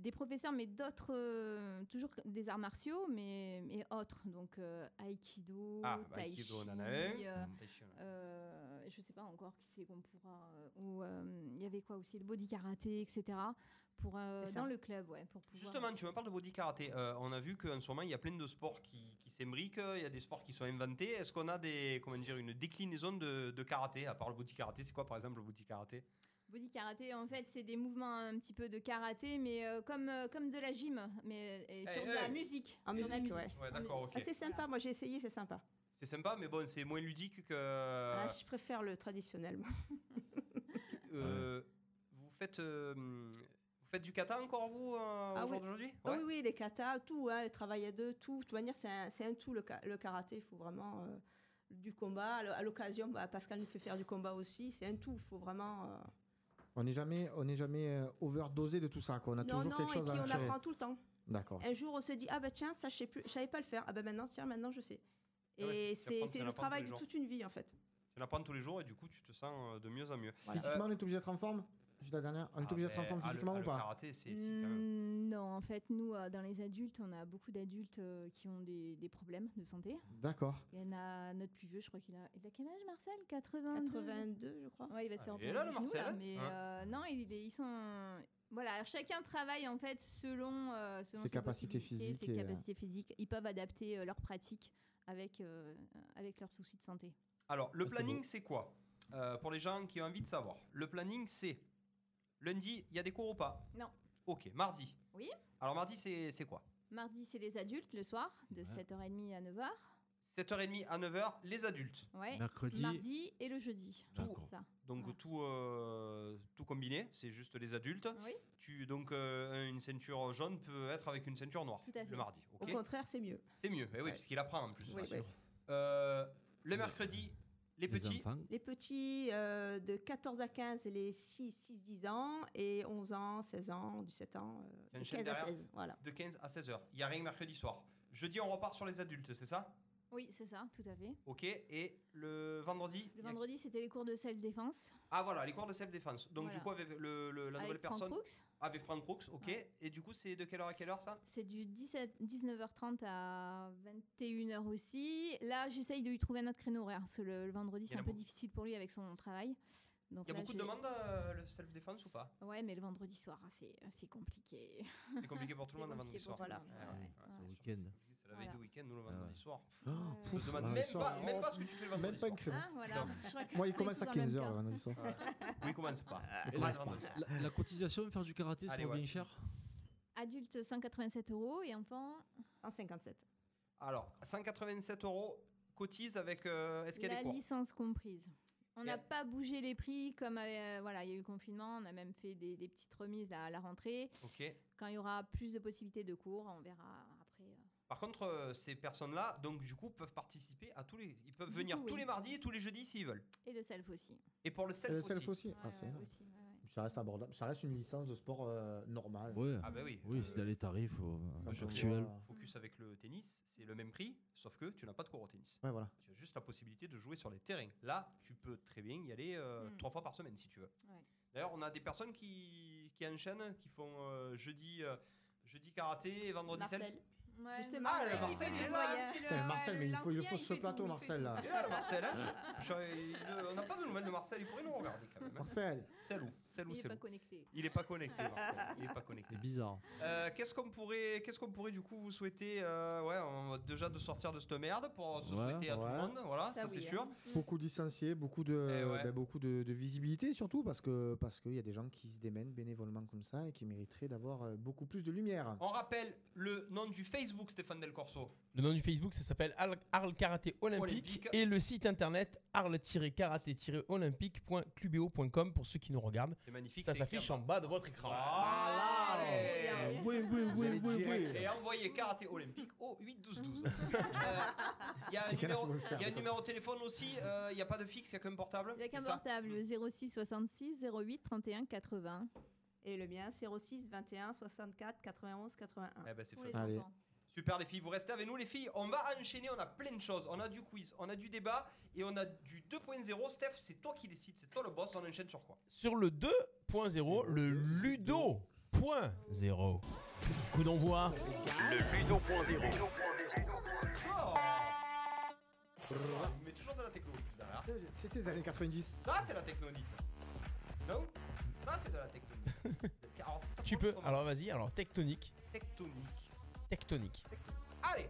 Speaker 10: des professeurs, mais d'autres, euh, toujours des arts martiaux, mais et autres, donc euh, aikido,
Speaker 8: Ah, bah,
Speaker 10: tai
Speaker 8: aikido, on
Speaker 10: chi,
Speaker 8: en a un.
Speaker 10: euh,
Speaker 8: Mm. Tai chi, on
Speaker 10: euh, je sais pas encore qui c'est qu'on pourra. euh, ou euh, il y avait quoi aussi, le body karaté, etc. Pour euh,
Speaker 8: C'est ça.
Speaker 10: dans le club, ouais, pour pouvoir.
Speaker 8: Justement, tu me parles de body karaté. Euh, on a vu qu'en ce moment, il y a plein de sports qui, qui s'imbriquent, il y a des sports qui sont inventés. Est-ce qu'on a des, comment dire, une déclinaison de, de karaté À part le body karaté, c'est quoi par exemple le body karaté
Speaker 10: Body karaté, en fait, c'est des mouvements un petit peu de karaté, mais euh, comme, euh, comme de la gym, mais euh, et sur de la
Speaker 8: hey.
Speaker 10: musique.
Speaker 12: En
Speaker 10: Sur de la
Speaker 12: musique, ouais.
Speaker 8: Eh, Ouais, d'accord, ok.
Speaker 12: Ah, c'est sympa, moi j'ai essayé, c'est sympa.
Speaker 8: C'est sympa, mais bon, c'est moins ludique que.
Speaker 12: Ah, je préfère le traditionnel. moi.
Speaker 8: Euh, Vous faites. euh, vous faites du kata encore, vous, euh,
Speaker 12: Ah
Speaker 8: au jour
Speaker 12: oui.
Speaker 8: d'aujourd'hui
Speaker 12: Ah
Speaker 8: Ouais.
Speaker 12: oui, oui, les katas, tout, hein, le travail à deux, tout. De toute manière, c'est un, c'est un tout, le, ka- le karaté. Il faut vraiment euh, du combat. À l'o- À l'occasion, bah, Pascal nous fait faire du combat aussi. C'est un tout, il faut vraiment. euh,
Speaker 9: On n'est jamais, on n'est jamais euh, overdosé de tout ça. Quoi. On a
Speaker 12: non,
Speaker 9: toujours
Speaker 12: non,
Speaker 9: quelque
Speaker 12: et
Speaker 9: chose
Speaker 12: puis
Speaker 9: à
Speaker 12: on
Speaker 9: tirer.
Speaker 12: apprend tout le temps.
Speaker 9: D'accord.
Speaker 12: Un jour, on se dit Ah bah tiens, ça, je sais plus, je savais pas le faire. Ah bah maintenant, tiens, maintenant, je sais.
Speaker 8: Ah ouais,
Speaker 12: Et
Speaker 8: c'est- t'apprends-
Speaker 12: c'est
Speaker 8: t'en
Speaker 12: c'est
Speaker 8: apprends
Speaker 12: le
Speaker 8: tous
Speaker 12: travail
Speaker 8: les
Speaker 12: de
Speaker 8: jours.
Speaker 12: toute une vie, en fait.
Speaker 8: Tu l'apprends tous les jours et du coup, tu te sens euh, de mieux en mieux.
Speaker 9: Physiquement,
Speaker 8: Euh,
Speaker 9: on est obligé d'être en forme J'ai la dernière. On est
Speaker 8: ah
Speaker 9: obligé d'être en
Speaker 8: ben,
Speaker 9: forme
Speaker 8: ah, le-
Speaker 9: physiquement
Speaker 8: ah,
Speaker 9: ou
Speaker 8: le
Speaker 9: pas
Speaker 8: karaté, c'est c'est quand même.
Speaker 10: Mm, Non, en fait, nous, euh, dans les adultes, on a beaucoup d'adultes euh, qui ont des, des problèmes de santé.
Speaker 9: D'accord.
Speaker 10: Il y en a notre plus vieux, je crois qu'il a. Il a quel âge, Marcel 82
Speaker 12: 82, je crois.
Speaker 10: Ouais, il va se faire
Speaker 12: Ah, il
Speaker 10: opérer
Speaker 12: est là,
Speaker 10: du
Speaker 12: le
Speaker 10: genou,
Speaker 12: Marcel, hein.
Speaker 10: mais
Speaker 12: Hein.
Speaker 10: euh, non, il est- ils sont. Voilà, alors chacun travaille en fait selon, euh, selon
Speaker 9: Ses capacités
Speaker 10: possibilités,
Speaker 9: physiques
Speaker 10: Ses
Speaker 9: et, euh,
Speaker 10: capacités physiques. Ils peuvent adapter euh, leurs pratiques avec, euh, avec leurs soucis de santé.
Speaker 8: Alors, le planning, Ah, c'est quoi Euh, Pour les gens qui ont envie de savoir, le planning, c'est lundi, il y a des cours ou pas
Speaker 10: Non.
Speaker 8: Ok, mardi.
Speaker 10: Oui
Speaker 8: Alors, mardi, c'est c'est quoi
Speaker 10: Mardi, c'est les adultes le soir, de 7h30 à 9h.
Speaker 8: 7h30 à 9h, les adultes.
Speaker 10: Ouais.
Speaker 8: Mercredi.
Speaker 10: Mardi et le jeudi.
Speaker 8: D'accord.
Speaker 10: Ça.
Speaker 8: Donc, tout, euh, tout combiné, c'est juste les adultes.
Speaker 10: Oui.
Speaker 8: Tu, donc, euh, une ceinture jaune peut être avec une ceinture noire
Speaker 12: Tout à fait.
Speaker 8: le mardi.
Speaker 12: Au
Speaker 8: ok
Speaker 12: contraire, c'est mieux.
Speaker 8: C'est mieux, eh oui,
Speaker 12: Ouais.
Speaker 8: parce qu'il apprend en plus.
Speaker 12: Oui, oui.
Speaker 8: Euh, le mercredi, les petits.
Speaker 12: Les petits euh, de 14 à 15, les 6-10 ans, et 11 ans, 16 ans, 17 ans, euh,
Speaker 8: Il y a
Speaker 12: de
Speaker 8: une chaîne
Speaker 12: 15 à
Speaker 8: derrière,
Speaker 12: 16. Voilà.
Speaker 8: De 15 à 16h. Il n'y a rien mercredi soir. Jeudi, on repart sur les adultes, c'est ça
Speaker 10: Oui, c'est ça, tout à fait.
Speaker 8: Ok, et le vendredi
Speaker 10: Le vendredi, c'était les cours de self-défense.
Speaker 8: Ah voilà, les cours de self-défense. Donc
Speaker 10: Voilà.
Speaker 8: du coup, avec le, le- la
Speaker 10: Avec
Speaker 8: nouvelle
Speaker 10: Frank
Speaker 8: personne.
Speaker 10: Brooks.
Speaker 8: Avec Frank Brooks, ok. Et du coup, c'est de quelle heure à quelle heure ça
Speaker 10: C'est du 17 19h30 à 21h aussi. Là, j'essaye de lui trouver un autre créneau horaire, parce que le, le vendredi,
Speaker 8: Il y
Speaker 10: c'est
Speaker 8: en a
Speaker 10: un peu
Speaker 8: beaucoup.
Speaker 10: difficile pour lui avec son travail. Donc
Speaker 8: Il y a
Speaker 10: là,
Speaker 8: beaucoup de
Speaker 10: j'ai-
Speaker 8: demandes, euh, le self-défense ou pas
Speaker 10: Ouais, mais le vendredi soir, hein, c'est c'est compliqué.
Speaker 8: C'est compliqué pour tout le
Speaker 10: C'est
Speaker 8: monde le vendredi
Speaker 10: compliqué
Speaker 8: soir.
Speaker 10: pour tout le
Speaker 8: Ouais,
Speaker 10: monde,
Speaker 8: ouais,
Speaker 10: ouais.
Speaker 8: ouais,
Speaker 14: C'est le
Speaker 8: c'est sûr,
Speaker 14: week-end.
Speaker 8: C'est la veille
Speaker 10: Voilà.
Speaker 8: du week-end, nous le
Speaker 14: Ah
Speaker 8: vendredi
Speaker 14: ouais.
Speaker 8: soir.
Speaker 14: Oh,
Speaker 8: Je me
Speaker 14: pouf,
Speaker 8: demande
Speaker 14: ah,
Speaker 8: même,
Speaker 14: le soir,
Speaker 8: pas, même
Speaker 14: oh.
Speaker 8: pas ce que tu fais le vendredi
Speaker 9: Même pas une
Speaker 8: soir.
Speaker 9: crème.
Speaker 10: Ah, voilà. Je crois que-
Speaker 9: Moi, il
Speaker 8: Ah,
Speaker 10: on
Speaker 9: commence
Speaker 10: est
Speaker 9: à
Speaker 10: tous dans le même
Speaker 9: 15h le
Speaker 10: cas.
Speaker 9: vendredi soir.
Speaker 8: Oui, commence pas.
Speaker 11: Et
Speaker 8: Pas
Speaker 11: Euh, la,
Speaker 8: le vendredi soir.
Speaker 11: la- la cotisation de faire du karaté, ça
Speaker 8: Allez,
Speaker 11: revient
Speaker 8: ouais.
Speaker 11: cher
Speaker 10: Adulte 187 euros et enfant.
Speaker 12: 157.
Speaker 8: Alors, 187 euros cotise avec. euh, Est-ce qu'il y a
Speaker 10: La
Speaker 8: des cours
Speaker 10: licence comprise. On
Speaker 8: Et
Speaker 10: n'a
Speaker 8: à-
Speaker 10: pas bougé les prix comme euh, voilà, il y a eu le confinement, on a même fait des, des petites remises là, à la rentrée.
Speaker 8: Ok.
Speaker 10: Quand il y aura plus de possibilités de cours, on verra après. euh.
Speaker 8: Par contre, euh, ces personnes-là, donc du coup, peuvent participer à tous les. Ils peuvent
Speaker 10: Du
Speaker 8: venir
Speaker 10: coup,
Speaker 8: tous
Speaker 10: oui.
Speaker 8: les mardis et tous les jeudis s'ils veulent.
Speaker 10: Et le self aussi.
Speaker 8: Et pour le self,
Speaker 9: Et le self aussi.
Speaker 8: aussi.
Speaker 9: Ah, c'est vrai.
Speaker 10: aussi, ouais, ouais.
Speaker 9: Ça reste abordable. Ça reste une licence de sport euh, normale.
Speaker 11: Ouais.
Speaker 8: Ah bah oui.
Speaker 11: Oui, c'est dans les tarifs euh,
Speaker 9: Bah, je
Speaker 11: actuels.
Speaker 9: vois.
Speaker 8: Focus avec le tennis, c'est le même prix, sauf que tu n'as pas de cours au tennis.
Speaker 9: Ouais, voilà.
Speaker 8: Tu as juste la possibilité de jouer sur les terrains. Là, tu peux très bien y aller euh,
Speaker 10: Mm.
Speaker 8: trois fois par semaine si tu veux.
Speaker 10: Ouais.
Speaker 8: D'ailleurs, on a des personnes qui, qui enchaînent, qui font euh, jeudi, euh, jeudi karaté et vendredi self.
Speaker 12: Marcel.
Speaker 10: Ouais,
Speaker 12: Justement,
Speaker 8: Ah, le
Speaker 12: il fait
Speaker 8: Marcel,
Speaker 12: tout,
Speaker 8: il est
Speaker 12: le
Speaker 8: là.
Speaker 12: voyage.
Speaker 10: c'est le-
Speaker 9: Putain, Marcel, mais il faut, il
Speaker 10: Bah, l'ancien,
Speaker 9: faut
Speaker 10: il
Speaker 9: ce
Speaker 10: fait
Speaker 9: plateau,
Speaker 10: tout, il fait
Speaker 9: Marcel, là.
Speaker 8: Il est là, le Marcel. hein Je suis- il- euh, on n'a pas de Samuel de Marcel, il pourrait nous regarder quand même. hein.
Speaker 9: Marcel.
Speaker 8: C'est loup, c'est loup,
Speaker 10: Il est
Speaker 8: c'est
Speaker 10: pas
Speaker 8: loup.
Speaker 10: connecté.
Speaker 8: Il est pas connecté, Marcel. Il est pas connecté.
Speaker 11: C'est bizarre.
Speaker 8: Euh, qu'est-ce qu'on pourrait, qu'est-ce qu'on pourrait du coup vous souhaiter euh, Ouais, on- déjà de sortir de cette merde pour se
Speaker 9: Ouais.
Speaker 8: souhaiter à tout
Speaker 9: Ouais.
Speaker 8: le monde. Voilà, ça, c'est
Speaker 10: Mm. hein.
Speaker 8: sûr.
Speaker 9: Beaucoup de licenciés, beaucoup de,
Speaker 13: Eh
Speaker 8: ouais.
Speaker 9: ben, beaucoup de, de visibilité surtout parce que parce qu'il y a des gens qui se démènent bénévolement comme ça et qui mériteraient d'avoir euh, beaucoup plus de lumière.
Speaker 13: Oh.
Speaker 8: On rappelle le nom du Facebook Stéphane Del Corso.
Speaker 7: Le nom du Facebook, ça s'appelle Arles Arles Karaté Olympique,
Speaker 8: Olympique.
Speaker 7: et le site internet arles-karaté-olympique.clubeo.com pour ceux qui nous regardent.
Speaker 8: C'est magnifique,
Speaker 7: Ça
Speaker 8: c'est
Speaker 7: s'affiche en bas de votre écran.
Speaker 8: Allez
Speaker 11: Oui, oui, oui, oui, oui.
Speaker 8: Et envoyez karaté olympique au 8 12 12. Il Euh, y a un
Speaker 11: C'est quel âge
Speaker 8: numéro,
Speaker 11: vous le faire,
Speaker 8: il y a un
Speaker 11: quoi.
Speaker 8: numéro de téléphone aussi. Il n'y a pas de fixe, il n'y a qu'un portable.
Speaker 10: Il n'y a qu'un
Speaker 8: c'est ça Mm.
Speaker 10: portable, le 06 66 08 31 80.
Speaker 12: Et le mien, 06 21 64 91 81.
Speaker 8: Eh ben, c'est fabuleux. Super les filles, vous restez avec nous les filles. On va enchaîner, on a plein de choses. On a du quiz, on a du débat et on a du 2.0. Steph, c'est toi qui décides, c'est toi le boss. On enchaîne sur quoi
Speaker 7: Sur le 2.0, le Ludo.0. Coup d'envoi.
Speaker 2: Le Ludo.0.
Speaker 8: Oh. Mais toujours de la techno derrière.
Speaker 9: C'était les années 90.
Speaker 8: Ça, c'est la technonique. Non Ça, c'est de la technonique. Alors, ça
Speaker 7: Tu
Speaker 8: prend
Speaker 7: peux.
Speaker 8: son nom.
Speaker 7: Alors vas-y, alors tectonique.
Speaker 8: Tectonique.
Speaker 7: Tectonique.
Speaker 8: Allez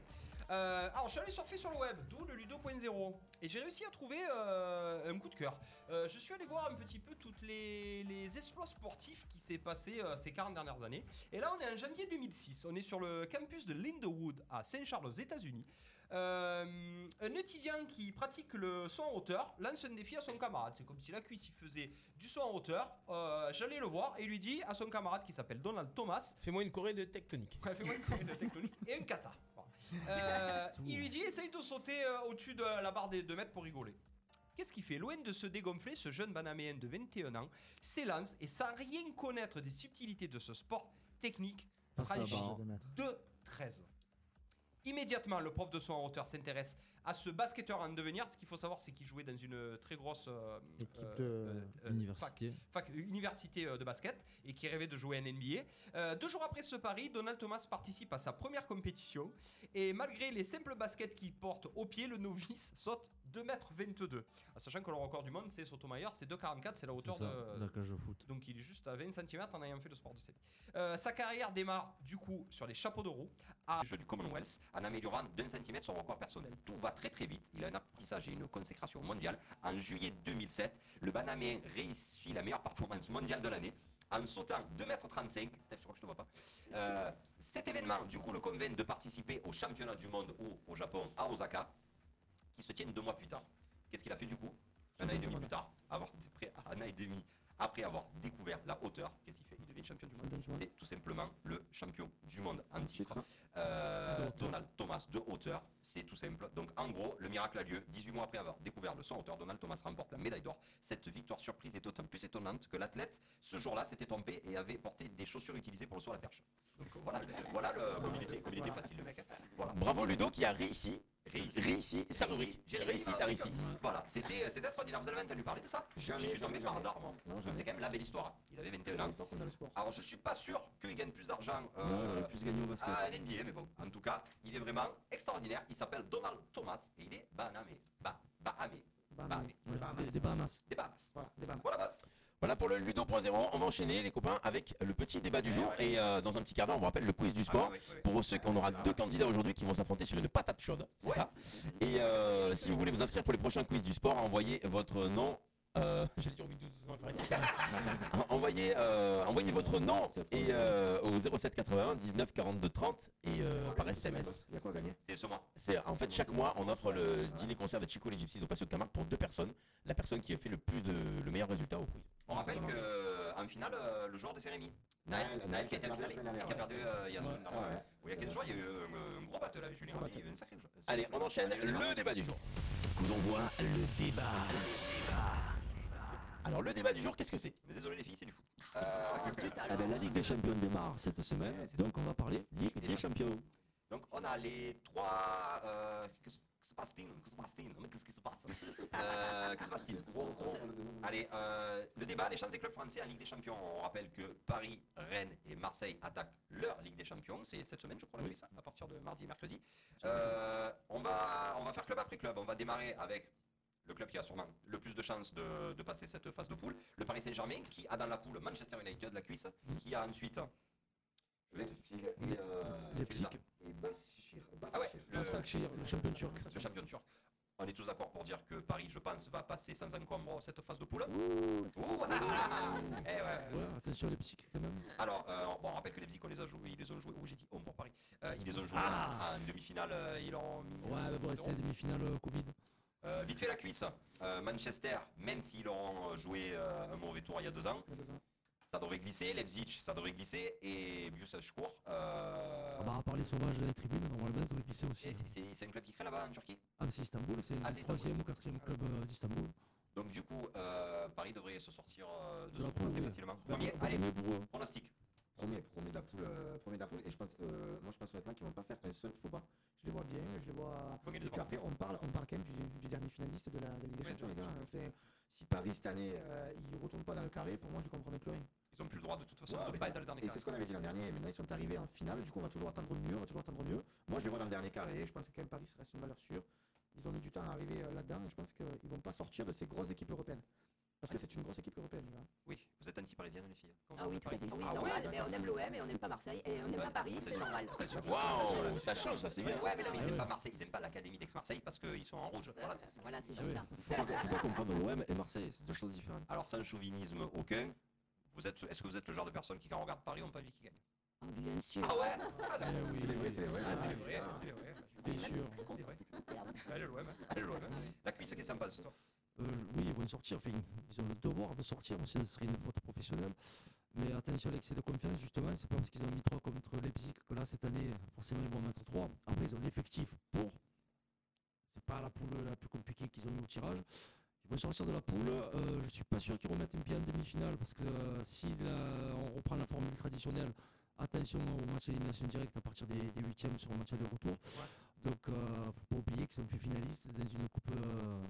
Speaker 8: Euh, alors, je suis allé surfer sur le web, d'où le Ludo.0, et j'ai réussi à trouver euh, un coup de cœur. Euh, je suis allé voir un petit peu toutes les, les exploits sportifs qui s'est passé euh, ces 40 dernières années. Et là, on est en janvier 2006, on est sur le campus de Lindowood à Saint Charles, aux États-Unis. Euh, un étudiant qui pratique le saut en hauteur lance un défi à son camarade. C'est comme si la cuisse il faisait du saut en hauteur. Euh, J'allais le voir et lui dit à son camarade qui s'appelle Donald Thomas
Speaker 7: Fais-moi une corée de tectonique.
Speaker 8: fais-moi une corée de tectonique et une cata. Voilà. Euh, il lui dit essaye de sauter euh, au-dessus de la barre des 2 mètres pour rigoler. Qu'est-ce qu'il fait Loin de se dégonfler, ce jeune banaméen de 21 ans s'élance et sans rien connaître des subtilités de ce sport technique,
Speaker 9: Passe la
Speaker 8: franchit
Speaker 9: barre des deux mètres.
Speaker 8: 2-13. Immédiatement, le prof de soins en hauteur s'intéresse à ce basketteur en devenir. Ce qu'il faut savoir, c'est qu'il jouait dans une très grosse euh,
Speaker 9: Équipe
Speaker 8: euh,
Speaker 9: de-
Speaker 8: euh,
Speaker 11: Université.
Speaker 8: fac- fac- université euh, de basket et qui rêvait de jouer en NBA. Euh, deux jours après ce pari, Donald Thomas participe à sa première compétition et malgré les simples baskets qu'il porte au pied, le novice saute 2m22. En Ah, sachant que le record du monde, c'est Sotomayor, c'est 2,44, c'est la hauteur
Speaker 11: ça,
Speaker 8: de,
Speaker 11: de la cage de foot.
Speaker 8: donc il est juste à 20 cm en ayant fait le sport de sa vie. Euh, sa carrière démarre du coup sur les chapeaux de roue
Speaker 13: Ah,
Speaker 8: à jeu du Commonwealth en améliorant d'un centimètre son record personnel. Tout va très très vite. Il a un apprentissage et une consécration mondiale. En juillet 2007, le Banaméen réussit la meilleure performance mondiale de l'année en sautant 2m35. Steph, je crois que je te vois pas. Euh, cet événement, du coup, le convainc de participer au championnat du monde au, au Japon à Osaka qui se tiennent deux mois plus tard. Qu'est-ce qu'il a fait du coup Un an et demi plus tard, avoir, après, un an et demi après avoir découvert la hauteur, qu'est-ce qu'il fait Il devient champion du monde. C'est tout simplement le champion du monde en titre. Euh, Donald Thomas de hauteur, c'est tout simple. Donc en gros, le miracle a lieu. 18 mois après avoir découvert le saut en hauteur, Donald Thomas remporte la médaille d'or. Cette victoire surprise est d'autant plus étonnante que l'athlète, ce jour-là, s'était trompé et avait porté des chaussures utilisées pour le saut à la perche. Donc euh, voilà, voilà le, comme il était, comme il était facile le mec. hein. Voilà.
Speaker 13: Bravo Ludo qui a réussi.
Speaker 8: Réussi.
Speaker 13: sa rubrique.
Speaker 8: J'ai réussi,
Speaker 13: Réussi,
Speaker 8: ma
Speaker 13: t'as
Speaker 8: rubrique.
Speaker 13: réussi.
Speaker 8: Voilà, c'était euh, c'était extraordinaire. Vous avez entendu parler de ça Je
Speaker 13: Jamais,
Speaker 8: suis tombé
Speaker 13: jamais,
Speaker 8: par
Speaker 13: jamais.
Speaker 8: hasard, moi. C'est quand même la belle histoire. Il avait 21 ans. Alors, je suis pas sûr qu'il gagne plus d'argent. euh,
Speaker 13: Non, il aurait plus gagné au basket.
Speaker 8: à NBA, mais bon. En tout cas, il est vraiment extraordinaire. Il s'appelle Donald Thomas et il est Bahamé. Ba Bahamé. Bahamé.
Speaker 13: Des, des Bahamas.
Speaker 8: Des Bahamas.
Speaker 13: Voilà,
Speaker 8: Voilà, Bass.
Speaker 13: pour le Ludo.0, on va enchaîner les copains avec le petit débat du jour. Et euh, dans un petit quart d'heure, on vous rappelle le quiz du
Speaker 6: Ah
Speaker 13: sport. Pour ceux qu'on aura deux candidats aujourd'hui qui vont s'affronter sur une patate chaude. C'est ça. Et euh, si vous voulez vous inscrire pour les prochains quiz du sport, envoyez votre nom. euh, J'allais dire 8 12 non, j'aurais dit. envoyez, euh, envoyez votre nom et, euh, au 07 81 19 42 30 et euh, par SMS.
Speaker 8: C'est ce mois.
Speaker 13: C'est en fait chaque mois on offre le dîner concert de Chico les Gypsies au Patio de Camargue pour deux personnes. La personne qui a fait le plus de le meilleur résultat au quiz.
Speaker 8: On rappelle que euh, en finale, euh, le joueur de Sérémy, Naël, Naël qui a été en finale et qui a perdu euh, il y a semaine dernière. Oui, il y a quelques jours, il y a eu un, un gros battle avec Julien Rabi, il y a eu un sacré jeu.
Speaker 13: Allez, on enchaîne le débat du jour. Coup d'envoi, le débat. Alors le débat du jour, qu'est-ce que c'est
Speaker 8: Mais Désolé les filles, c'est du foot.
Speaker 13: Eh ben, la Ligue des Champions démarre cette semaine, donc on va parler Ligue des Champions.
Speaker 8: Donc on a les trois. euh, Qu'est-ce que se passe-t-il Qu'est-ce que se passe-t-il Mais Qu'est-ce qui se passe Euh, Que se passe-t-il Allez, euh, le débat des chances des clubs français en Ligue des Champions. On rappelle que Paris, Rennes et Marseille attaquent leur Ligue des Champions. C'est cette semaine, je crois, la ça, à partir de mardi et mercredi. Euh, on, va, on va faire club après club. On va démarrer avec
Speaker 13: le club qui a sûrement le plus de chances de, de passer cette phase de poule, le Paris Saint-Germain qui a dans la poule Manchester United, la cuisse, qui a ensuite. Mm. Je vais te filer, et, euh,
Speaker 15: Le
Speaker 13: Fisa.
Speaker 15: Psyc.
Speaker 13: Ah ouais,
Speaker 15: Le Başakşehir, le champion turc.
Speaker 13: Le champion turc. On est tous d'accord pour dire que Paris, je pense, va passer sans encombre cette phase de poule. Ouh, ah, ah, ah. Eh ouais.
Speaker 15: Ouais, attention les psychiques quand même.
Speaker 13: Alors, euh, bon, on rappelle que les Bzik, on les a joués, ils les ont joués, oh, j'ai dit on pour Paris, Euh, ils les ont joués
Speaker 15: Ah.
Speaker 13: en demi-finale, euh, ils leur ont mis.
Speaker 15: Ouais, mais bon, c'est la demi-finale euh, Covid.
Speaker 13: Euh, vite fait la cuisse. Euh, Manchester, même s'ils ont euh, joué euh, un mauvais tour il y a deux ans, ça devrait glisser. Leipzig, ça devrait glisser. Et Biusachkour, euh,
Speaker 15: Ah bah, à part les sauvages dans les tribunes, normalement, ça va glisser aussi. hein.
Speaker 13: et c'est- c'est c'est un club qui crée là-bas en Turquie.
Speaker 15: Ah, mais c'est Istanbul, c'est
Speaker 13: Ah,
Speaker 15: le
Speaker 13: c'est Istanbul.
Speaker 15: troisième ou quatrième club euh, d'Istanbul.
Speaker 13: Donc du coup, euh, Paris devrait se sortir euh, de
Speaker 15: La
Speaker 13: ce
Speaker 15: poule,
Speaker 13: tour assez
Speaker 15: ouais.
Speaker 13: facilement.
Speaker 15: La
Speaker 13: Premier,
Speaker 15: poule,
Speaker 13: allez,
Speaker 15: premier pour eux.
Speaker 13: pronostic.
Speaker 16: Premier, premier de la poule, euh, premier de la poule. Et je pense que moi je pense honnêtement qu'ils vont pas faire un seul faux pas. Je les vois bien, je les vois.
Speaker 13: Et
Speaker 16: puis après on parle, on parle quand même du, du dernier finaliste de la, de la Ligue des Champions, les gars. Enfin, si Paris cette année euh, il retourne pas dans le carré, pour moi je comprends plus rien.
Speaker 13: Ils ont plus le droit de toute façon
Speaker 16: Ouais,
Speaker 13: de
Speaker 16: mais-
Speaker 13: pas être dans le
Speaker 16: Et
Speaker 13: dernier carré.
Speaker 16: c'est ce qu'on avait dit l'an dernier, maintenant ils sont arrivés en finale, du coup on va toujours attendre mieux, on va toujours attendre mieux. Moi je les vois dans le dernier carré, je pense que quand même Paris ça reste une valeur sûre. Ils ont mis du temps à arriver euh, là-dedans et je pense qu'ils vont pas sortir de ces grosses équipes européennes. Parce que c'est une grosse équipe européenne, les gars.
Speaker 13: Oui, vous êtes anti-parisienne les filles. Comment
Speaker 16: Ah oui,
Speaker 13: vous
Speaker 16: tout à
Speaker 13: parlez
Speaker 16: fait. Ah oui,
Speaker 13: Ah
Speaker 16: normal,
Speaker 13: ouais
Speaker 16: mais on aime
Speaker 12: L'OM et on n'aime pas Marseille et on n'aime pas Paris, c'est normal.
Speaker 13: Waouh,
Speaker 2: ça change, ça, c'est bien.
Speaker 13: Ouais, mais non, mais ils aiment pas Marseille, ils aiment pas l'académie d'Aix-Marseille parce qu'ils sont en rouge. Voilà, c'est Ah
Speaker 12: Voilà, c'est
Speaker 13: juste
Speaker 16: Faut pas, faut pas confondre l'OM et Marseille, c'est deux choses différentes.
Speaker 13: Alors sans chauvinisme aucun, vous êtes, est-ce que vous êtes le genre de personne qui quand on regarde Paris on pas lui qui gagne
Speaker 16: Bien sûr.
Speaker 13: Ah ouais Ah d'accord.
Speaker 16: Eh oui. C'est les vrais, c'est les vrais,
Speaker 13: Ah,
Speaker 16: ça.
Speaker 13: c'est les vrais,
Speaker 16: Ah.
Speaker 13: c'est les vrais.
Speaker 15: Bien sûr.
Speaker 13: C'est les vrais. Allez l'OM, hein. allez l'OM. hein. La cuisse, qu'est-ce que ça me passe toi
Speaker 15: Euh, je- oui, ils vont sortir, enfin, ils ont le devoir de sortir, sinon ce serait une faute professionnelle. Mais attention à l'excès de confiance, justement, c'est pas parce qu'ils ont mis 3 contre Leipzig que là, cette année, forcément, ils vont mettre 3. Après, ils ont l'effectif pour. C'est pas la poule la plus compliquée qu'ils ont mis au tirage. Ils vont sortir de la poule. euh, je suis pas sûr qu'ils remettent un pied en demi-finale parce que euh, si la- on reprend la formule traditionnelle, attention au match d'élimination directe à partir des, des huitièmes sur le match aller-retour. Donc, euh, faut pas oublier qu'ils sont fait finalistes dans une coupe euh,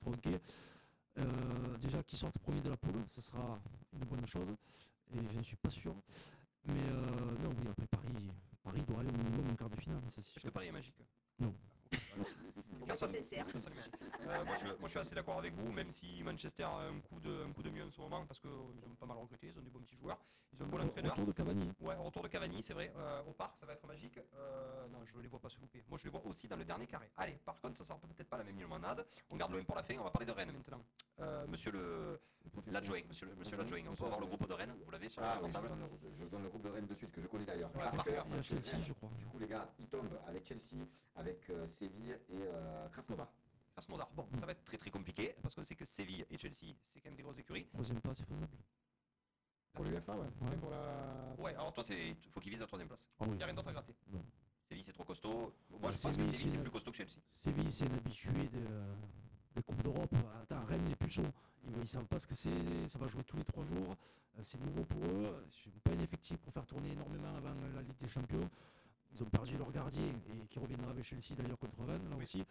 Speaker 13: tronquée.
Speaker 15: Euh, déjà, qu'ils sortent premier de la poule, ce sera une bonne chose. Et je ne suis pas sûr. Mais euh, non, oui, après Paris, Paris doit aller au minimum en quart de finale. Ça, c'est
Speaker 13: Est-ce que
Speaker 15: sûr.
Speaker 13: Paris est magique
Speaker 15: Non.
Speaker 13: Personne-
Speaker 15: sincère.
Speaker 13: personne n'est magique. Euh, moi, je, moi, je suis assez d'accord avec vous, même si Manchester a un coup de, un coup de mieux en ce moment, parce qu'ils ont pas mal recruté, ils ont des bons petits joueurs, ils ont un bon entraîneur.
Speaker 15: retour de Cavani. hein.
Speaker 13: Ouais, retour de Cavani, c'est vrai. Euh, au parc, ça va être magique. Euh, non, je les vois pas se louper. Moi, je les vois aussi dans le dernier carré. Allez, par contre, ça sort peut-être pas la même limonade. On garde l'OM pour la fin. On va parler de Rennes maintenant. Euh, monsieur le l'adjoint, monsieur, le- monsieur l'adjoint, on peut avoir le groupe de Rennes. Vous l'avez sur la
Speaker 16: Ah oui, je
Speaker 13: portable
Speaker 16: donne, le groupe- je donne le groupe de Rennes de suite que je connais d'ailleurs.
Speaker 13: Voilà, par cœur.
Speaker 16: Parce que,
Speaker 13: Il y a Chelsea,
Speaker 16: euh,
Speaker 13: je crois.
Speaker 16: Du coup, les gars, ils tombent avec Chelsea, avec euh, Séville et euh, Krasnodar.
Speaker 13: Krasnodar. Bon, ça va être très très compliqué parce qu'on sait que Séville et Chelsea, c'est quand même des grosses écuries.
Speaker 15: Troisième pas, c'est faisable.
Speaker 16: Pour l'UFA, ouais. Et pour la-
Speaker 13: Ouais, alors toi, c'est faut qu'il vise la troisième place.
Speaker 15: Ah
Speaker 13: Il
Speaker 15: oui.
Speaker 13: n'y a rien d'autre à gratter.
Speaker 15: Non.
Speaker 13: Séville, c'est trop costaud. Moi,
Speaker 15: Ah,
Speaker 13: je pense que
Speaker 15: Séville,
Speaker 13: Séville, c'est
Speaker 15: c'est-
Speaker 13: plus costaud que Chelsea.
Speaker 15: Séville, c'est un habitué de, des Coupes d'Europe. Attends, Rennes, les puceaux, ils ne savent pas ce que c'est. Ça va jouer tous les trois jours. Euh, C'est nouveau pour eux. Je n'ai pas un effectif pour faire tourner énormément avant euh, la Ligue des Champions. Ils ont perdu leur gardien et qui reviendra avec Chelsea d'ailleurs contre Rennes, là aussi.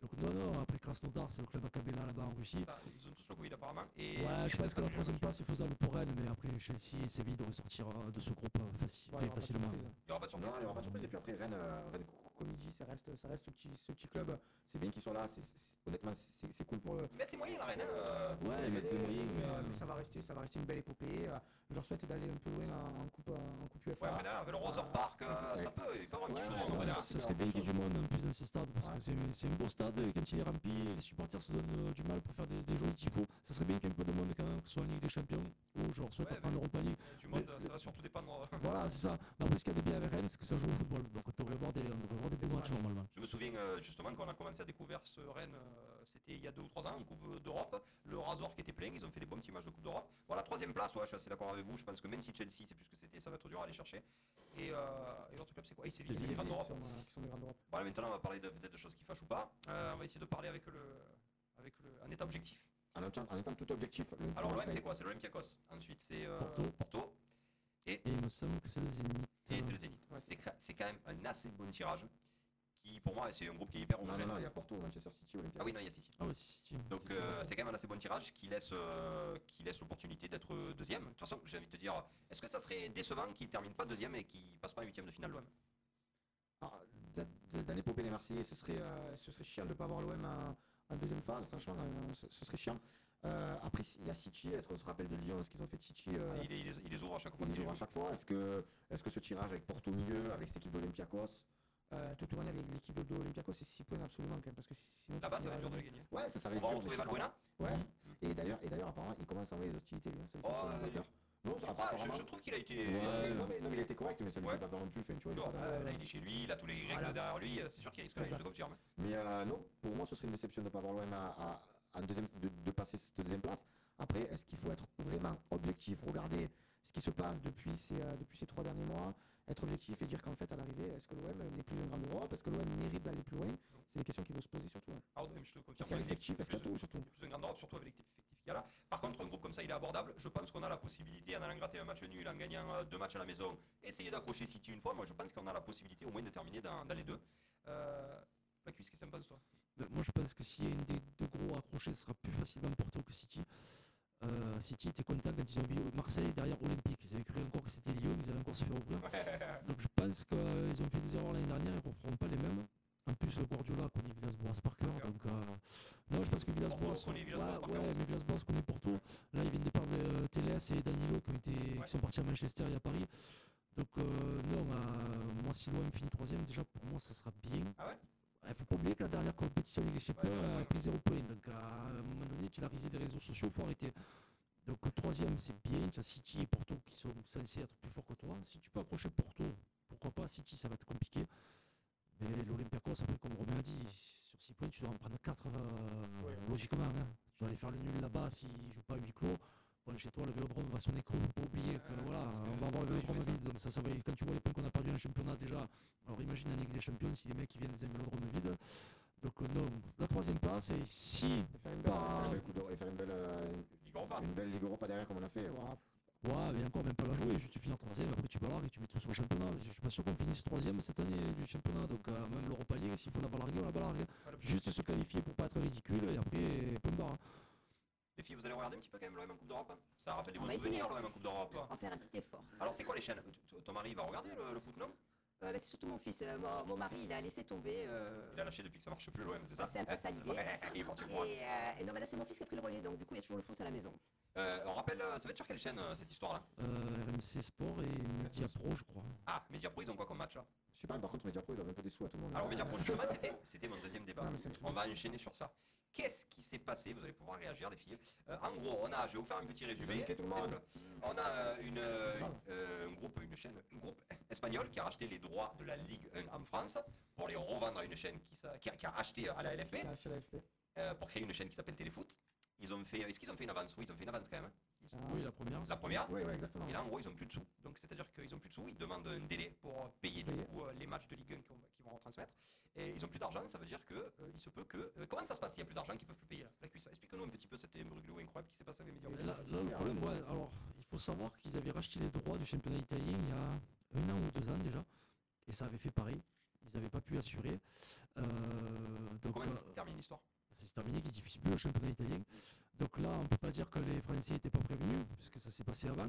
Speaker 15: Donc, non, non, après Krasnodar, c'est le club Akabela là-bas en Russie.
Speaker 16: Ah,
Speaker 13: Ça, ils ont tous le Covid apparemment.
Speaker 15: Ouais,
Speaker 13: Et
Speaker 15: je
Speaker 13: et ça,
Speaker 15: pense que la troisième place est faisable pour Rennes, mais après Chelsea et Séville devraient sortir euh, de ce groupe euh, faci-
Speaker 16: Ouais, il y aura pas de
Speaker 15: facilement.
Speaker 16: surprise.
Speaker 13: Il n'y aura pas de surprise.
Speaker 16: Non, il y aura pas de surprise. Et puis après, Rennes, euh, Rennes co- co- comme il dit, ça reste, ça reste ce, petit, ce petit club. C'est bien qu'ils soient là. c'est- c'est- honnêtement, c'est c'est cool pour le.
Speaker 13: Ils mettent les moyens, la Rennes. hein, euh,
Speaker 16: pour
Speaker 13: ils mettent les moyens,
Speaker 16: mais,
Speaker 13: mais,
Speaker 16: euh, mais ça, va rester, ça va rester une belle épopée. euh, je leur souhaite d'aller un peu loin en, en coupe, en coupe UEFA.
Speaker 13: Ouais, Rennes, hein, avec le Roser Park, euh, ça peut, il peut y avoir une petite chose.
Speaker 15: Ouais,
Speaker 13: Rennes.
Speaker 15: ça serait bien qu'il y ait du monde en plus dans ce stade parce que c'est un- c'est un beau stade et quand il est rempli, les supporters se donnent euh, du mal pour faire des, des jolis tifos. Ça serait bien qu'il y ait un peu de monde quand même, que ce soit en Ligue des Champions ou genre soit en Europa League.
Speaker 13: Du monde, ça va surtout dépendre. euh,
Speaker 15: Voilà, c'est ça. Mais après, ce qu'il y a de bien avec Rennes, c'est que ça joue au football. Donc on devrait voir des, on devrait voir des beaux matchs normalement.
Speaker 13: Je me souviens euh, justement quand on a commencé à découvrir ce Rennes, euh, c'était il y a deux ou trois ans en Coupe d'Europe. Le Razor qui était plein, ils ont fait des bons petits matchs de Coupe d'Europe. Voilà, troisième place, ouais, je suis assez d'accord avec vous. Je pense que même si Chelsea, c'est plus ce que c'était, ça va être dur à aller chercher. Et, euh, et l'autre club, c'est quoi Il s'est
Speaker 16: Séville,
Speaker 13: Grande
Speaker 16: qui
Speaker 13: Europe.
Speaker 16: sont, euh, qui sont des grandes Europes.
Speaker 13: Voilà, maintenant on va parler de- peut-être de choses qui fâchent ou pas. Euh, on va essayer de parler avec le, avec le, un état objectif.
Speaker 16: En étant, en étant tout objectif. le-
Speaker 13: Alors l'OM,
Speaker 16: le-
Speaker 13: c'est quoi C'est l'Olympiakos. Ensuite, c'est euh,
Speaker 15: Porto.
Speaker 13: Porto. Et
Speaker 15: Et il me semble que c'est le Zénith.
Speaker 13: Et c'est le Zénith. C'est ca- c'est quand même un assez bon tirage. Qui pour moi, c'est un groupe qui est hyper
Speaker 16: Non,
Speaker 13: homogène.
Speaker 16: non, non, il y a Porto, Manchester City, Olympique.
Speaker 13: Ah oui, non, il y a City.
Speaker 15: Ah ouais, si, si.
Speaker 13: Donc euh, c'est quand même un assez bon tirage qui laisse, euh, qui laisse l'opportunité d'être euh, deuxième. De toute façon, j'ai envie de te dire, est-ce que ça serait décevant qu'il termine pas deuxième et qu'il passe pas en huitième de finale l'OM
Speaker 16: Ah, de- de- dans l'épopée des Marseillais, ce serait, euh, ce serait chiant de ne pas avoir l'OM en, en deuxième phase. Franchement, euh, ce, ce serait chiant. Euh, après, il y a City. Est-ce qu'on se rappelle de Lyon Ce qu'ils ont fait City. euh,
Speaker 13: Ah, Il les- il les- il les ouvre à chaque fois
Speaker 16: il les
Speaker 13: qu'il
Speaker 16: ouvre à
Speaker 13: joue.
Speaker 16: chaque fois. Est-ce que, est que ce tirage avec Porto au milieu, avec cette équipe d'Olympiakos, euh, tout tourner avec l'équipe de- d'Olympiakos, c'est 6 points absolument quand même parce que sinon-
Speaker 13: Là-bas, ça va être dur de les gagner.
Speaker 16: Euh, Ouais, ça, ça va
Speaker 13: On
Speaker 16: être
Speaker 13: va
Speaker 16: dur,
Speaker 13: retrouver
Speaker 16: mais-
Speaker 13: Valbuena
Speaker 16: Ouais. Et d'ailleurs, et d'ailleurs, apparemment, il commence à envoyer les hostilités. lui, hein. Ça me fait
Speaker 13: Oh,
Speaker 16: un peu
Speaker 13: euh,
Speaker 16: peur. Non,
Speaker 13: je crois, je-
Speaker 16: apparemment-
Speaker 13: je trouve qu'il a été-
Speaker 16: Ouais, non, mais, non, mais il a été correct, mais ça ne lui
Speaker 13: Ouais.
Speaker 16: fait pas peur non plus. enfin, tu vois, il est
Speaker 13: Non,
Speaker 16: pas dans-
Speaker 13: euh, là, il est chez lui, il a tous les règles
Speaker 16: Voilà.
Speaker 13: derrière lui, euh, c'est sûr qu'il risque la
Speaker 16: Exact.
Speaker 13: juste de rupture. mais-
Speaker 16: Mais euh, non, pour moi, ce serait une déception de ne pas avoir l'OM à, à- à une deuxième, de, de passer cette deuxième place. Après, est-ce qu'il faut être vraiment objectif, regarder ce qui se passe depuis ces, euh, depuis ces trois derniers mois, être objectif et dire qu'en fait, à l'arrivée, est-ce que l'OM n'est plus un grand Europe Est-ce que l'OM mérite d'aller plus loin C'est des questions qui vont se poser surtout. hein.
Speaker 13: Alors, je te confirme,
Speaker 16: Est-ce qu'il y a
Speaker 13: il est
Speaker 16: l'effectif Est-ce qu'il y a tout surtout
Speaker 13: plus un grand ordre, surtout avec l'effectif qu'il y a là. Par contre, un groupe comme ça, il est abordable. Je pense qu'on a la possibilité, en allant gratter un match nul, en gagnant euh, deux matchs à la maison, essayer d'accrocher City une fois. Moi, je pense qu'on a la possibilité au moins de terminer dans, dans les deux. Euh, la cuisse, qu'est-ce que ça me pense, toi
Speaker 15: Ben, Moi, je pense que s'il y a une des deux gros accrochés, ce sera plus facilement Porto que City. Euh, City était content quand ils ont vu Marseille derrière Olympique. Ils avaient cru encore que c'était Lyon, ils allaient encore se faire ouvrir. Donc, je pense qu'ils ont fait des erreurs l'année dernière, ils ne referont pas les mêmes. En plus, le Guardiola connaît Villas-Boas par cœur. Donc, euh, non, je pense que Villas-Boas.
Speaker 13: connaît Villas-Boas
Speaker 15: ouais,
Speaker 13: par cœur.
Speaker 15: ouais, mais Villas-Boas connaît Porto. Là, ils viennent de perdre euh, Télès et Danilo qui, ont été, qui sont partis à Manchester et à Paris. Donc, euh, non, euh, moi, si l'OM finit troisième, déjà, pour moi, ça sera bien.
Speaker 13: Ah
Speaker 15: Il faut pas oublier que la dernière compétition Ligue des Champions a pris 0 points. Donc à un moment donné, tu as la risée des réseaux sociaux, il faut arrêter. Donc troisième, c'est bien. Tu as City et Porto qui sont censés être plus forts que toi. Si tu peux accrocher Porto, pourquoi pas City, ça va être compliqué. Mais l'Olympiakos, après, comme Romain a dit, sur 6 points, tu dois en prendre 4 logiquement. hein. Tu dois aller faire le nul là-bas s'ils ne jouent pas à huis clos. Bon, chez toi, le vélodrome va sonner creux, faut pas oublier que voilà, on va avoir le vélodrome vide. Donc ça, ça va, quand tu vois les points qu'on a perdu dans le championnat déjà, alors imagine la Ligue des Champions si les mecs ils viennent dans un vélodrome vide. Donc euh, non, la troisième place, et si.
Speaker 16: Et Bah, faire une belle, faire un bel coup d'or- et faire une belle, euh, une belle Ligue Europa derrière comme on a fait. Ouah.
Speaker 15: Ouais, mais encore même pas la jouer, juste tu finis en troisième, après tu balargues et tu mets tout sur le championnat. Je suis pas sûr qu'on finisse troisième cette année du championnat, donc euh, même l'Europa League, s'il faut la balarguer, on la balargue. Juste se qualifier pour pas être ridicule, et après, hein. point barre.
Speaker 13: Les filles, vous allez regarder un petit peu quand même l'OM en Coupe d'Europe hein Ça rappelle des
Speaker 12: On
Speaker 13: bons
Speaker 12: va essayer.
Speaker 13: souvenirs, l'OM en Coupe d'Europe.
Speaker 12: En faire un petit effort.
Speaker 13: Alors, c'est quoi les chaînes T- Ton mari va regarder le, le foot, non
Speaker 12: Euh, bah, c'est surtout mon fils, euh, mon, mon mari, il a laissé tomber. euh,
Speaker 13: Il a lâché depuis que ça marche plus, l'OM, c'est ça
Speaker 12: C'est un peu ça l'idée.
Speaker 13: Ouais, il est parti pour
Speaker 12: et, euh, et non, mais là, c'est mon fils qui a pris le relais, donc du coup, il y a toujours le foot à la maison.
Speaker 13: Euh, on rappelle, euh, ça va être sur quelle chaîne euh, cette histoire-là
Speaker 15: Euh, RMC Sport et Media Pro, je crois.
Speaker 13: Ah, Mediapro, ils ont quoi comme match là
Speaker 16: Je sais pas, par contre, Mediapro, il donne un peu des sous à tout le monde. hein.
Speaker 13: Alors, Mediapro, justement, c'était- c'était mon deuxième débat. On va enchaîner sur ça. Qu'est-ce qui s'est passé Vous allez pouvoir réagir, les filles. Euh, en gros, on a, je vais vous faire un petit résumé.
Speaker 16: Inquiète tout le
Speaker 13: simple.
Speaker 16: monde.
Speaker 13: On a euh, une, euh, une- euh, un groupe, une chaîne, un groupe espagnol qui a racheté les droits de la Ligue 1 en France pour les revendre à une chaîne qui, s'a- qui a, qui a acheté à la LFP.
Speaker 9: Ah,
Speaker 13: euh, pour créer une chaîne qui s'appelle Téléfoot. Ils ont fait, est-ce qu'ils ont fait une avance Oui, ils ont fait une avance quand même. hein. Ils ont-
Speaker 15: Oui, la première.
Speaker 13: La première.
Speaker 16: Oui, oui, exactement.
Speaker 13: Et là, en gros, ils ont plus de sous. Donc, c'est-à-dire qu'ils ont plus de sous. Ils demandent un délai pour euh, payer du coup euh, les matchs de Ligue 1 qu'on- qu'ils vont retransmettre. Et ils ont plus d'argent. Ça veut dire que euh, il se peut que. euh, comment ça se passe s'il n'y a plus d'argent qu'ils peuvent plus payer là La cuisse. Explique-nous un petit peu cette émerglo incroyable qui s'est passée avec Mediapro.
Speaker 15: Mais Là, là, le problème, ouais, alors, il faut savoir qu'ils avaient racheté les droits du championnat italien il y a un an ou deux ans déjà, et ça avait fait pareil. Ils n'avaient pas pu assurer. Euh, donc,
Speaker 13: Comment
Speaker 15: euh,
Speaker 13: ça se termine l'histoire
Speaker 15: ça s'est terminé qu'ils diffusent plus le championnat italien. Donc là, on ne peut pas dire que les Français n'étaient pas prévenus, puisque ça s'est passé avant.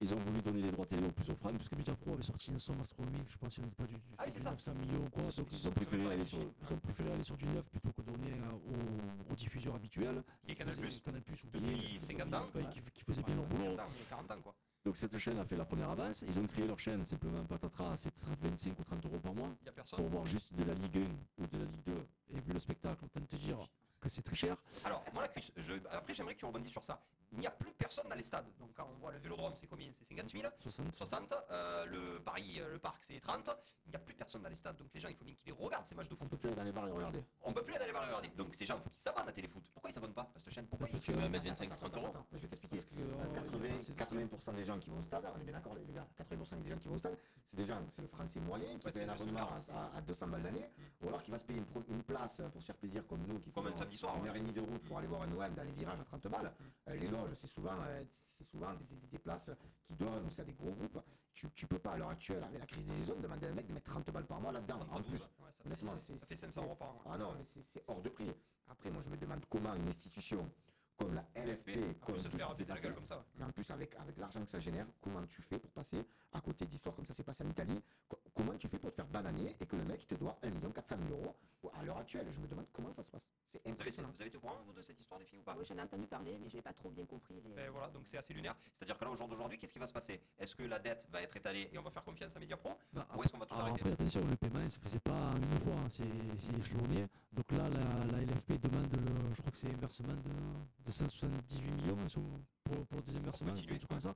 Speaker 15: Ils ont voulu donner les droits télé au plus offrant, puisque Media Pro avait sorti une somme astronomique, je pense qu'il n'y pas du, du
Speaker 13: Ah oui, c'est ça.
Speaker 15: 900 millions ou quoi. Donc ils ont, préféré aller sur, ils ont préféré aller sur du neuf plutôt que donner euh, aux, aux diffuseurs habituels.
Speaker 13: Les Canal+.
Speaker 15: Ils faisaient- Canal+, ou
Speaker 13: Depuis
Speaker 15: Bein,
Speaker 13: 50 ans.
Speaker 15: ouais, qui, qui faisaient bien leur boulot.
Speaker 13: 50 ans, il y a 40 ans quoi.
Speaker 15: Donc cette chaîne a fait la première avance, ils ont créé leur chaîne simplement patatras, c'est 25 ou 30 euros par mois
Speaker 13: Il y a personne.
Speaker 15: pour voir juste de la Ligue 1 ou de la Ligue 2 et vu le spectacle, autant te dire que c'est très cher.
Speaker 13: Alors, moi, la cuisse, je- après, j'aimerais que tu rebondisses sur ça. Il n'y a plus personne dans les stades. Donc, quand on voit le vélodrome, c'est combien C'est 50 000
Speaker 15: 60.
Speaker 13: euh, le Paris, euh, le Parc, c'est 30. Il n'y a plus personne dans les stades. Donc, les gens, il faut bien qu'ils les regardent, ces matchs de foot. On peut
Speaker 16: plus aller dans les bars et regarder.
Speaker 13: On peut plus aller voir les regarder. Donc, ces gens, il faut qu'ils s'abonnent à Téléfoot. Pourquoi ils s'abonnent pas à cette chaîne Pourquoi ils
Speaker 16: Parce que, euh, mettre 25, 30 euros. Je vais t'expliquer. Euh, 80, 80% des gens qui vont au stade, on est bien d'accord les les gars, 80% des gens qui vont au stade, c'est des gens, c'est le français moyen qui paye
Speaker 13: Ouais, c'est
Speaker 16: un
Speaker 13: le
Speaker 16: abonnement
Speaker 13: smart.
Speaker 16: à, à 200 balles l'année, ou alors qui va se payer une, pro- une place pour se faire plaisir comme nous, qui font
Speaker 13: Comme un samedi soir,
Speaker 16: une
Speaker 13: ouais. Mm.
Speaker 16: heure et demie de route pour aller voir un OM dans les virages à 30 balles. Euh, les loges, c'est souvent, euh, c'est souvent des, des- des places qui donnent, ou c'est à des gros groupes. Tu, tu peux pas à l'heure actuelle, avec la crise des zones, demander à un mec de mettre 30 balles par mois là-dedans. En plus, honnêtement, c'est-
Speaker 13: Ah, ça fait
Speaker 16: c'est-
Speaker 13: 500 euros par an, ouais.
Speaker 16: Ah non, mais c'est- c'est hors de prix. Après, moi, je me demande comment une institution comme la LFP,
Speaker 13: on
Speaker 16: comme
Speaker 13: peut se
Speaker 16: tout ce
Speaker 13: faire
Speaker 16: qui s'est
Speaker 13: baiser la
Speaker 16: passé,
Speaker 13: gueule comme ça. ouais.
Speaker 16: et en plus, avec, avec l'argent que ça génère, comment tu fais pour passer à côté d'histoires comme ça s'est passé en Italie Co- Comment tu fais pour te faire bananer et que le mec il te doit 1 400 000 euros à l'heure actuelle. Je me demande comment ça se passe. C'est
Speaker 13: Vous avez,
Speaker 16: impressionnant.
Speaker 13: vous avez été au courant, vous, de cette histoire des filles ou pas
Speaker 12: Moi, j'en ai entendu parler, mais j'ai pas trop bien compris. les-
Speaker 13: Ben voilà, donc c'est assez lunaire. C'est-à-dire que là, au jour d'aujourd'hui, qu'est-ce qui va se passer Est-ce que la dette va être étalée et on va faire confiance à Mediapro
Speaker 16: Bah,
Speaker 13: Ou est-ce qu'on
Speaker 16: ah,
Speaker 13: va tout
Speaker 15: Alors
Speaker 13: arrêter
Speaker 15: Ah, après, attention, le paiement ne se faisait pas en une fois, hein, c'est c'est échelonné. Donc là, la, la LFP demande, le, je crois que c'est un versement de, de 178 millions hein, sur- pour, pour le deuxième versement, c'est un truc comme ça.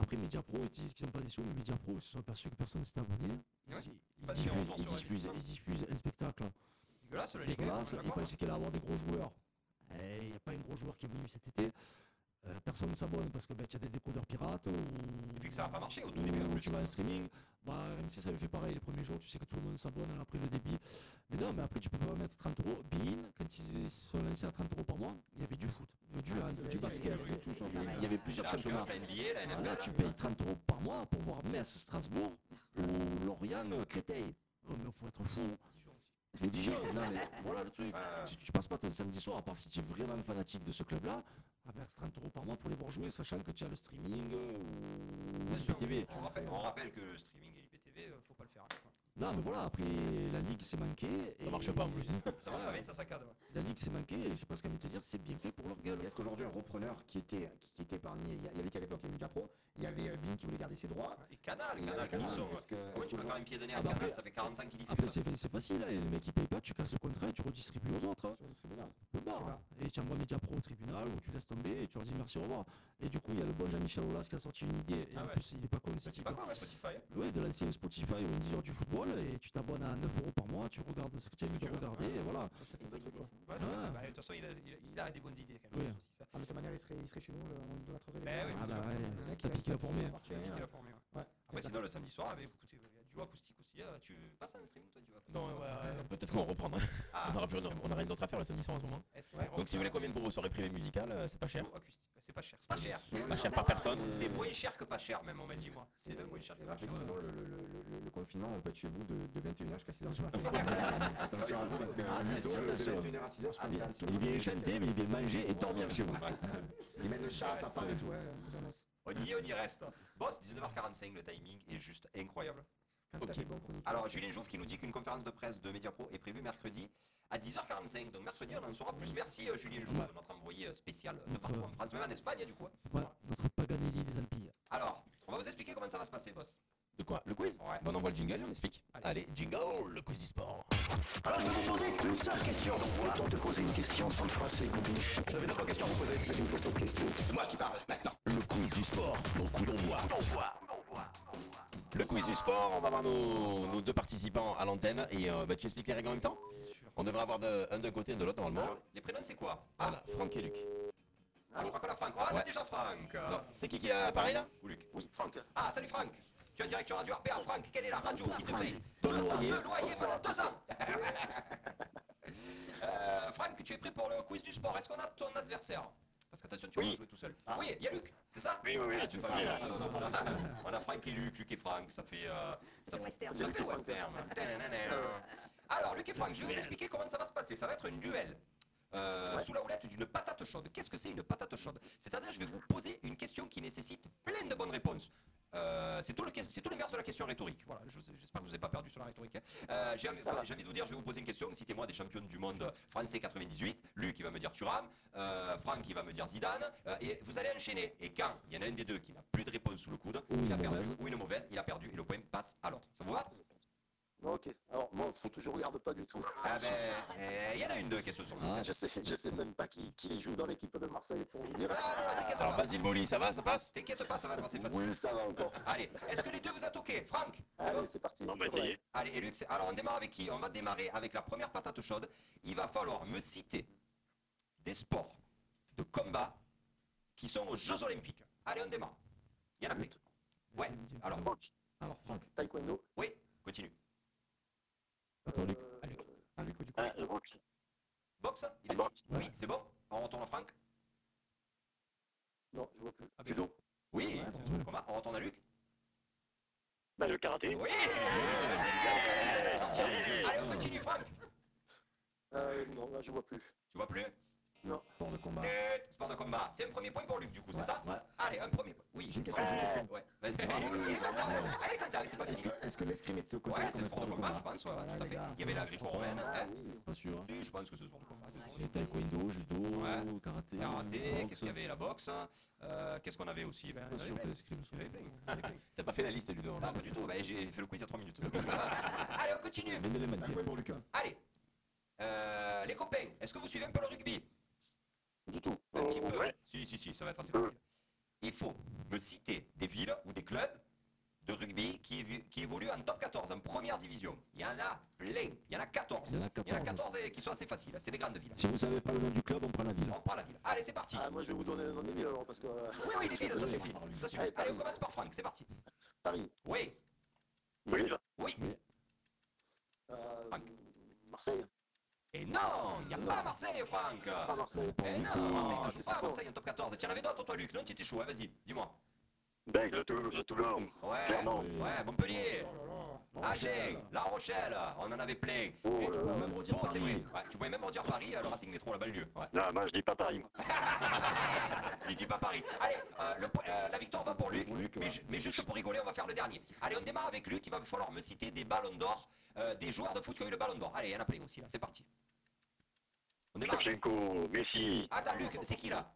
Speaker 15: Après, Mediapro, ils disent qu'ils n'ont pas des sous, mais Mediapro, ils se sont aperçus que personne ne s'est abonné. Ils, ils, diffusent, ils, diffusent, ils diffusent un spectacle. hein.
Speaker 8: Dégueulasse, la Ligue 1,
Speaker 15: Dégueulasse,
Speaker 8: on est
Speaker 15: ils
Speaker 8: d'accord,
Speaker 15: pensent qu'elle allait avoir des gros joueurs. Et Il n'y a pas un gros joueur qui est venu cet été. Euh, personne ne s'abonne parce que ben, tu as des décodeurs pirates ou. Et puis que ça n'a pas marché au tout début. tu vas à streaming, bah, RMC ça lui fait pareil les premiers jours, tu sais que tout le monde s'abonne à la prix de débit. Mais non, mais après tu peux pas mettre 30 euros. Bein, quand ils se sont lancés à 30 euros par mois, il y avait du foot, du, hand, du basket, et tout, il y avait- il y avait plusieurs
Speaker 13: La Cup,
Speaker 15: championnats.
Speaker 13: la NBA, la
Speaker 15: Ah, Là, tu payes 30 euros par mois pour voir Metz, Strasbourg ou Lorient, euh, Créteil. Oh, mais faut être fou. Les Dijon, non mais voilà le truc. Si tu passes pas ton samedi soir, à part si tu es vraiment fanatique de ce club-là, à perdre 30 euros par mois pour les voir jouer, sachant que tu as le streaming euh, ou IPTV.
Speaker 13: on rappelle, on rappelle que le streaming et l'IPTV, euh, faut pas le faire.
Speaker 15: Non mais voilà, après la ligue s'est manquée. Ça marche pas en plus.
Speaker 13: Ça va pas vite, ça saccade. ouais.
Speaker 15: La ligue s'est manquée et je sais pas ce qu'elle veut te dire, c'est bien fait pour leur gueule.
Speaker 16: Et Est-ce qu'aujourd'hui, un repreneur qui était, qui, qui était parmi. Il y a- il y avait qu'à l'époque, il y avait Mediapro, il y avait euh, Bein qui voulait garder ses droits.
Speaker 13: Ah, Et Canal,
Speaker 16: Il y a
Speaker 13: Canal,
Speaker 16: Canal,
Speaker 13: Canal,
Speaker 16: est-ce que-
Speaker 13: Comment
Speaker 16: est-ce
Speaker 13: tu peux
Speaker 16: que-
Speaker 13: faire une pied donnée
Speaker 15: Ah
Speaker 13: à
Speaker 15: bah
Speaker 13: Canal
Speaker 15: après-
Speaker 13: Ça fait 40 ans qu'il y fait.
Speaker 15: Après, c'est c'est facile, hein, et les mecs qui payent pas, tu casses le contrat, et tu redistribues aux autres. hein. Le bar. hein. Et tu envoies Mediapro au tribunal, ou tu laisses tomber, et tu leur dis merci, au revoir. Et du coup, il y a le bon Jean-Michel Aulas qui a sorti une idée, et en plus, il est pas con, c'est type. Ouais, hein. de lancer Spotify ou 10 heures du football, et tu t'abonnes à 9 euros par mois, tu regardes ce que tu as envie de regarder, et voilà.
Speaker 8: Ouais, ça va,
Speaker 15: Ah.
Speaker 8: bah, de toute façon, il a, il a- il a des bonnes idées quand
Speaker 15: Oui.
Speaker 8: même. aussi,
Speaker 16: Ah,
Speaker 8: ça.
Speaker 16: mais de toute manière, il serait, il serait chez nous, euh, on idolâtrerait les
Speaker 13: Eh
Speaker 8: Ben
Speaker 16: gars.
Speaker 8: oui,
Speaker 15: Ah bah ouais, c'est
Speaker 16: mec,
Speaker 15: la pique
Speaker 16: il a-
Speaker 15: à former.
Speaker 16: il a marché,
Speaker 8: Il a
Speaker 16: hein.
Speaker 8: la formé, ouais.
Speaker 16: Ouais.
Speaker 8: Après, sinon, le samedi soir, avec, écoutez, il y a du acoustique aussi. euh, Tu passes un stream, toi, du acoustique Ah.
Speaker 7: Non, ouais, ouais, peut-être qu'on reprendra. on aura plus, on aura rien d'autre à faire le samedi soir en ce moment.
Speaker 8: Eh, c'est Ah. vrai, on-
Speaker 13: Donc si vous voulez combien pour vos soirées privées musicales, euh, c'est pas cher.
Speaker 8: C'est pas cher, c'est pas cher.
Speaker 13: C'est pas cher par personne.
Speaker 8: C'est moins cher que pas cher, même, on m'a dit, moi. C'est même moins cher que pas cher.
Speaker 16: Sinon, le, le- le- le- le confinement, on peut être chez vous de, de 21h jusqu'à 6h du matin. Attention à vous, parce que Ludo, de 21h à 6h, je
Speaker 8: Ah,
Speaker 16: pense qu'il a tout le
Speaker 15: Il vient
Speaker 16: monde.
Speaker 15: chanter, mais il vient manger et dormir chez vous.
Speaker 16: Il mène le chat à sa femme et tout. ouais.
Speaker 13: On y est, on y reste. Bon, c'est 19h45, le timing est juste incroyable. Ok. Alors, Julien Jouve qui nous dit qu'une conférence de presse de Mediapro est prévue mercredi à 10h45. Donc, mercredi, on en saura plus. Merci, euh, Julien Jouve, de notre envoyé euh, spécial de partout en France, même en Espagne, du coup. hein.
Speaker 15: Notre Paganelli des Alpilles.
Speaker 13: Alors, on va vous expliquer comment ça va se passer, boss.
Speaker 15: De quoi Le quiz
Speaker 13: Ouais.
Speaker 15: On envoie le jingle et on explique. Allez, jingle, le quiz du sport.
Speaker 2: Alors je vais vous poser une seule question. Donc pour le temps de poser une question sans le froisser, Gobiche. J'avais d'autres questions à vous poser. Mais tu me poses ton question. C'est moi qui parle maintenant.
Speaker 13: Le quiz du sport, donc coup d'envoi. Le quiz du sport, on va avoir nos, nos deux participants à l'antenne et euh, bah, tu expliques les règles en même temps On devrait avoir de- un d'un côté et de l'autre normalement. les prénoms c'est quoi Voilà, Franck et Luc. Ah, je crois qu'on a Franck. Oh, on a déjà Franck Non, c'est qui qui a l'appareil là Ou Luc Oui, Franck. Ah, salut Franck Tu es en direction radio RPA, Franck, quelle est la radio qui te paye
Speaker 2: Ton
Speaker 13: grâce à
Speaker 2: loyer.
Speaker 13: le loyer pendant deux ans Euh, Franck, tu es prêt pour le quiz du sport Est-ce qu'on a ton adversaire Parce qu'attention, tu vas pas jouer tout seul. Oui, il y a Luc, c'est ça Oui, Ah, oui, oui. tu fais bien. On a Franck et Luc, Luc et Franck, ça fait. euh, ça fait western. Ça fait western. Alors, Luc et Franck, je vais vous expliquer comment ça va se passer. Ça va être une duel. Euh, Sous la houlette d'une patate chaude. Qu'est-ce que c'est une patate chaude C'est-à-dire, je vais vous poser une question qui nécessite plein de bonnes réponses. Euh, c'est tout le c'est tout l'inverse de la question rhétorique. Voilà, je- j'espère que vous n'avez pas perdu sur la rhétorique. hein. Euh, j'ai envie j'ai envie de vous dire, je vais vous poser une question. Citez-moi des champions du monde français 98. Luc qui va me dire Thuram, euh, Franck qui va me dire Zidane. euh, et vous allez enchaîner. Et quand il y en a un des deux qui n'a plus de réponse sous le coude, il a perdu ou une mauvaise, il a perdu et le point passe à l'autre. Ça vous va
Speaker 17: Ok, alors moi, faut que je regarde pas du tout. Ah,
Speaker 13: Ah ben, euh, il y en a une de question sur le
Speaker 17: Je sais, je sais même pas qui, qui joue dans l'équipe de Marseille pour vous dire.
Speaker 13: Ah,
Speaker 17: Ah,
Speaker 13: Alors, Basile Boli, ça va, ça passe T'inquiète pas, ça va passer facile.
Speaker 17: Oui, ça va encore.
Speaker 13: Allez, est-ce que les deux vous a toqué Franck Allez,
Speaker 17: c'est parti.
Speaker 13: Allez, et Luc, c'est- alors on démarre avec qui On va démarrer avec la première patate chaude. Il va falloir me citer des sports de combat qui sont aux Jeux Olympiques. Allez, on démarre. Il y en a plus. Ouais, alors. Alors, Franck.
Speaker 17: Taekwondo.
Speaker 13: Oui, continue.
Speaker 17: Ah,
Speaker 13: Boxe hein, Il est Oui, c'est bon. On retourne à Franck
Speaker 17: Non, je vois plus.
Speaker 13: Judo Oui, combat. On retourne à Luc
Speaker 17: Bah, le karaté.
Speaker 13: Oui Allez, on continue, Franck
Speaker 17: Euh, non, là, je vois plus.
Speaker 13: Tu vois plus
Speaker 18: Non.
Speaker 16: Sport de combat.
Speaker 13: Euh, Sport de combat, c'est un premier point pour Luc du coup, c'est ça Allez, un premier point. Oui,
Speaker 16: J'ai une question, j'ai une question.
Speaker 13: Ouais. Vas-y, il est content, il est content, c'est pas fini.
Speaker 16: Est-ce que l'escrime est
Speaker 13: Ouais, c'est le sport de combat, je pense, ouais, tout à fait. Il y avait la grippe romaine. hein.
Speaker 2: Pas sûr.
Speaker 13: Si, je pense que c'est le sport de combat. c'est le sport de
Speaker 2: C'est taekwondo, judo, karaté.
Speaker 13: Karaté,
Speaker 2: boxe.
Speaker 13: qu'est-ce qu'il y avait La boxe euh, Qu'est-ce qu'on avait aussi ben, il y en avait plein. Il y en avait plein, il y en avait plein.
Speaker 2: T'as pas fait la liste, Ludo
Speaker 13: Non, pas du tout, ben, j'ai fait le quiz il y a 3 minutes. Allez, on continue
Speaker 2: Un point
Speaker 16: pour Lucas.
Speaker 13: Allez Euh, Les copains, est-ce que vous suivez un peu le rugby
Speaker 18: Du tout.
Speaker 13: Un petit peu Si, si, si, ça va être assez facile. Il faut me citer des villes ou des clubs de rugby qui, évu- qui évoluent en top 14, en première division. Il y en a plein, il y en a 14.
Speaker 2: Il y en a
Speaker 13: 14 et qui sont assez faciles, c'est des grandes villes.
Speaker 2: Si vous savez pas le nom du club, on prend la ville.
Speaker 13: On prend la ville. Allez, c'est parti.
Speaker 18: Ah, moi, je vais vous donner le nom des villes alors, parce que. euh,
Speaker 13: Oui, oui, les villes, ça suffit. Ça suffit. Allez, on commence par Franck, c'est parti.
Speaker 18: Paris.
Speaker 13: Oui.
Speaker 18: Oui.
Speaker 13: Oui.
Speaker 18: Euh, Marseille.
Speaker 13: Et non, il n'y a pas Marseille, Franck.
Speaker 18: Pas Marseille. Ah,
Speaker 13: Et non, Marseille, ça joue pas à Marseille en top 14. Tiens, avais d'autres, toi, Luc. Non, tu étais chaud, hein, vas-y, dis-moi.
Speaker 18: Bègle, Toulouse, Toulon.
Speaker 13: Ouais, ouais, Montpellier. Agen, La Rochelle, on en avait plein. Et tu pouvais même redire Paris. Oh, Ouais, tu pouvais même redire Paris, euh, le Racing Métro, là-bas le lieu. Ouais.
Speaker 18: Non, moi, je dis pas Paris. moi.
Speaker 13: Il dit pas Paris. Allez, euh, le po- euh, la victoire va pour Luc, mais, ju- mais juste pour rigoler, on va faire le dernier. Allez, on démarre avec Luc, il va falloir me citer des ballons d'or, euh, des joueurs de foot qui ont eu le ballon d'or. Allez, il y en a plein aussi, là, c'est parti.
Speaker 18: Shevchenko, Messi.
Speaker 13: Attends, Ah, Luc, c'est qui là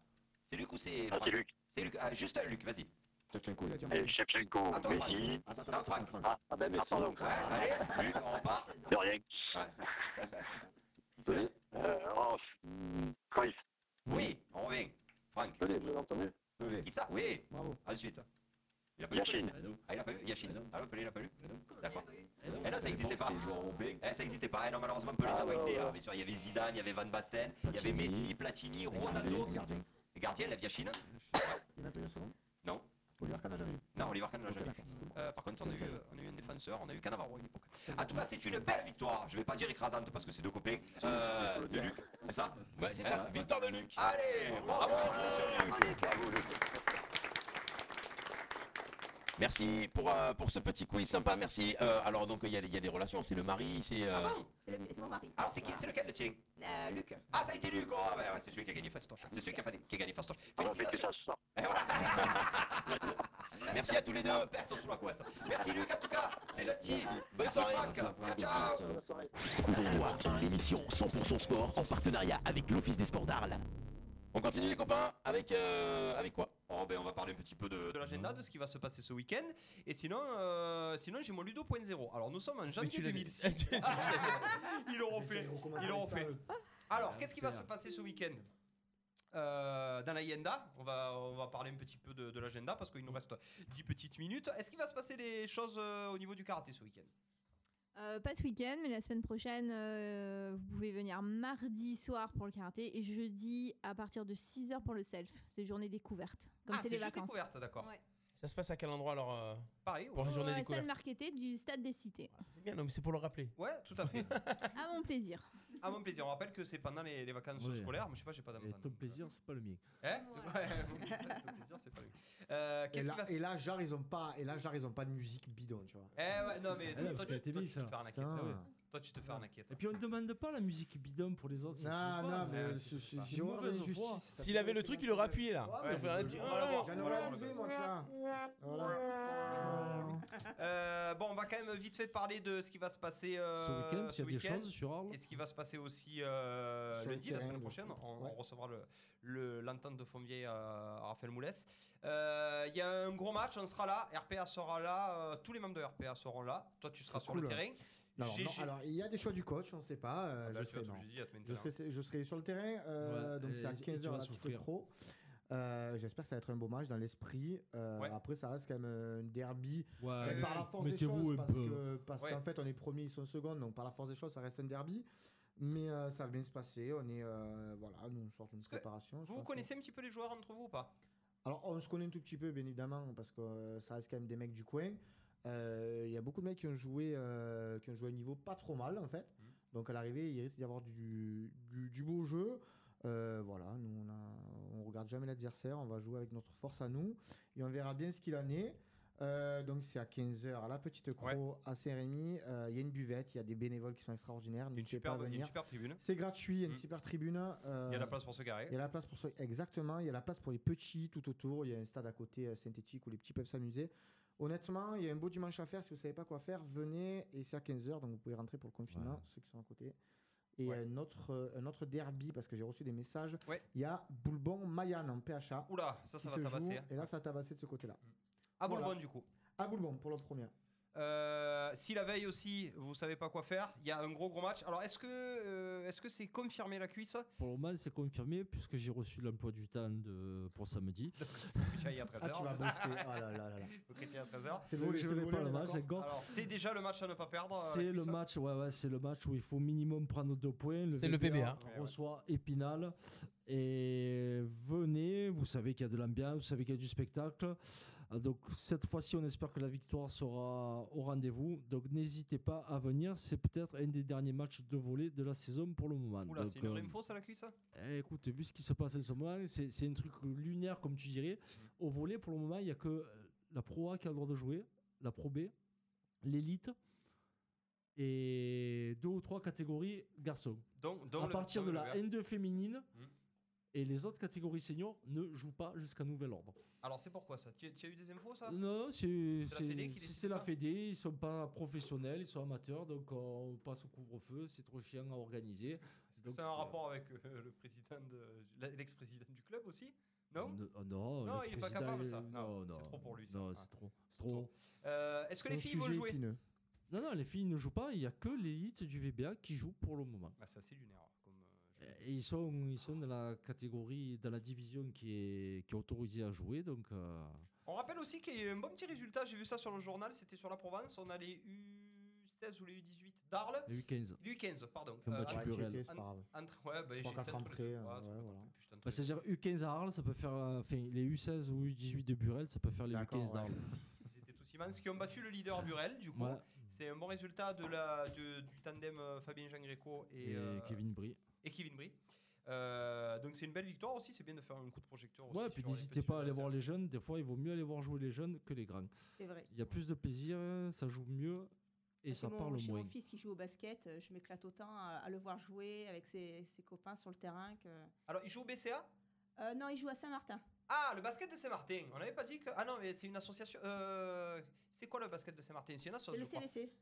Speaker 13: C'est Luc ou c'est.
Speaker 18: Ah, c'est
Speaker 13: Franck
Speaker 18: Luc.
Speaker 13: C'est Luc, ah, juste un Luc, vas-y.
Speaker 16: Shevchenko, il a dit.
Speaker 18: Et Shevchenko,
Speaker 13: Attends, Franck.
Speaker 18: Messi.
Speaker 13: Attends, Franck.
Speaker 18: Ah, ah ben, Messi.
Speaker 13: Allez, Luc, on repart.
Speaker 18: De rien. Désolé. Euh, oh, Cruyff.
Speaker 13: Hmm. Oui, on revient. Franck.
Speaker 18: Désolé, vous l'avez entendu
Speaker 13: Qui ça Oui. Bravo. Ensuite. Il a pas eu
Speaker 18: Yachine.
Speaker 13: Ah, il a pas eu Yachine. Ah, non, Pelé, il a pas eu D'accord. Eh non, ça n'existait pas. Eh, ça n'existait pas. Eh non, malheureusement, Pelé, ça va exister. hein. Bien sûr, il y avait Zidane, il y avait Van Basten, il y avait Messi, Platini, Ronaldo. Les gardiens, la Yachine.
Speaker 16: Il en a pas eu un second
Speaker 13: Non.
Speaker 16: Oliver Kahn n'a jamais eu.
Speaker 13: Non, Oliver Kahn, on l'a jamais eu. Euh, par contre, on a, eu, on a eu un défenseur, on a eu Cannavaro à une époque. En tout cas, Ah, c'est une belle victoire. Je vais pas dire écrasante parce que c'est deux copains. Euh, de Luc, c'est ça
Speaker 2: Ouais, c'est ça, victoire de Luc.
Speaker 13: Allez, bravo, félicitations, Luc.
Speaker 2: Merci pour, euh, pour ce petit quiz sympa, merci. Euh, alors donc il y, a des- il y a des relations, c'est le mari, c'est...
Speaker 13: Ah
Speaker 2: euh,
Speaker 19: C'est le- c'est mon mari.
Speaker 13: Alors, c'est qui C'est lequel le tien
Speaker 19: Euh, Luc.
Speaker 13: Ah, ça a été Luc oh, ouais, ouais, C'est celui qui a gagné Fastoche. C'est celui qui a, fa- qui a gagné Fastoche.
Speaker 19: Ah
Speaker 13: Félicitations
Speaker 2: Merci à tous les deux
Speaker 13: Bertrand sous la couette. Merci Luc, en tout cas C'est gentil
Speaker 2: Bonne
Speaker 13: Merci
Speaker 2: soirée.
Speaker 13: Franck Ciao, ciao
Speaker 20: Coudonvois, l'émission 100% sport en partenariat avec l'Office des sports d'Arles.
Speaker 2: On continue les copains avec, euh, avec quoi
Speaker 13: Oh, ben, on va parler un petit peu de, de l'agenda, de ce qui va se passer ce week-end. Et sinon, euh, sinon j'ai mon Ludo.0. Alors, nous sommes en janvier
Speaker 7: tu l'as dit.
Speaker 13: 2006. Ils l'ont refait. Ils l'ont refait.
Speaker 7: Ah,
Speaker 13: Alors, qu'est-ce qui va se passer ce week-end Euh, dans l'agenda, on va, on va parler un petit peu de, de l'agenda parce
Speaker 7: Mm.
Speaker 13: qu'il nous reste 10 petites minutes. Est-ce qu'il va se passer des choses euh, au niveau du karaté ce week-end
Speaker 10: Euh, pas ce week-end, mais la semaine prochaine, euh, vous pouvez venir mardi soir pour le karaté et jeudi à partir de 6h pour le self. C'est journée découverte. Comme
Speaker 13: Ah,
Speaker 10: c'est les
Speaker 13: c'est juste
Speaker 10: vacances.
Speaker 13: découverte, d'accord.
Speaker 10: Ouais.
Speaker 7: Ça se passe à quel endroit alors euh,
Speaker 13: Pareil.
Speaker 7: Pour la
Speaker 10: Au,
Speaker 7: journée
Speaker 10: euh, salle
Speaker 7: découverte.
Speaker 10: marketée du Stade des Cités.
Speaker 7: C'est bien, non mais c'est pour le rappeler.
Speaker 13: Ouais, tout à fait.
Speaker 10: à mon plaisir.
Speaker 13: À Ah, mon plaisir. On rappelle que c'est pendant les, les vacances
Speaker 8: Ouais.
Speaker 13: scolaires, mais je sais pas, j'ai pas
Speaker 8: Et
Speaker 13: d'enfant.
Speaker 8: ton plaisir, c'est pas le mien.
Speaker 13: Hein Ouais, mon plaisir, ton plaisir, c'est pas lui. Euh,
Speaker 9: Et
Speaker 13: Qu'est-ce
Speaker 9: là,
Speaker 13: qui va se
Speaker 9: et là, genre, ils ont pas, et là, genre, ils ont pas de musique bidon, tu vois.
Speaker 13: Eh ouais, non, mais
Speaker 8: Ah
Speaker 13: toi,
Speaker 8: ouais,
Speaker 13: toi,
Speaker 8: parce
Speaker 13: tu,
Speaker 8: que t'es
Speaker 13: toi, tu
Speaker 8: bis,
Speaker 13: te fais
Speaker 8: alors.
Speaker 13: arnaquer.
Speaker 8: Putain,
Speaker 11: Ah
Speaker 8: Ah.
Speaker 13: toi.
Speaker 8: ouais.
Speaker 13: Toi, tu te fais arnaquer.
Speaker 8: Et puis on ne demande pas la musique bidon pour les autres.
Speaker 9: Non,
Speaker 8: ça se fait pas.
Speaker 9: Ah non, mais Ouais, c'est- c'est- c'est une mauvaise justice, ça fait
Speaker 7: S'il avait le
Speaker 9: arrêter,
Speaker 7: truc,
Speaker 9: là.
Speaker 7: il l'aurait appuyé là.
Speaker 9: Ouais, mais
Speaker 7: Il aurait dit,
Speaker 9: je-
Speaker 7: Ah,
Speaker 9: on va l'avoir,
Speaker 7: non,
Speaker 9: j'en aurais abusé, moi, de ça. Voilà.
Speaker 13: Euh, bon, on va quand même vite fait parler de ce qui va se passer euh,
Speaker 8: Ce week-end, s'il y a des
Speaker 13: week-end.
Speaker 8: choses sur Arles.
Speaker 13: Et ce qui va se passer aussi euh,
Speaker 8: Sur le
Speaker 13: lundi, la
Speaker 8: terrain,
Speaker 13: semaine
Speaker 8: donc.
Speaker 13: prochaine. On, on
Speaker 8: Ouais.
Speaker 13: recevra l'entente le, l'entente de Fontvieille à, à Raphaël Moules. Euh, Il y a un gros match, on sera là. RPA sera là. euh, tous les membres de RPA seront là. Toi, tu seras sur le
Speaker 9: cool.
Speaker 13: terrain.
Speaker 9: Alors,
Speaker 13: Gégé-
Speaker 9: non, alors, il y a des choix du coach, on sait pas. euh,
Speaker 13: bah,
Speaker 9: je,
Speaker 13: tu vas
Speaker 9: serai,
Speaker 13: tout
Speaker 9: non.
Speaker 13: jeudi à te mettre
Speaker 9: je,
Speaker 13: là.
Speaker 9: serai, je serai sur le terrain, euh,
Speaker 8: Ouais,
Speaker 9: donc
Speaker 8: et-
Speaker 9: c'est à
Speaker 8: et tu
Speaker 9: 15h
Speaker 8: vas
Speaker 9: à la
Speaker 8: souffrir.
Speaker 9: Pro. Euh, J'espère que ça va être un beau match dans l'esprit. Euh, Après, ça reste quand même euh, un derby.
Speaker 8: Ouais,
Speaker 9: Mais
Speaker 8: ouais,
Speaker 9: par
Speaker 8: ouais.
Speaker 9: la force des
Speaker 8: Mettez-vous
Speaker 9: choses,
Speaker 8: un
Speaker 9: parce
Speaker 8: peu.
Speaker 9: que- parce
Speaker 8: Ouais.
Speaker 9: qu'en fait, on est premier, ils sont second, donc par la force des choses, ça reste un derby. Mais euh, ça va bien se passer. On est euh, voilà, nous on sort d'une préparation. je
Speaker 13: Vous, vous
Speaker 9: pense.
Speaker 13: connaissez un petit peu les joueurs entre vous ou pas
Speaker 9: Alors, on se connaît un tout petit peu, bien évidemment, parce que euh, ça reste quand même des mecs du coin. Euh, Il y a beaucoup de mecs qui ont joué, euh, qui ont joué à un niveau pas trop mal, en fait.
Speaker 8: Mmh.
Speaker 9: Donc, à l'arrivée, il risque d'y avoir du, du- du beau jeu. Euh, voilà, nous, on, a- on regarde jamais l'adversaire, on va jouer avec notre force à nous et on verra bien ce qu'il en est. Euh, donc c'est à 15h à la Petite Croix à Saint-Rémy. Euh, Il y a une buvette, il y a des bénévoles qui sont extraordinaires.
Speaker 8: Une
Speaker 9: N'hésitez
Speaker 8: superbe-
Speaker 9: pas à venir.
Speaker 8: une superbe tribune.
Speaker 9: C'est gratuit, il y a une
Speaker 8: Mm.
Speaker 9: super tribune. euh,
Speaker 8: Il y a la place pour se garer.
Speaker 9: Il y a la place pour se... Exactement, il y a la place pour les petits tout autour. Il y a un stade à côté euh, synthétique où les petits peuvent s'amuser. Honnêtement, il y a un beau dimanche à faire. Si vous savez pas quoi faire, venez et c'est à 15h, donc vous pouvez rentrer pour le confinement,
Speaker 16: Ouais.
Speaker 9: ceux qui sont à côté. Et un, autre, euh, un autre derby, parce que j'ai reçu des messages, il y a Boulbon Mayan en PHA.
Speaker 8: Oula, ça, ça
Speaker 9: qui
Speaker 8: va
Speaker 9: se
Speaker 8: tabasser,
Speaker 9: joue,
Speaker 8: hein. Mm.
Speaker 9: Et là, ça a tabassé de ce côté-là.
Speaker 13: Ah,
Speaker 8: À Boulbonne, du coup.
Speaker 9: À Boulbon, pour le premier.
Speaker 8: Euh, si la veille aussi, vous savez pas quoi faire, il y a un gros gros match. Alors est-ce que euh, est-ce que c'est confirmé la cuisse
Speaker 11: Pour le moment, c'est confirmé puisque j'ai reçu l'emploi du temps de- pour samedi.
Speaker 8: Putain, il y a 13
Speaker 11: Ah, tu
Speaker 8: heures.
Speaker 11: vas bosser. Oh là là là là.
Speaker 8: Faut que tu aies à 13 heures.
Speaker 11: C'est le- Donc, je c'est le vais pas volet, le match, d'accord. d'accord.
Speaker 8: Alors, c'est déjà le match à ne pas perdre. euh, la
Speaker 11: C'est le
Speaker 8: cuisse.
Speaker 11: match, ouais, ouais, c'est le match où il faut minimum prendre deux points.
Speaker 7: C'est le VBA.
Speaker 11: reçoit Épinal et venez, vous savez qu'il y a de l'ambiance, vous savez qu'il y a du spectacle. Euh, Donc cette fois-ci, on espère que la victoire sera au rendez-vous. Donc n'hésitez pas à venir. C'est peut-être un des derniers matchs de volée de la saison pour le moment.
Speaker 8: Oula,
Speaker 11: Donc,
Speaker 8: c'est une vraie
Speaker 11: euh,
Speaker 8: info ça la cuisse
Speaker 11: eh, écoute, vu ce qui se passe en ce moment, c'est c'est un truc lunaire, comme tu dirais.
Speaker 8: Mm.
Speaker 11: Au volet, pour le moment, il n'y a que euh, la Pro A qui a le droit de jouer, la Pro B, l'élite et deux ou trois catégories garçons.
Speaker 8: Donc- donc
Speaker 11: à
Speaker 8: le-
Speaker 11: partir
Speaker 8: donc
Speaker 11: de
Speaker 8: le Hmm.
Speaker 11: la
Speaker 8: gars.
Speaker 11: N2 féminine et les autres catégories seniors ne jouent pas jusqu'à nouvel ordre.
Speaker 8: Alors c'est pourquoi ça tu, tu as eu des infos ça
Speaker 11: Euh, Non, c'est
Speaker 8: Ah. C'est la Fédé qui
Speaker 11: c'est-
Speaker 8: décide
Speaker 11: c'est la Fédé, ils sont pas professionnels, ils sont amateurs, donc on passe au couvre-feu, c'est trop chiant à organiser. Donc,
Speaker 8: C'est un rapport avec euh, le président de la- l'ex-président du club aussi Non
Speaker 11: Ne- oh non,
Speaker 8: Non, il est pas
Speaker 11: l'ex-président,
Speaker 8: capable ça.
Speaker 11: euh,
Speaker 8: Non,
Speaker 11: non,
Speaker 8: c'est
Speaker 11: non.
Speaker 8: trop pour lui ça.
Speaker 11: Non,
Speaker 8: Ah.
Speaker 11: c'est trop. C'est trop.
Speaker 8: Euh, Est-ce que les filles vont jouer
Speaker 11: Non, non, les filles ne jouent pas. Il n'y a que l'élite du VBA qui joue pour le moment.
Speaker 8: Ah, C'est assez lunaire. euh, Comme,
Speaker 11: Et ils sont, ils sont dans la catégorie, dans la division qui est, qui est autorisée à jouer. Donc, euh,
Speaker 8: On rappelle aussi qu'il y a eu un bon petit résultat, j'ai vu ça sur le journal, c'était sur la Provence, on a les U16 ou les U18 d'Arles.
Speaker 11: Les U15.
Speaker 8: Les U15, pardon. Euh,
Speaker 11: Qui ont battu
Speaker 8: entre-
Speaker 11: Burel. Ouais,
Speaker 9: c'est pas grave.
Speaker 8: entre- ouais, bah, j'ai
Speaker 9: Trois,
Speaker 8: peut-être
Speaker 9: quatre
Speaker 8: le-
Speaker 9: entrées,
Speaker 8: ouais,
Speaker 9: euh,
Speaker 8: attends,
Speaker 9: ouais, voilà.
Speaker 11: bah, c'est-à-dire U15 à Arles, ça peut faire, euh, enfin, les U16 ou U18 de Burel, ça peut faire les U15
Speaker 8: ouais.
Speaker 11: d'Arles.
Speaker 8: C'était tous immenses, qui ont battu le leader Burel, du coup.
Speaker 11: Ouais.
Speaker 8: C'est un bon résultat de la, de- du tandem euh, Fabien Jean-Greco et,
Speaker 11: Et
Speaker 8: euh,
Speaker 11: Kevin Brie.
Speaker 8: et Kevin Brie. Euh, donc c'est une belle victoire aussi, c'est bien de faire un coup de projecteur aussi.
Speaker 11: Ouais, puis
Speaker 8: sur les
Speaker 11: n'hésitez pas à aller voir les jeunes. Des fois, il vaut mieux aller voir jouer les jeunes que les grands.
Speaker 12: C'est vrai.
Speaker 11: Il y a plus de plaisir, ça joue mieux et ça
Speaker 12: mon,
Speaker 11: parle
Speaker 12: chez
Speaker 11: moins.
Speaker 12: mon fils qui joue au basket, euh, je m'éclate autant à, à le voir jouer avec ses, ses copains sur le terrain que.
Speaker 8: Alors, il joue au BCA
Speaker 12: Euh, Non, il joue à Saint-Martin.
Speaker 8: Ah, le basket de Saint-Martin. On n'avait pas dit que. Ah non, mais c'est une association. euh, C'est quoi le basket de Saint-Martin C'est une
Speaker 12: C'est le
Speaker 8: association. je crois.
Speaker 12: CVC.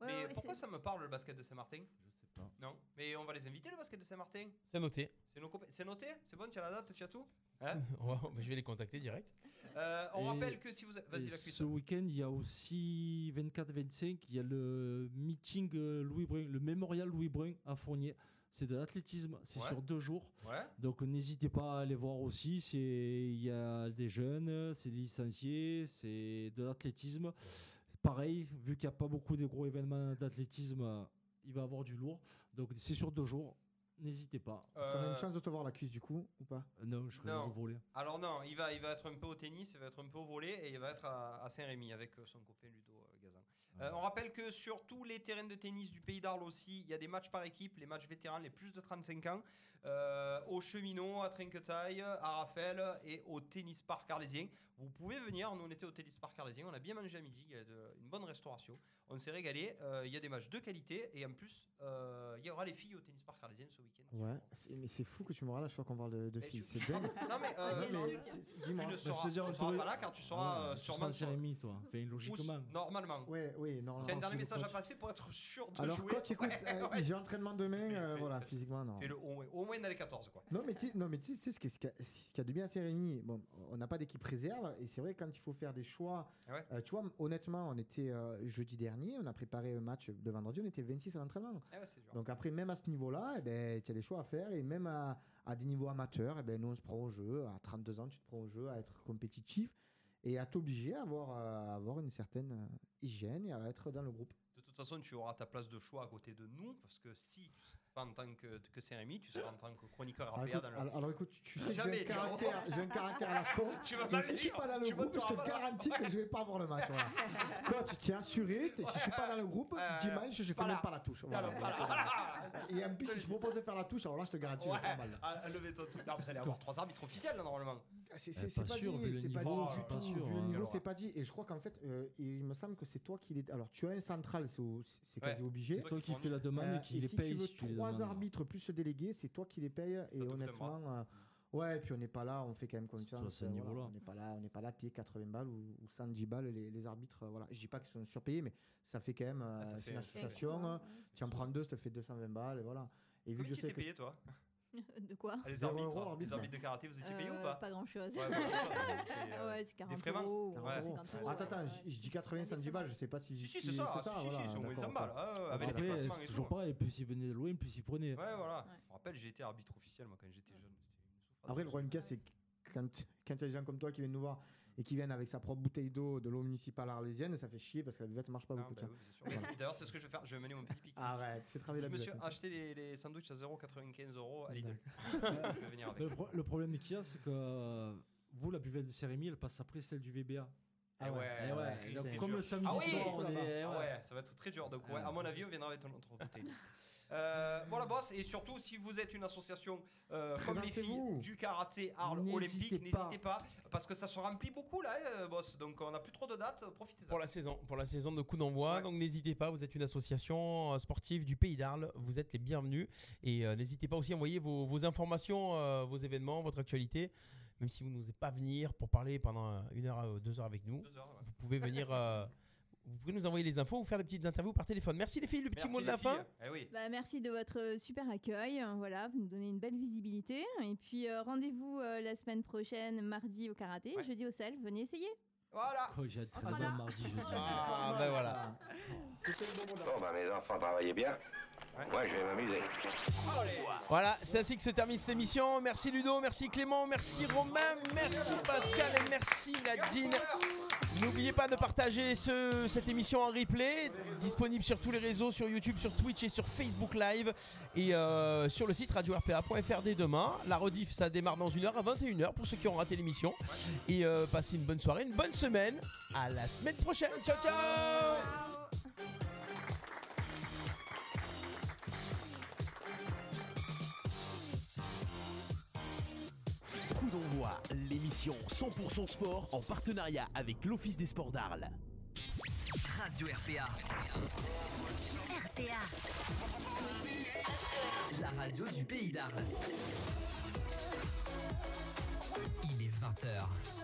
Speaker 12: Ouais,
Speaker 8: mais
Speaker 12: ouais, ouais,
Speaker 8: pourquoi
Speaker 12: c'est-
Speaker 8: ça me parle le basket de Saint-Martin Je sais pas. Non, mais on va les inviter le basket de Saint-Martin.
Speaker 7: C'est noté.
Speaker 8: C'est nos copains. C'est noté C'est bon, tu as la date, tu as tout Hein
Speaker 7: Ouais, Je vais les contacter direct.
Speaker 8: Euh, On
Speaker 11: Et-
Speaker 8: rappelle que si vous. Vas-y,
Speaker 11: et
Speaker 8: la cuisse.
Speaker 11: Ce week-end, il y a aussi 24-25, il y a le meeting euh, Louis Brun, le mémorial Louis Brun à Fournier. C'est de l'athlétisme, c'est
Speaker 8: Ouais.
Speaker 11: sur deux jours.
Speaker 8: Ouais.
Speaker 11: Donc n'hésitez pas à aller voir aussi. C'est il y a des jeunes, c'est des licenciés, c'est de l'athlétisme. C'est Pareil, vu qu'il n'y a pas beaucoup de gros événements d'athlétisme, euh, il va y avoir du lourd. Donc c'est sur deux jours. N'hésitez pas.
Speaker 9: Est-ce qu'on a une chance de te voir la cuisse du coup ou pas
Speaker 11: Non, je serai
Speaker 8: Euh, Non.
Speaker 11: au volet.
Speaker 8: Alors non, il va, il va être un peu au tennis, il va être un peu au volet et il va être à, à Saint-Rémy avec euh, son copain Ludo euh, Gazan. Euh, on rappelle que sur tous les terrains de tennis du Pays d'Arles aussi, il y a des matchs par équipe, les matchs vétérans les plus de 35 ans, euh, au Cheminot, à Trinquetaille, à Raphaël et au Tennis Park Arlésien. Vous pouvez venir, nous on était au Tennis Park Arlésien, on a bien mangé à midi, il y a de- une bonne restauration, on s'est régalé, euh, il y a des matchs de qualité et en plus, euh, il y aura les filles au Tennis Park Arlésien ce week-end. Ben,
Speaker 9: Ouais, c'est- mais c'est fou que tu me relâches quand on parle de, de filles. C'est dingue. Ah,
Speaker 8: Non mais, euh,
Speaker 9: Non, mais
Speaker 8: tu
Speaker 9: dis-moi.
Speaker 8: ne
Speaker 9: Bah,
Speaker 8: seras,
Speaker 9: c'est-à-dire,
Speaker 8: tu
Speaker 9: on
Speaker 8: seras
Speaker 9: t'aurait-
Speaker 8: pas là car tu seras euh,
Speaker 11: Tu seras
Speaker 8: sûrement
Speaker 11: en
Speaker 8: sur-
Speaker 11: Jérémy, toi. Enfin, logiquement.
Speaker 8: Normalement.
Speaker 9: Ouais, oui, normalement.
Speaker 8: J'ai un dernier
Speaker 9: si
Speaker 8: message
Speaker 9: le
Speaker 8: à
Speaker 9: coach-
Speaker 8: passer pour être sûr de
Speaker 9: Alors,
Speaker 8: jouer.
Speaker 9: coach, écoute,
Speaker 8: Ouais,
Speaker 9: euh,
Speaker 8: ouais.
Speaker 9: j'ai entraînement demain, euh, voilà, physiquement, non.
Speaker 8: Fais-le au, au moins dans les 14, quoi.
Speaker 9: Non mais tu non mais tu tu sais ce qui- ce qu'il y, a- ce qu'il y a de bien à Sérénie, bon, on n'a pas d'équipe réserve et c'est vrai quand il faut faire des choix.
Speaker 8: Ah Ouais.
Speaker 9: euh, tu vois, honnêtement, on était euh, jeudi dernier, on a préparé un match de vendredi, on était 26 à l'entraînement.
Speaker 8: Ah ouais, c'est dur.
Speaker 9: Donc après, même à ce niveau-là, eh ben, tu as des choix à faire et même à, à des niveaux amateurs, eh ben, nous on se prend au jeu. À 32 ans, tu te prends au jeu à être compétitif et à t'obliger à avoir, euh, à avoir une certaine euh, hygiène et à être dans le groupe.
Speaker 8: De toute façon, tu auras ta place de choix à côté de nous parce que si tu pas en tant que, que CRMI, tu seras en tant que chroniqueur
Speaker 9: Alors
Speaker 8: RPA
Speaker 9: Bah, écoute,
Speaker 8: dans le.
Speaker 9: alors- alors écoute, tu sais que
Speaker 8: Jamais,
Speaker 9: j'ai un,
Speaker 8: tu vas voir.
Speaker 9: caractère- j'ai un caractère à la con.
Speaker 8: Tu vas
Speaker 9: mais
Speaker 8: mal
Speaker 9: si je suis
Speaker 8: dire,
Speaker 9: pas dans le
Speaker 8: tu vas
Speaker 9: groupe, je
Speaker 8: te
Speaker 9: te
Speaker 8: rabattre.
Speaker 9: garantis que je vais pas avoir le match. Voilà. Coach, tu es assuré, t'es- si je suis pas dans le groupe,
Speaker 8: Euh,
Speaker 9: dimanche, je fais même pas la touche. Voilà. Et en plus, si je propose de faire la touche, alors là, je te garantis, je vais pas mal. Ah,
Speaker 8: Ah, levez ton truc. Non, vous allez avoir trois arbitres officiels là, normalement.
Speaker 9: C'est-
Speaker 11: Euh,
Speaker 9: C'est c'est Eh, pas, dit, c'est pas hein. dit, du tout. Ah, Vu
Speaker 11: hein.
Speaker 9: le niveau, c'est pas dit. Et je crois qu'en fait, euh, il me semble que c'est toi qui les. Alors, tu as un central, c'est au- c'est quasi
Speaker 11: Ouais,
Speaker 9: obligé. Euh,
Speaker 11: c'est toi qui C'est toi qui fais la demande et qui les
Speaker 9: si
Speaker 11: paye
Speaker 9: Tu veux
Speaker 11: si tu les
Speaker 9: trois
Speaker 11: demandes.
Speaker 9: arbitres plus le délégué, c'est toi qui les paye. Et honnêtement, euh, ouais, et puis on n'est pas là, on fait quand même confiance.
Speaker 11: à ce
Speaker 9: euh, voilà,
Speaker 11: niveau-là.
Speaker 9: on n'est pas là, on n'est pas là à payer 80 balles ou, ou 110 balles les, les arbitres. euh, Voilà, je dis pas qu'ils sont surpayés, mais ça fait quand même euh,
Speaker 8: ça
Speaker 9: c'est
Speaker 8: fait-
Speaker 9: une
Speaker 8: ça
Speaker 9: association.
Speaker 8: fait-
Speaker 9: euh, tu en prends deux, ça te fait 220 balles, et voilà. Et vu que je
Speaker 8: Qui t'es
Speaker 9: sais que
Speaker 8: payé, toi
Speaker 10: De quoi
Speaker 8: Ah, Les
Speaker 9: Zéro
Speaker 8: arbitres,
Speaker 9: euro,
Speaker 8: les
Speaker 9: arbitre.
Speaker 8: arbitres de karaté, vous étiez payés
Speaker 10: Euh,
Speaker 8: ou pas
Speaker 10: Pas grand chose.
Speaker 8: Ouais, voilà, c'est, euh, Ah,
Speaker 10: Ouais, c'est 40
Speaker 8: frais mains.
Speaker 10: euros.
Speaker 8: Ouais.
Speaker 9: 40 euros.
Speaker 10: 50 euros,
Speaker 9: Attends, attends, je- je dis 80, 110 balles, je sais pas si.
Speaker 8: Si, si, c'est ça, si, si, si, c'est au moins 100 balles, euh, avec les
Speaker 11: Après,
Speaker 8: déplacements et
Speaker 11: c'est
Speaker 8: tout.
Speaker 11: toujours pareil. Plus ils venaient de loin, plus ils prenaient.
Speaker 8: Ouais, voilà. Je me rappelle, j'ai été arbitre officiel, moi, quand j'étais jeune.
Speaker 9: Après, le problème qu'il y a, c'est que quand quand il y a des gens comme toi qui viennent nous voir et qui viennent avec sa propre bouteille d'eau de l'eau municipale arlésienne, ça fait chier parce que la buvette marche pas
Speaker 8: Non,
Speaker 9: beaucoup.
Speaker 8: bah
Speaker 9: tu vois.
Speaker 8: oui, c'est sûr. Mais c'est- D'ailleurs, c'est ce que je vais faire. Je vais mener mon petit pic.
Speaker 9: Arrête, fais travailler la hein.
Speaker 8: Je me suis
Speaker 9: buvette.
Speaker 8: acheté les, les sandwichs à 0,95 euros à Lidl. je vais venir avec.
Speaker 11: Le, pro- le problème qu'il y a, c'est que euh, vous, la buvette de Sérémy, elle passe après celle du VBA.
Speaker 8: Ah ouais,
Speaker 11: Eh
Speaker 8: ça va
Speaker 11: ouais.
Speaker 8: être
Speaker 11: Donc,
Speaker 8: très
Speaker 11: comme
Speaker 8: dur.
Speaker 11: le samedi
Speaker 8: Ah oui
Speaker 11: soir, on est- eh
Speaker 8: Ah
Speaker 11: ouais.
Speaker 8: ouais, ça va être très dur. Donc, ouais,
Speaker 11: Ah.
Speaker 8: à mon avis, on viendra avec ton autre bouteille. Euh, voilà, boss. Et surtout, si vous êtes une association euh, comme les filles du karaté Arles
Speaker 7: N'hésitez
Speaker 8: Olympique, n'hésitez pas. Parce que ça se remplit beaucoup là, euh, boss. Donc, on n'a plus trop de dates. Profitez-en.
Speaker 7: Pour la saison, pour la saison de coup d'envoi. Donc n'hésitez pas, vous êtes une association euh, sportive du Pays d'Arles, vous êtes les bienvenus. Et euh, n'hésitez pas aussi à envoyer vos, vos informations, euh, vos événements, votre actualité. Même si vous n'osez pas venir pour parler pendant euh, une heure, euh, deux heures avec nous, vous pouvez venir. euh, vous pouvez nous envoyer les infos ou faire des petites interviews par téléphone. Merci les filles, le petit
Speaker 8: Merci
Speaker 7: mot de
Speaker 8: les
Speaker 7: la fin.
Speaker 8: filles. Eh oui.
Speaker 10: Bah, merci de votre super accueil. euh, Voilà, vous nous donnez une belle visibilité. Et puis euh, rendez-vous euh, la semaine prochaine, mardi au karaté, jeudi au self. Venez essayer.
Speaker 8: Voilà.
Speaker 11: Oh, j'ai hâte de faire ça mardi, jeudi.
Speaker 2: Ah, ben voilà. Bon, bah, mes enfants, travaillez bien. Moi, je vais m'amuser.
Speaker 7: Voilà, c'est ainsi que se termine cette émission. Merci Ludo, merci Clément, merci Romain, merci Pascal et merci Nadine. N'oubliez pas de partager ce- cette émission en replay, disponible sur tous les réseaux, sur YouTube, sur Twitch et sur Facebook Live et euh, sur le site radio-rpa.fr dès demain. La rediff, ça démarre dans une heure à 21h pour ceux qui ont raté l'émission. Et euh, passez une bonne soirée, une bonne semaine. À la semaine prochaine. Ciao, ciao
Speaker 6: Coup d'envoi, l'émission 100% sport en partenariat avec l'Office des sports d'Arles.
Speaker 2: Radio RPA.
Speaker 21: RPA.
Speaker 2: La radio du pays d'Arles. Il est 20h.